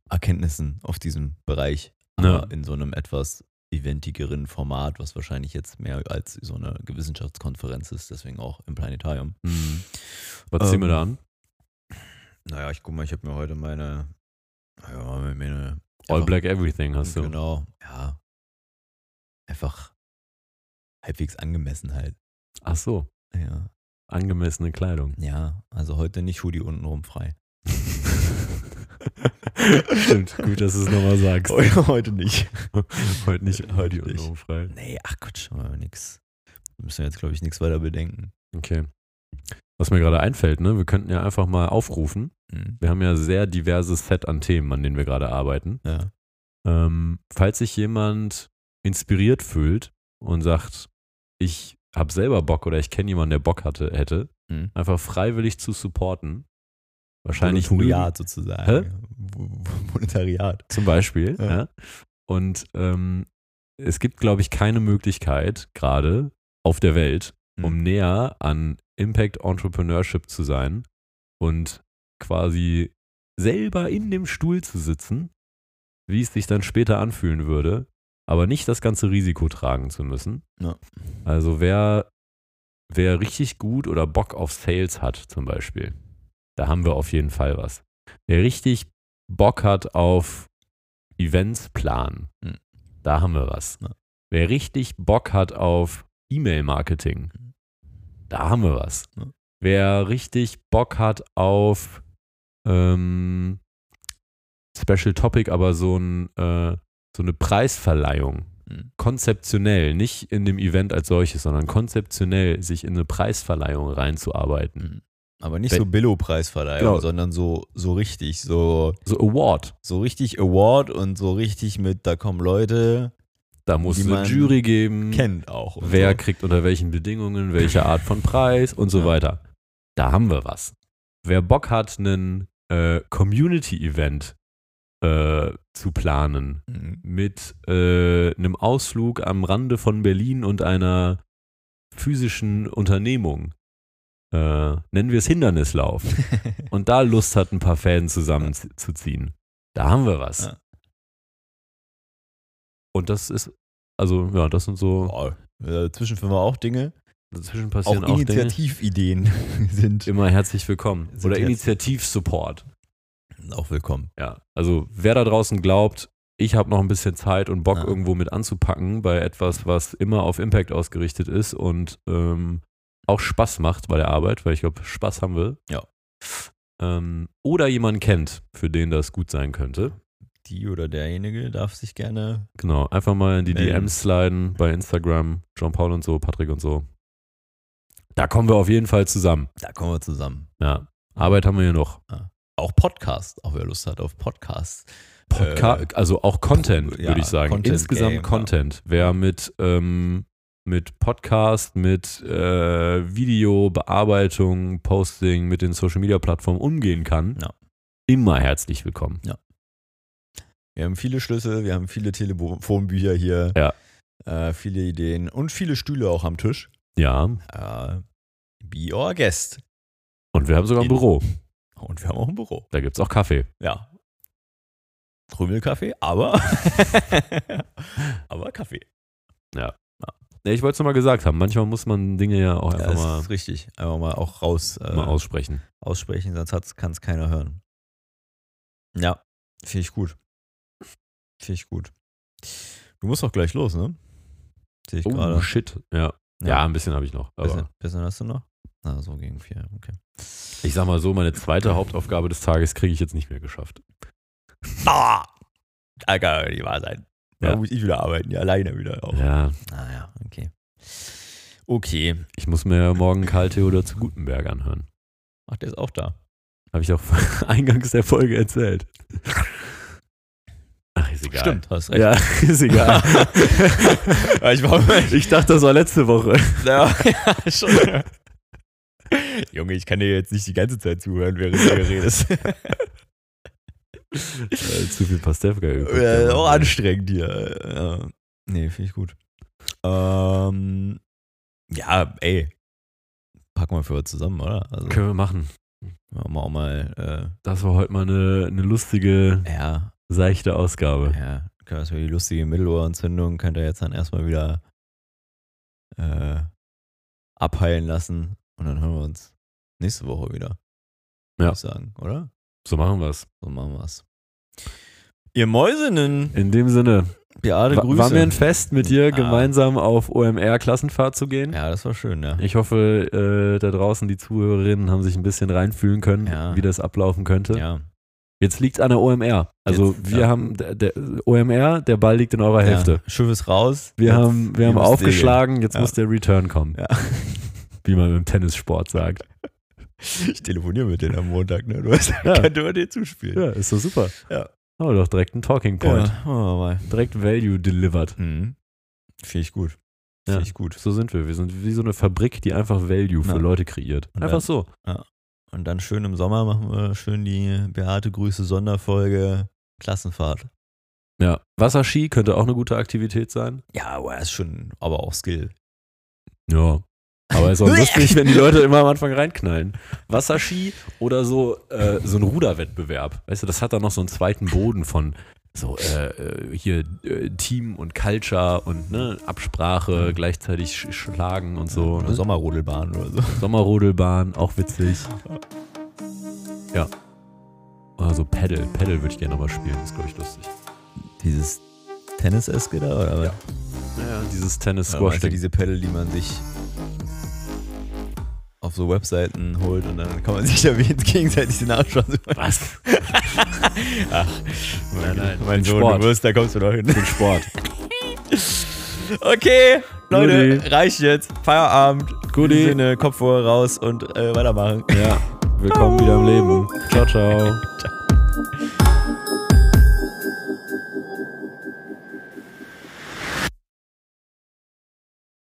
[SPEAKER 1] Erkenntnissen auf diesem Bereich,
[SPEAKER 2] Ja.
[SPEAKER 1] aber in so einem etwas eventigeren Format, was wahrscheinlich jetzt mehr als so eine Gewissenschaftskonferenz ist, deswegen auch im Planetarium.
[SPEAKER 2] Mhm. Was ziehen wir
[SPEAKER 1] Ähm,
[SPEAKER 2] da an?
[SPEAKER 1] Naja, ich guck mal, ich habe mir heute meine. Ja, mir eine.
[SPEAKER 2] All
[SPEAKER 1] einfach-
[SPEAKER 2] Black Everything hast du.
[SPEAKER 1] Genau, ja. Einfach halbwegs angemessen halt.
[SPEAKER 2] Ach so,
[SPEAKER 1] Ja.
[SPEAKER 2] angemessene Kleidung.
[SPEAKER 1] Ja, also heute nicht Hoodie untenrum frei. Mhm.
[SPEAKER 2] [laughs] Stimmt, gut, dass du es nochmal sagst.
[SPEAKER 1] [laughs] Oh
[SPEAKER 2] [laughs]
[SPEAKER 1] heute nicht.
[SPEAKER 2] Heute nicht
[SPEAKER 1] Heute
[SPEAKER 2] heute und
[SPEAKER 1] nicht.
[SPEAKER 2] frei.
[SPEAKER 1] Nee, ach Gott, schon mal nix. Müssen wir jetzt, glaube ich, nichts weiter bedenken.
[SPEAKER 2] Okay. Was mir gerade einfällt, ne, wir könnten ja einfach mal aufrufen.
[SPEAKER 1] Hm.
[SPEAKER 2] Wir haben ja sehr diverses Set an Themen, an denen wir gerade arbeiten.
[SPEAKER 1] Ja.
[SPEAKER 2] Ähm, falls sich jemand inspiriert fühlt und sagt, ich habe selber Bock oder ich kenne jemanden, der Bock hatte, hätte,
[SPEAKER 1] Mhm.
[SPEAKER 2] einfach freiwillig zu supporten. Wahrscheinlich
[SPEAKER 1] Monetariat
[SPEAKER 2] irgend-
[SPEAKER 1] sozusagen. Wo- wo- Monetariat.
[SPEAKER 2] [laughs] zum Beispiel.
[SPEAKER 1] Ja.
[SPEAKER 2] ja. Und ähm, es gibt, glaube ich, keine Möglichkeit gerade auf der Welt, um
[SPEAKER 1] Mhm.
[SPEAKER 2] näher an Impact Entrepreneurship zu sein und quasi selber in dem Stuhl zu sitzen, wie es sich dann später anfühlen würde, aber nicht das ganze Risiko tragen zu müssen.
[SPEAKER 1] Ja.
[SPEAKER 2] Also wer, wer richtig gut oder Bock auf Sales hat zum Beispiel, da haben wir auf jeden Fall was. Wer richtig Bock hat auf Events planen,
[SPEAKER 1] Mhm.
[SPEAKER 2] da haben wir was.
[SPEAKER 1] Ja.
[SPEAKER 2] Wer richtig Bock hat auf E-Mail-Marketing, da haben wir was.
[SPEAKER 1] Hm. Ja.
[SPEAKER 2] Wer richtig Bock hat auf ähm, Special Topic, aber so, ein, äh, so eine Preisverleihung,
[SPEAKER 1] Mhm.
[SPEAKER 2] konzeptionell, nicht in dem Event als solches, sondern konzeptionell sich in eine Preisverleihung reinzuarbeiten.
[SPEAKER 1] Aber nicht
[SPEAKER 2] Wenn-
[SPEAKER 1] so Billo-Preisverleihung,
[SPEAKER 2] Genau.
[SPEAKER 1] sondern so, so richtig, so,
[SPEAKER 2] So Award,
[SPEAKER 1] so richtig Award und so richtig mit, da kommen Leute,
[SPEAKER 2] da muss
[SPEAKER 1] Die
[SPEAKER 2] es eine
[SPEAKER 1] man
[SPEAKER 2] Jury geben.
[SPEAKER 1] kennt auch. und
[SPEAKER 2] wer
[SPEAKER 1] so.
[SPEAKER 2] kriegt unter welchen Bedingungen, welche Art von Preis und so
[SPEAKER 1] Ja.
[SPEAKER 2] weiter. Da haben wir was. Wer Bock hat, einen äh, Community-Event äh, zu planen
[SPEAKER 1] Mhm.
[SPEAKER 2] mit äh, einem Ausflug am Rande von Berlin und einer physischen Unternehmung, äh, nennen wir es
[SPEAKER 1] [laughs]
[SPEAKER 2] Hindernislauf, und da Lust hat, ein paar Fäden zusammenzuziehen, da haben wir was.
[SPEAKER 1] Ja.
[SPEAKER 2] Und das ist, also ja, das sind so,
[SPEAKER 1] Boah, dazwischen finden wir Äh, auch Dinge.
[SPEAKER 2] dazwischen
[SPEAKER 1] Auch
[SPEAKER 2] passieren auch Dinge.
[SPEAKER 1] Initiativideen [laughs] sind
[SPEAKER 2] Immer herzlich willkommen.
[SPEAKER 1] Sind
[SPEAKER 2] Oder
[SPEAKER 1] herzlich-
[SPEAKER 2] Initiativsupport.
[SPEAKER 1] auch willkommen.
[SPEAKER 2] Ja. Also wer da draußen glaubt, ich habe noch ein bisschen Zeit und Bock,
[SPEAKER 1] Ja.
[SPEAKER 2] irgendwo mit anzupacken bei etwas, was immer auf Impact ausgerichtet ist und ähm, auch Spaß macht bei der Arbeit, weil ich glaube, Spaß haben wir.
[SPEAKER 1] Ja.
[SPEAKER 2] Ähm, oder jemanden kennt, für den das gut sein könnte.
[SPEAKER 1] Die oder derjenige darf sich gerne.
[SPEAKER 2] Genau, einfach mal in die
[SPEAKER 1] Melden.
[SPEAKER 2] DMs sliden bei Instagram, John Paul und so, Patrick und so. Da kommen wir auf jeden Fall zusammen.
[SPEAKER 1] Da kommen wir zusammen.
[SPEAKER 2] Ja. Arbeit haben wir hier noch.
[SPEAKER 1] Auch Podcast, auch wer Lust hat auf Podcast.
[SPEAKER 2] Podca
[SPEAKER 1] Äh,
[SPEAKER 2] also auch Content,
[SPEAKER 1] ja,
[SPEAKER 2] würde ich sagen.
[SPEAKER 1] Content
[SPEAKER 2] Insgesamt
[SPEAKER 1] Game, ja.
[SPEAKER 2] Content. Wer mit, ähm, mit Podcast, mit äh, Video, Bearbeitung, Posting, mit den Social Media Plattformen umgehen kann,
[SPEAKER 1] Ja.
[SPEAKER 2] immer herzlich willkommen.
[SPEAKER 1] Wir haben viele Schlüssel, wir haben viele Telefonbücher hier.
[SPEAKER 2] Ja.
[SPEAKER 1] Äh, viele Ideen und viele Stühle auch am Tisch.
[SPEAKER 2] Ja,
[SPEAKER 1] Äh, be our guest.
[SPEAKER 2] und wir haben sogar ein
[SPEAKER 1] In-
[SPEAKER 2] Büro.
[SPEAKER 1] Und wir haben auch ein Büro.
[SPEAKER 2] Da gibt es auch Kaffee.
[SPEAKER 1] Ja. Krümelkaffee, aber. [laughs] aber Kaffee.
[SPEAKER 2] Ja, Ich wollte es nur mal gesagt haben. Manchmal muss man Dinge ja auch
[SPEAKER 1] Ja,
[SPEAKER 2] einfach
[SPEAKER 1] das
[SPEAKER 2] mal,
[SPEAKER 1] ist richtig. Einfach mal auch raus äh,
[SPEAKER 2] mal aussprechen.
[SPEAKER 1] aussprechen, sonst kann es keiner hören. Ja, finde ich gut. Finde ich gut. Du musst auch gleich los, ne? Sehe ich
[SPEAKER 2] Oh,
[SPEAKER 1] gerade.
[SPEAKER 2] shit. Ja. Ja. ein bisschen habe ich noch.
[SPEAKER 1] bisschen,
[SPEAKER 2] Aber
[SPEAKER 1] bisschen hast du noch? Na, so gegen vier, okay. [laughs]
[SPEAKER 2] ich sag mal so, meine zweite Hauptaufgabe des Tages kriege ich jetzt nicht mehr geschafft.
[SPEAKER 1] Ah! Da kann ja nicht wahr sein. Da
[SPEAKER 2] Ja.
[SPEAKER 1] muss ich wieder arbeiten, ja, alleine wieder auch.
[SPEAKER 2] Ja,
[SPEAKER 1] [laughs] Ah ja, okay. Okay.
[SPEAKER 2] ich muss mir morgen Karl Theodor zu Gutenberg anhören.
[SPEAKER 1] Ach, der ist auch da.
[SPEAKER 2] Habe ich auch [laughs] eingangs der Folge erzählt. Ach, ist egal.
[SPEAKER 1] Stimmt, hast recht. Oh,
[SPEAKER 2] Ja, [laughs] ist
[SPEAKER 1] [laughs]
[SPEAKER 2] egal.
[SPEAKER 1] Ja, ich war [laughs]
[SPEAKER 2] ich dachte, das war letzte Woche.
[SPEAKER 1] Ja, [laughs] ja, schon. Junge, ich kann dir jetzt nicht die ganze Zeit zuhören, während du hier [laughs] redest.
[SPEAKER 2] Äh, zu viel Pastewka geguckt.
[SPEAKER 1] Äh, auch anstrengend hier. Äh, äh, nee, finde ich gut. Ähm, ja, ey. Packen wir für heute zusammen, oder? Also,
[SPEAKER 2] Können wir machen.
[SPEAKER 1] machen wir auch mal,
[SPEAKER 2] Das war heute mal eine, eine lustige,
[SPEAKER 1] äh, ja,
[SPEAKER 2] seichte Ausgabe.
[SPEAKER 1] ja, können wir das für die lustige Mittelohrentzündung, könnt ihr jetzt dann erstmal wieder äh, abheilen lassen und dann hören wir uns nächste Woche wieder.
[SPEAKER 2] Ja.
[SPEAKER 1] Würde ich sagen, oder?
[SPEAKER 2] So machen wir es.
[SPEAKER 1] So machen wir's. Ihr Mäusinnen,
[SPEAKER 2] In dem Sinne,
[SPEAKER 1] Beate
[SPEAKER 2] wa-
[SPEAKER 1] Grüße.
[SPEAKER 2] war mir ein Fest, mit dir
[SPEAKER 1] Ah.
[SPEAKER 2] gemeinsam auf OMR-Klassenfahrt zu gehen.
[SPEAKER 1] ja, das war schön, ja.
[SPEAKER 2] Ich hoffe, äh, da draußen die Zuhörerinnen haben sich ein bisschen reinfühlen können,
[SPEAKER 1] Ja.
[SPEAKER 2] wie das ablaufen könnte.
[SPEAKER 1] ja.
[SPEAKER 2] Jetzt liegt an der OMR. Also
[SPEAKER 1] Jetzt,
[SPEAKER 2] wir
[SPEAKER 1] ja.
[SPEAKER 2] haben der, der OMR, der Ball liegt in eurer
[SPEAKER 1] Ja.
[SPEAKER 2] Hälfte.
[SPEAKER 1] Schiff ist raus.
[SPEAKER 2] Wir
[SPEAKER 1] Jetzt-
[SPEAKER 2] haben, wir
[SPEAKER 1] ihr
[SPEAKER 2] haben
[SPEAKER 1] müsst
[SPEAKER 2] aufgeschlagen, jetzt
[SPEAKER 1] Ja.
[SPEAKER 2] muss der Return kommen,
[SPEAKER 1] segeln.
[SPEAKER 2] wie man im Tennissport sagt.
[SPEAKER 1] Ja. [laughs] Ich telefoniere mit denen am Montag, ne? Du hast, [laughs]
[SPEAKER 2] Ja.
[SPEAKER 1] könnte man dir zuspielen.
[SPEAKER 2] Ja, ist doch super.
[SPEAKER 1] Ja.
[SPEAKER 2] Haben wir doch direkt einen Talking Point.
[SPEAKER 1] Ja, machen wir mal.
[SPEAKER 2] Direkt Value delivered.
[SPEAKER 1] Mhm. Finde ich gut.
[SPEAKER 2] Ja.
[SPEAKER 1] Finde ich gut.
[SPEAKER 2] So sind wir. Wir sind wie so eine Fabrik, die einfach Value für
[SPEAKER 1] Ja.
[SPEAKER 2] Leute kreiert.
[SPEAKER 1] Und
[SPEAKER 2] Einfach
[SPEAKER 1] dann-
[SPEAKER 2] so.
[SPEAKER 1] Und dann schön im Sommer machen wir schön die Beate Grüße Sonderfolge Klassenfahrt.
[SPEAKER 2] Ja. Wasserski könnte auch eine gute Aktivität sein.
[SPEAKER 1] Ja, aber das ist schon, aber auch Skill.
[SPEAKER 2] Ja. Aber ist auch lustig, wenn die Leute immer am Anfang reinknallen. Wasserski oder so, äh, so ein Ruderwettbewerb. Weißt du, das hat dann noch so einen zweiten Boden von so äh, äh, hier äh, Team und Culture und ne, Absprache, gleichzeitig sch schlagen und so.
[SPEAKER 1] Eine
[SPEAKER 2] Ne?
[SPEAKER 1] Sommerrodelbahn oder so.
[SPEAKER 2] Sommerrodelbahn, auch witzig. Ja. Also Paddle. Paddle würde ich gerne nochmal spielen. Ist, glaube ich, lustig.
[SPEAKER 1] Dieses Tennis-Eske da? Oder? Ja,
[SPEAKER 2] Ja, dieses
[SPEAKER 1] weißt du,
[SPEAKER 2] Tennis-Squash-Ding.
[SPEAKER 1] diese Pedal, die man sich auf so Webseiten holt und dann kann man sich [laughs] da wie- gegenseitig den Arsch rasen. [laughs]
[SPEAKER 2] Was?
[SPEAKER 1] Nein, nein,
[SPEAKER 2] Den
[SPEAKER 1] mein Sohn,
[SPEAKER 2] Sport.
[SPEAKER 1] du wirst, da kommst du doch hin.
[SPEAKER 2] Den Sport.
[SPEAKER 1] [laughs] Okay, Leute,
[SPEAKER 2] Guti.
[SPEAKER 1] reicht jetzt. Feierabend.
[SPEAKER 2] Guti.
[SPEAKER 1] In dem Sinne, Kopfhörer raus und äh, weitermachen.
[SPEAKER 2] Ja. Willkommen wieder im Leben. Ciao, ciao.